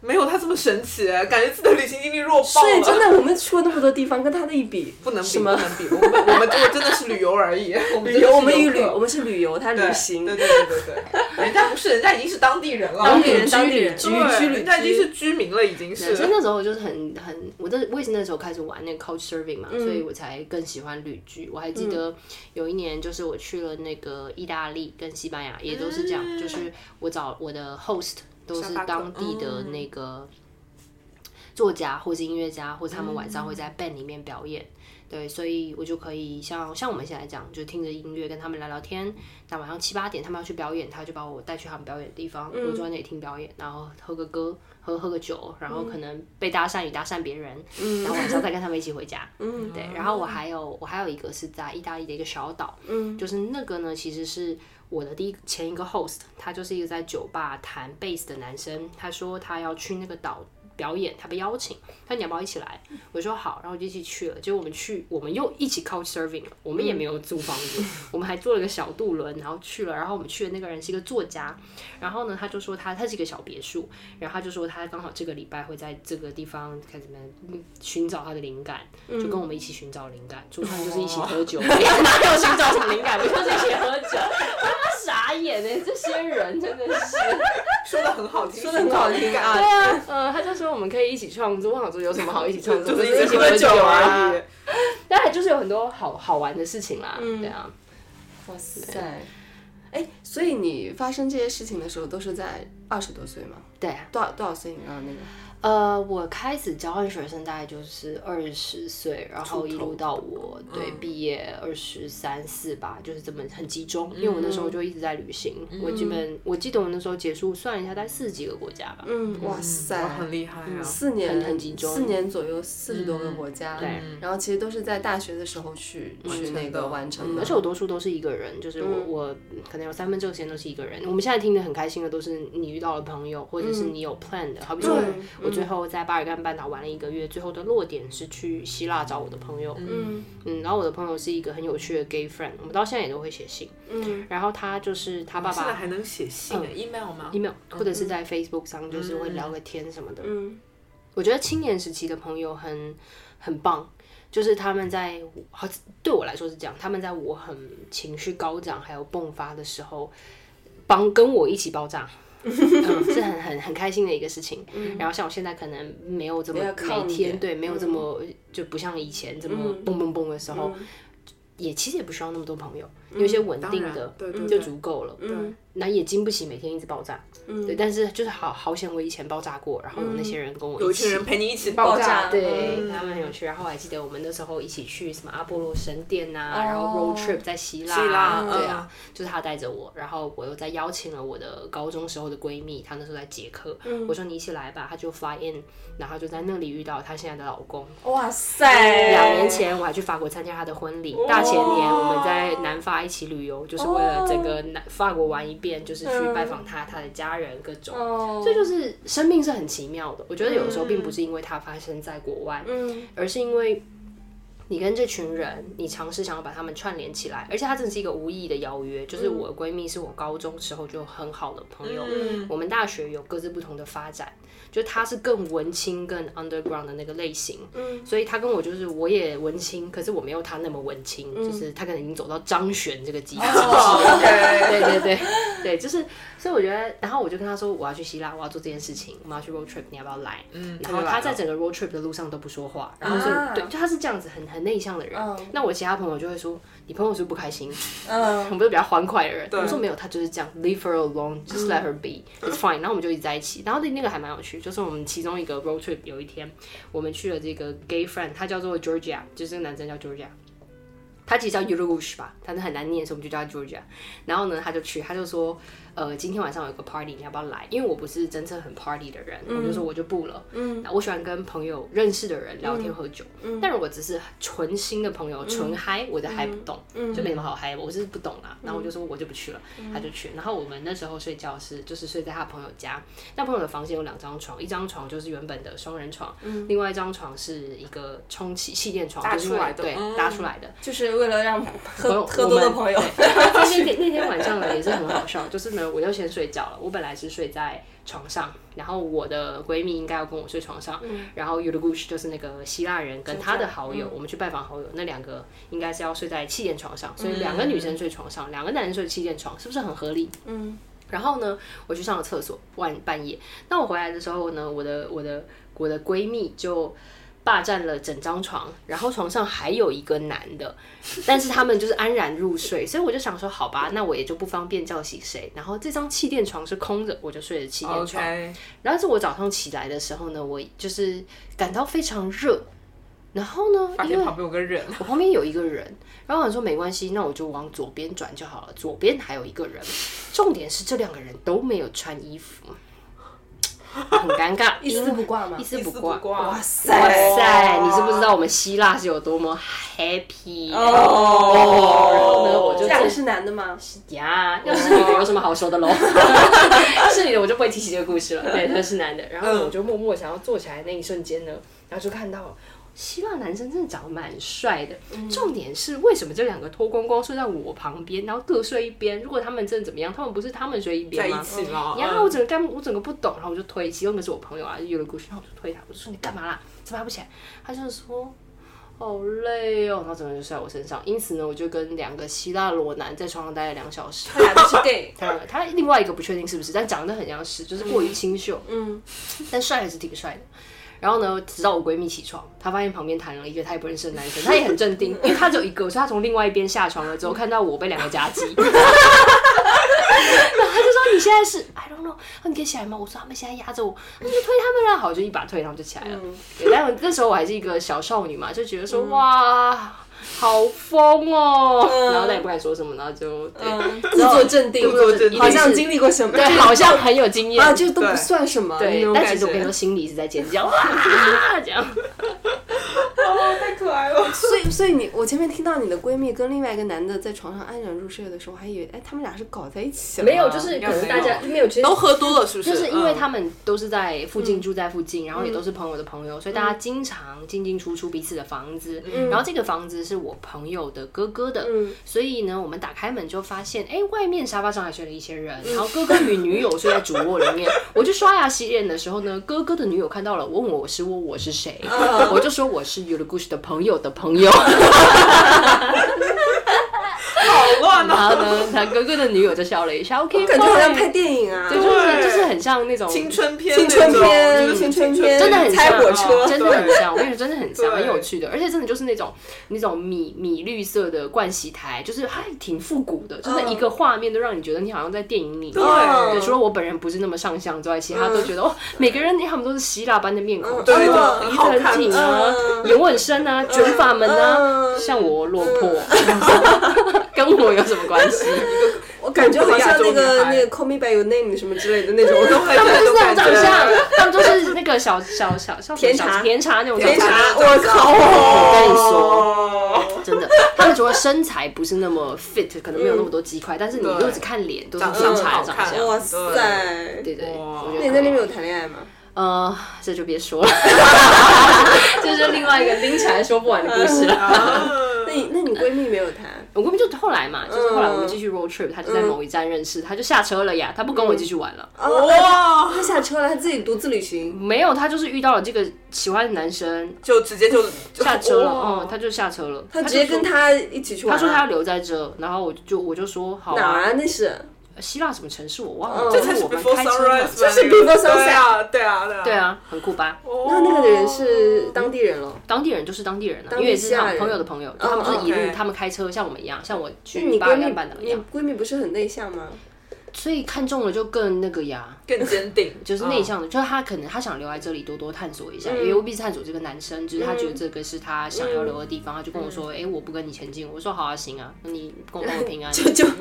S3: 没有他这么神奇，感觉自己的旅行经历弱爆
S1: 所以
S3: 了。
S1: 真的，我们去了那么多地方，跟他的一比，
S3: 不能比，
S1: 什
S3: 不
S1: 么
S3: 能比，我们我们我真的是旅游而已。我们
S1: 旅 游，我们
S3: 一
S1: 与旅，我们是旅游，他
S3: 对
S1: 旅行。
S3: 对对对对对，人家不是，人家已经是当地人了，
S1: 当地人，当地
S5: 旅
S1: 人，
S5: 居
S1: 旅居
S3: 对，
S1: 旅
S3: 人家已经
S1: 居
S3: 是居民了，已经
S5: 对
S3: 是
S5: 所以。那时候就是很很，我这我也是那时候开始玩那个 Couch Surfing
S3: 嗯
S5: 嘛，所以我才更喜欢旅居。我还记得有一年，就是我去了那个意大利跟西班牙，也都是这样，就是我找我的 host 都是
S3: 沙发客
S5: 当地的那个作家或是音乐家，或者他们晚上会在 band 里面表演。对，所以我就可以像像我们现在这样，就听着音乐跟他们聊聊天。那晚上七八点他们要去表演，他就把我带去他们表演的地方，我就在那里听表演，然后喝个歌，喝喝个酒，然后可能被搭讪与搭讪别人，然后晚上再跟他们一起回家。嗯，对。然后我还有我还有一个是在意大利的一个小岛，嗯，就是那个呢，其实是我的第一个前一个 host，他就是一个在酒吧弹贝斯的男生，他说他要去那个岛。表演，他被邀请，他说你要不要一起来？我说好，然后我就一起去了。结果我们去，我们又一起 couch surfing 了，我们也没有租房子，我们还坐了个小渡轮，然后去了。然后我们去的那个人是一个作家，然后呢，他就说他他是一个小别墅，然后他就说他刚好这个礼拜会在这个地方开始嗯寻找他的灵感，就跟我们一起寻找灵感。住宿就是一起喝酒，哪有寻找什么灵感？不就是一起喝酒？我他妈傻眼呢、这些人真的是。
S3: 说的很好听，说的
S1: 很好听啊
S5: 对啊，呃，他就说我们可以一起创作，我想说有什么好一起创作，
S3: 就是
S5: 一
S3: 一
S5: 起
S3: 起
S5: 喝
S3: 喝
S5: 酒
S3: 酒
S5: 而
S3: 啊
S5: 已。但就是有很多好好玩的事情啦，对啊，
S1: 哇塞！哎，所以你发生这些事情的时候都是在二十多岁吗？
S5: 对啊。
S1: 多少多少岁？你刚刚那个
S5: 呃，我开始交换学生大概就是二十岁，然后一路到我对
S3: 嗯
S5: 毕业二十三四吧，就是这么很集中。因为我那时候就一直在旅行，我基本我记得我那时候结束算了一下，大概四十几个国家吧。
S1: 嗯，哇塞，
S3: 很厉害啊！
S1: 四年嗯
S5: 很很集中
S1: 四年左右四十多个国家，
S5: 对
S1: 然后其实都是在大学的时候去去那个完成的，嗯
S5: 而且我多数都是一个人，就是我、
S3: 嗯
S5: 我可能有三分之二时间都是一个人。我们现在听的很开心的都是你遇到了朋友，或者是
S3: 嗯
S5: 你有 plan 的。好比说
S1: 对
S5: 我，我最后在巴尔干半岛玩了一个月，最后的落点是去希腊找我的朋友。
S1: 嗯
S5: 嗯，然后我的朋友是一个很有趣的 gay friend，我们到现在也都会写信。
S1: 嗯
S5: 然后他就是他爸
S3: 哦现在
S5: 爸
S3: 还能写信欸，email 吗？
S5: email，或者是在 Facebook 上就是会聊个天什么的。
S1: 嗯
S5: 我觉得青年时期的朋友很很棒，就是他们在好对我来说是这样，他们在我很情绪高涨还有迸发的时候，帮跟我一起爆 炸。嗯、是很很很开心的一个事情，
S1: 嗯
S5: 然后像我现在可能没有这么
S1: 比较
S5: 每
S1: 抗一
S5: 天
S1: 点
S5: 对没有这么、就不像以前这么
S1: 嗯
S5: 蹦蹦蹦的时候，也其实也不需要那么多朋友，有一些稳定
S3: 嗯当
S5: 的
S3: 然对对
S5: 就
S3: 对嗯
S5: 足够了。
S1: 嗯
S5: 那也经不起每天一直爆炸，对。但是就是好好险，我以前爆炸过，然后有那些人跟我
S3: 有
S5: 一
S3: 一群
S5: 起，
S3: 人陪你一起
S1: 爆
S3: 爆
S1: 炸
S3: 炸，
S5: 对、
S3: 嗯
S5: 他们很有趣。然后我还记得我们那时候一起去什么阿波罗神殿呐、
S1: 哦
S5: 然后 road trip 在希腊，
S3: 希腊
S5: 对
S3: 嗯
S5: 啊，就是他带着我，然后我又再邀请了我的高中时候的闺蜜，她那时候在捷克，
S3: 嗯
S5: 我说你一起来吧，她就 fly in，然后就在那里遇到她现在的老公，
S1: 哇塞
S5: 两年，前我还去法国参加他的婚礼，大前年我们在南法一起旅游，就是为了整个南法国玩一遍，就是去拜访他、他的家人各种。
S1: 哦，
S5: 这就是生命是很奇妙的，我觉得有的时候并不是因为它发生在国外，
S1: 嗯
S5: 而是因为你跟这群人，你尝试想要把他们串联起来，而且它真的是一个无意义的邀约。就是我的闺蜜是我高中时候就很好的朋友，
S3: 嗯
S5: 我们大学有各自不同的发展，就她是更文青、更 underground 的那个类型，
S1: 嗯
S5: 所以她跟我就是我也文青，可是我没有她那么文青，就是她可能已经走到张悬这个级别。对对对对，就是，所以我觉得，然后我就跟他说我要去希腊，我要做这件事情，我们要去 road trip，你要不要来？
S3: 嗯
S5: 然后他在整个 road trip 的路上都不说话，然后是、
S1: 啊
S5: 对，就他是这样子很很内向的人。
S1: 嗯
S5: 那我其他朋友就会说，你朋友是不是不开心，我
S1: 嗯
S5: 们就比较欢快的人。
S3: 对
S5: 我说没有，他就是这样，leave her alone，just let her be，it's fine。然后我们就一直在一起，然后那那个还蛮有趣，就是我们其中一个 road trip 有一天，我们去了这个 gay friend，他叫做 Georgia，就是这个男生叫 Georgia。他其实叫 Urush 吧，但是很难念，所以我们就叫他 Georgia。然后呢，他就去，他就说，呃，今天晚上有个 party，你要不要来？因为我不是真正很 party 的人，我就说我就不了。
S1: 嗯，
S5: 我喜欢跟朋友认识的人聊天喝酒，
S3: 嗯
S5: 但如果只是纯新的朋友纯嗨，我的嗨不动，
S3: 嗯
S5: 就没什么好嗨，我是不懂啦。然后我就说我就不去了，他就去。然后我们那时候睡觉是就是睡在他朋友家，那朋友的房间有两张床，一张床就是原本的双人床，另外一张床是一个充气气垫床，
S3: 嗯搭
S5: 就是因为
S3: 出来的
S5: 对
S3: 嗯
S5: 搭出来的。
S1: 就是为了让
S5: 朋友
S1: 喝喝多的朋友，
S5: 我们对那天那天晚上呢也是很好笑，就是呢，我就先睡觉了。我本来是睡在床上，然后我的闺蜜应该要跟我睡床上，然后 Yurugush 就是那个希腊人跟他的好友，我们去拜访好友，那两个应该是要睡在气垫床上，所以两个女生睡床上，两个男人睡气垫床，是不是很合理？
S1: 嗯，
S5: 然后呢，我去上了厕所，晚半夜。那我回来的时候呢，我的我的我的闺蜜就霸占了整张床，然后床上还有一个男的， 但是他们就是安然入睡，所以我就想说，好吧，那我也就不方便叫醒谁。然后这张气垫床是空着，我就睡了气垫床。
S3: OK，
S5: 然后是我早上起来的时候呢，我就是感到非常热，然后呢，
S3: 发
S5: 因
S3: 现
S5: 为
S3: 旁边有个人，
S5: 我旁边有一个人，然后我想说没关系，那我就往左边转就好了。 左边还有一个人，重点是这两个人都没有穿衣服。很尴尬，
S2: 一丝不挂吗
S5: 一丝
S3: 一
S5: 不
S3: 丝不
S5: 挂，
S3: 挂
S5: 哇
S3: 塞
S5: 哇塞！你知不知道我们希腊是有多么 happy？
S3: 哦
S5: 然后呢，我就
S1: 这两个是男的吗？
S5: 呀，要是女的有什么好说的 喽？是女的我就不会提起这个故事了。对，他是男的，然后我就默默想要坐起来那一瞬间呢，然后就看到希腊男生真的长得蛮帅的。
S3: 嗯
S5: 重点是为什么这两个脱光光睡在我旁边，然后各睡一边？如果他们真的怎么样，他们不是他们睡一
S3: 在
S5: 边
S3: 一
S5: 吗？
S3: 起了。
S5: 然后我整个干，我整个不懂，然后我就推，其中一个是我朋友啊，就有了故事，然后我就推他，我就说你干嘛啦？怎么还不起来？他就是说好累哦，然后整个人就睡在我身上。因此呢，我就跟两个希腊裸男在床上待了两小时。
S1: 他俩都是 gay。
S5: 他呃他另外一个不确定是不是，但长得很像是，就是过于清秀，
S1: 嗯，
S5: 但帅还是挺帅的。然后呢，直到我闺蜜起床，她发现旁边躺了一个她也不认识的男生，她也很 镇定，因为她只有一个，所以她从另外一边下床了之后，看到我被两个夹击。然后她就说：“你现在是 I don't know，啊你可以起来吗？”我说：“他们现在压着我，那就推他们啦。”好，我就一把推，然后就起来了。
S1: 嗯
S5: 对，但我那时候我还是一个小少女嘛，就觉得说：“哇，好疯哦！”
S1: 嗯
S5: 然后但也不敢说什么，然后就对，
S1: 自作镇定，
S3: 自作镇定
S1: 好像经历过什么，
S5: 对，好像很有经验
S1: 啊，就都
S3: 对
S1: 不算什么那
S5: 对
S1: 种，
S5: 但
S1: 感
S5: 其实我跟你
S1: 觉
S5: 说，。心里是在尖叫啊，这样。
S3: 哦，太可爱了。
S1: 所以，所以你我前面听到你的闺蜜跟另外一个男的在床上安然入睡的时候，我还以为哎，他们俩是搞在一起了。
S5: 没有，就是可
S3: 要
S5: 能
S3: 没
S5: 大家没有，其实
S3: 都喝多了是不是？
S5: 就是
S1: 嗯
S5: 因为他
S3: 们
S5: 们都是在附近住在附近，然后也都是朋友的朋友，所以大
S1: 嗯
S5: 家经常进进出出彼此的房子。然后这个房子是我朋友的哥哥的，
S1: 嗯
S5: 所以呢，我们打开门就发现，哎，外面沙发上还睡了一些人，
S1: 嗯
S5: 然后哥哥与女友睡在主卧里面。 我就刷牙洗脸的时候呢，哥哥的女友看到了，问我是我我是谁，
S1: 啊
S5: 我就说我是 y u l u g u s h 的朋友的朋 友。
S3: 好乱
S5: 然
S3: 啊，
S5: 后呢，他哥哥的女友就笑了一下，OK，
S1: 感觉好像
S5: fine
S1: 拍电影啊
S5: 对，，就是
S3: 对
S5: 就是很像那种
S3: 青春片那
S1: 青
S3: 种，
S1: 春片
S3: 就是
S1: 青春
S3: 春
S1: 片
S5: 真的很像哦
S1: 猜火车
S5: 真的很像。我跟你说，真的很像，
S3: 对
S5: 很有趣的，而且真的就是那种那种米米绿色的盥洗台，就是还挺复古的，就是一个画面都让你觉得你好像在电影里面。
S3: 对
S5: 除了我本人不是那么上相之外，其他都觉得哦，每个人他们都是希腊般的面孔，
S3: 对
S5: 鼻
S3: 对
S1: 嗯
S5: 子很挺啊，眼尾很深啊，卷发们啊，
S1: 嗯
S5: 像我落魄， 跟我有什么关系？
S1: 我感觉好像那个
S3: 亚洲女孩
S1: 那个 Call Me by Your Name 什么之类的那 种，
S3: 都会有
S5: 就是
S3: 这种
S5: 那种
S3: 感
S5: 长
S3: 觉。
S5: 相，他们就是那个小小小小
S1: 甜茶
S5: 小甜茶那种
S1: 天
S5: 长相
S1: 茶，我靠！
S5: 我跟你说，
S3: 哦，
S5: 真的，他们除了身材不是那么 fit，可能没有那么多肌块，但是你
S3: 嗯对
S5: 如果只看脸，都是
S3: 长
S5: 身
S3: 相
S5: 材
S3: 好
S5: 的长
S3: 看
S5: 相。
S1: 哇塞！
S5: 对对，
S3: 哇
S5: 我觉得
S1: 那你在
S5: 可
S1: 那
S5: 以
S1: 边有谈恋爱吗？
S5: 呃，这就别说 了，这是另外一个拎起来说不完的故
S3: 嗯
S5: 事了。
S1: 那你那你闺蜜没有谈？
S5: 我根本就后来嘛，就是后来
S3: 嗯
S5: 我们继续 road trip，他就在某一站认识，他就下车了呀，他不跟
S3: 嗯
S5: 我继续玩了。
S3: 哇，
S1: 她下车了，她自己独自旅行。
S5: 没有，他就是遇到了这个喜欢的男生，
S3: 就直接就就
S5: 下车了，
S3: 哇
S5: 嗯，他就下车了，
S1: 她直接跟
S5: 他就
S1: 他一起去
S5: 说。
S1: 玩
S5: 他
S1: 啊。
S5: 说他要留在这，然后我就我就说好
S1: 哪
S5: 啊
S1: 儿，啊？那是
S5: 希腊什么城市我忘了，
S1: 嗯
S5: 就
S3: 哦这
S5: 是
S3: 才是
S5: 我们
S3: before
S5: 开车的
S3: sunrise，吧
S1: 是
S3: 那个
S1: before sunset
S3: 对啊，对啊，对啊，
S5: 对啊，很酷吧？
S3: 哦。
S1: 那那个人是当地人了。
S5: 当地人就是当地人啊，
S1: 当
S5: 因
S1: 地
S5: 为也是
S1: 希腊
S5: 他
S1: 人嗯
S5: 朋友的朋友，就他们就是一
S3: 哦
S5: 路
S3: ，OK
S5: 他们开车，像我们一样，像我
S1: 那
S5: 去
S1: 你
S5: 巴啊
S1: 闺
S5: 尔
S1: 蜜
S5: 干半岛一
S1: 你
S5: 样，
S1: 闺蜜不是很内向吗？
S5: 所以看中了就更那个呀。
S3: 更坚定，
S5: 就是
S1: 嗯
S5: 内向的，就是他可能他想留在这里多多探索一下，因为我毕竟探索这个男生，就是他觉
S1: 嗯
S5: 得这个是他想要留的地方，他就跟我说：“哎，我不跟你前进。”我说：“好啊，行啊，那你跟我报个平安，
S1: 就就
S5: 有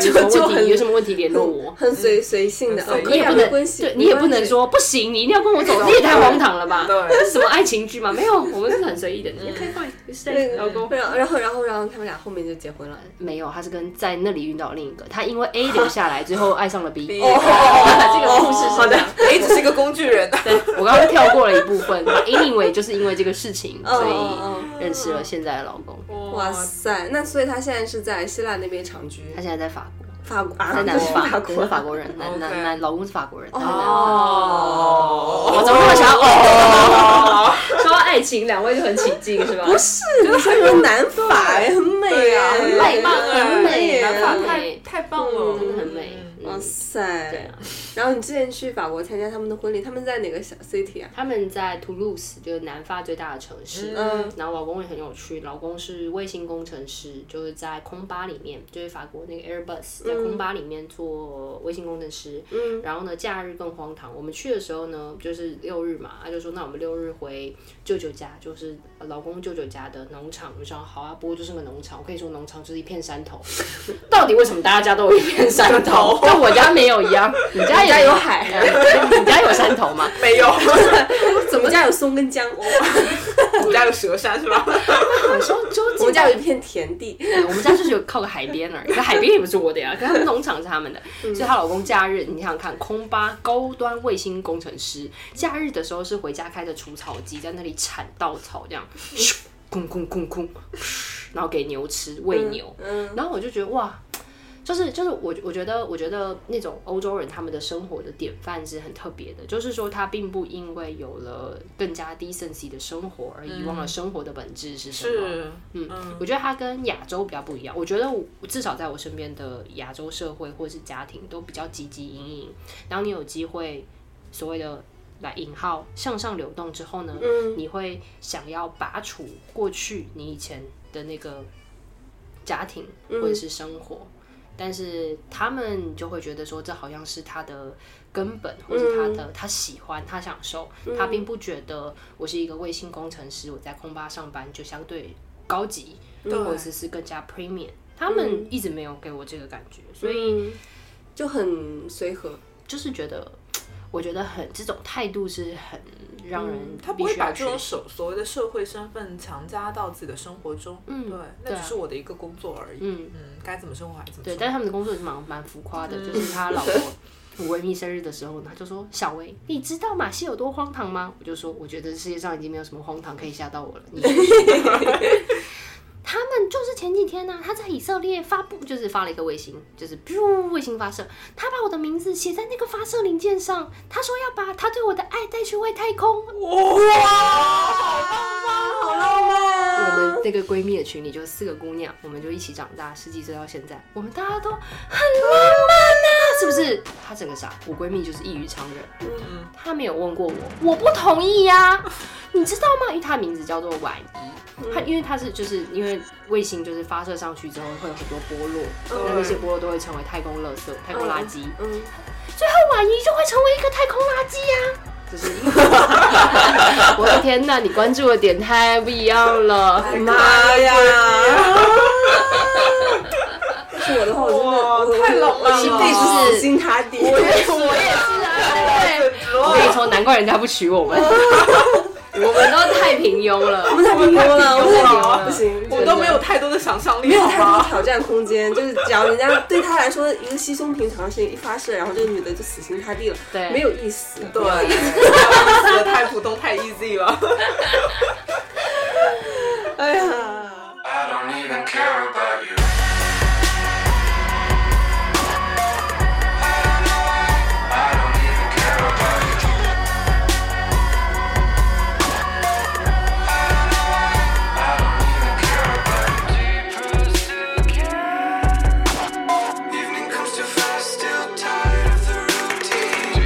S1: 就
S5: 什么
S1: 就
S5: 问
S1: 很
S5: 题有什么问题嗯联络我。”
S1: 很随随性的，
S3: 很
S1: 哦
S3: 随意
S1: 可
S5: 你
S1: 以
S5: 也
S1: 啊，
S5: 不
S1: 没
S5: 能
S1: 关系
S5: 对，你也不
S1: 没
S5: 能
S1: 关系
S5: 说不行，你一定要跟我走，这也太荒唐了吧？
S3: 对
S5: 这是什么爱情剧吗？没有，我们是很随意的。你可以放，
S1: 那
S5: 然后跟我
S1: 个，然啊后然后然后然后他们俩后面就结婚了。
S5: 没有，他是跟在那里遇到另一个，他因为 A 留下来，最后爱上了 B。
S3: 哦
S5: 这个故事是
S3: 好
S5: 这
S3: 的
S5: 样。
S3: ，A 只是一个工具人，
S5: 对，我刚刚跳过了一部分。Anyway，就是因为这个事情，所
S1: 哦哦
S5: 以认识了现在的老公。
S1: 哇塞，那所以她现在是在希腊那边长居，
S5: 他现在在法国，
S1: 法国啊，
S5: 在南
S1: 不是
S5: 法，
S1: 法
S5: 我
S1: 国
S5: 是法国人，男
S3: OK
S5: 男男，老公是法国人。哦，
S1: 哦，
S3: 哦，
S5: 我怎么那么想要 哦？说到爱情，两位就很起劲是吧？
S1: 不是，你说什么南法哎，很美啊，
S3: 对
S1: 很
S3: 啊
S1: 美
S5: 美吧，很美，
S1: 对
S5: 南法
S3: 太
S5: 美，
S3: 太棒了，
S5: 真的很美。
S1: 哇
S5: 嗯，对
S1: 塞
S5: 啊！
S1: 然后你之前去法国参加他们的婚礼，他们在哪个小 city 啊？
S5: 他们在 Toulouse 就是南法最大的城市，
S1: 嗯
S5: 然后老公也很有趣，老公是卫星工程师，就是在空巴里面，就是法国那个 Airbus 在空巴里面做卫星工程师，嗯，然后呢假日更荒唐，我们去的时候呢就是六日嘛，他就说那我们六日回舅舅家，就是老公舅舅家的农场，我们说好啊，不过就是个农场，我跟你说，农场就是一片山头。 到底为什么大家都有一片山头， 跟我家没有一样？你家也 有海，你家有山头吗？
S3: 没有，
S1: 怎么家有松 跟江？
S3: 我们家有蛇山是吧？
S5: 我说就
S1: 我们家有一片田地，
S5: 对我们家就是有靠个海边而已，可海边也不是我的呀，可他们农场是他们的。所以她老公假日，你想想看，空巴高端卫星工程师，假日的时候是回家开着除草机在那里铲稻草，这样，咻空空空空，然后给牛吃，喂牛。然后我就觉得哇。就是就是我我觉得我觉得那种欧洲人他们的生活的典范是很特别的，就是说他并不因为有了更加 decency 的生活而遗忘了生活的本质是什么。
S3: 是，
S5: 嗯，我觉得它跟亚洲比较不一样。我觉得我至少在我身边的亚洲社会或是家庭都比较积极营营。当你有机会所谓的来引号向上流动之后呢，你会想要拔除过去你以前的那个家庭或者是生活。但是他们就会觉得说，这好像是他的根本，或者他的、他喜欢、他享受，他并不觉得我是一个卫星工程师，我在空巴上班就相对高级，或者是是更加 premium。他们一直没有给我这个感觉，所以
S1: 以嗯就很随和。
S5: 就是觉得，我觉得很这种态度是很让人
S3: 嗯他不
S5: 必
S3: 会
S5: 须
S3: 把
S5: 要
S3: 这
S5: 去
S3: 种所所谓的社会身份强加到自己的生活中。嗯，对，那
S5: 对啊
S3: 只是我的一个工作而已。嗯该怎么生活还是怎么
S5: 对，
S3: 生
S5: 但是
S3: 活。
S5: 他们的工作也是蛮蛮浮夸的，就是他老婆维密生日的时候，他就说：“小维，你知道马戏有多荒唐吗？”我就说：“我觉得世界上已经没有什么荒唐可以吓到我了。”你说说 他们就是前几天呢、他在以色列发布，就是发了一个卫星，就是噗卫星发射，他把我的名字写在那个发射零件上，他说要把他对我的爱带去外太空。
S1: 好浪漫
S5: 我们那个闺蜜的群里就四个姑娘，我们就一起长大，十几岁到现在，我们大家都很浪漫呐、是不是？她整个傻，我闺蜜就是异于常人，她没有问过我，我不同意呀、你知道吗？因为她的名字叫做婉仪，她因为她是就是因为卫星就是发射上去之后会有很多波落，那那些波落都会成为太空垃圾、太空垃圾，
S1: 嗯，
S5: 最后婉仪就会成为一个太空垃圾呀、就是因为， 我的天呐，你关注的点太不一样了，
S3: 妈呀！
S1: 是我的话，我真的
S3: 哇
S1: 我
S3: 太浪漫了
S1: 我一辈子死心塌地。
S5: 我也是啊，对。我跟你说，难怪人家不娶我们， 我们都太平庸
S1: 我
S5: 了。
S1: 们太平庸了，我们太平庸
S3: 哇
S1: 了，不行，
S3: 我们都没有太多的想象力，
S1: 没有
S3: 好
S1: 太多
S3: 吗？
S1: 挑战空间，就是只要人家对他来说一个稀松平常的事情一发射，然后这个女的就死心塌地了，
S5: 对
S1: 没有意思。
S3: 对，死的太普通太 easy 了。
S1: 哎呀。
S4: I don't even care about you. I don't even care about you. I don't even care about you. Evening comes too fast, still tired of the routine.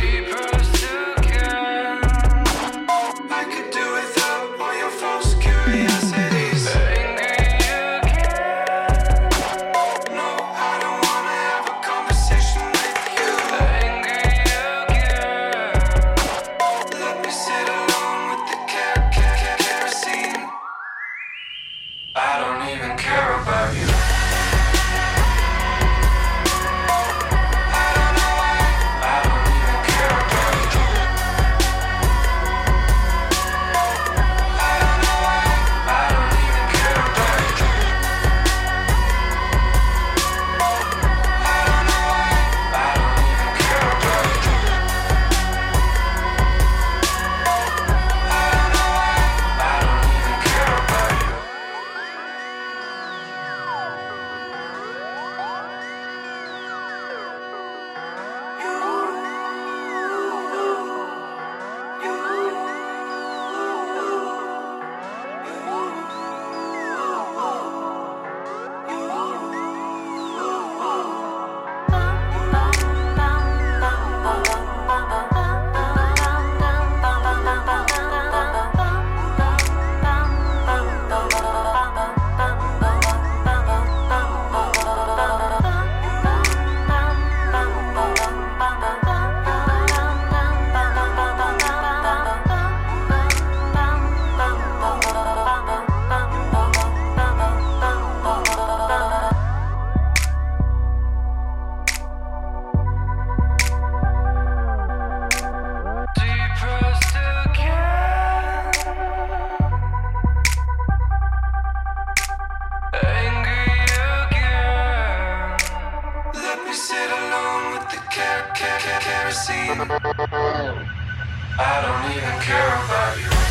S4: I could do without all your false curiosities. No, I don't wanna have a conversation with you. Let me sit alone with the car- car- car- kerosene. I don't even care about you. I don't know why. I don't even care about you. I don't know why. I don't even care about you. I don't know why. I don't even care about you. I don't know why. I don't even care about you. Kerosene. I don't even care about you.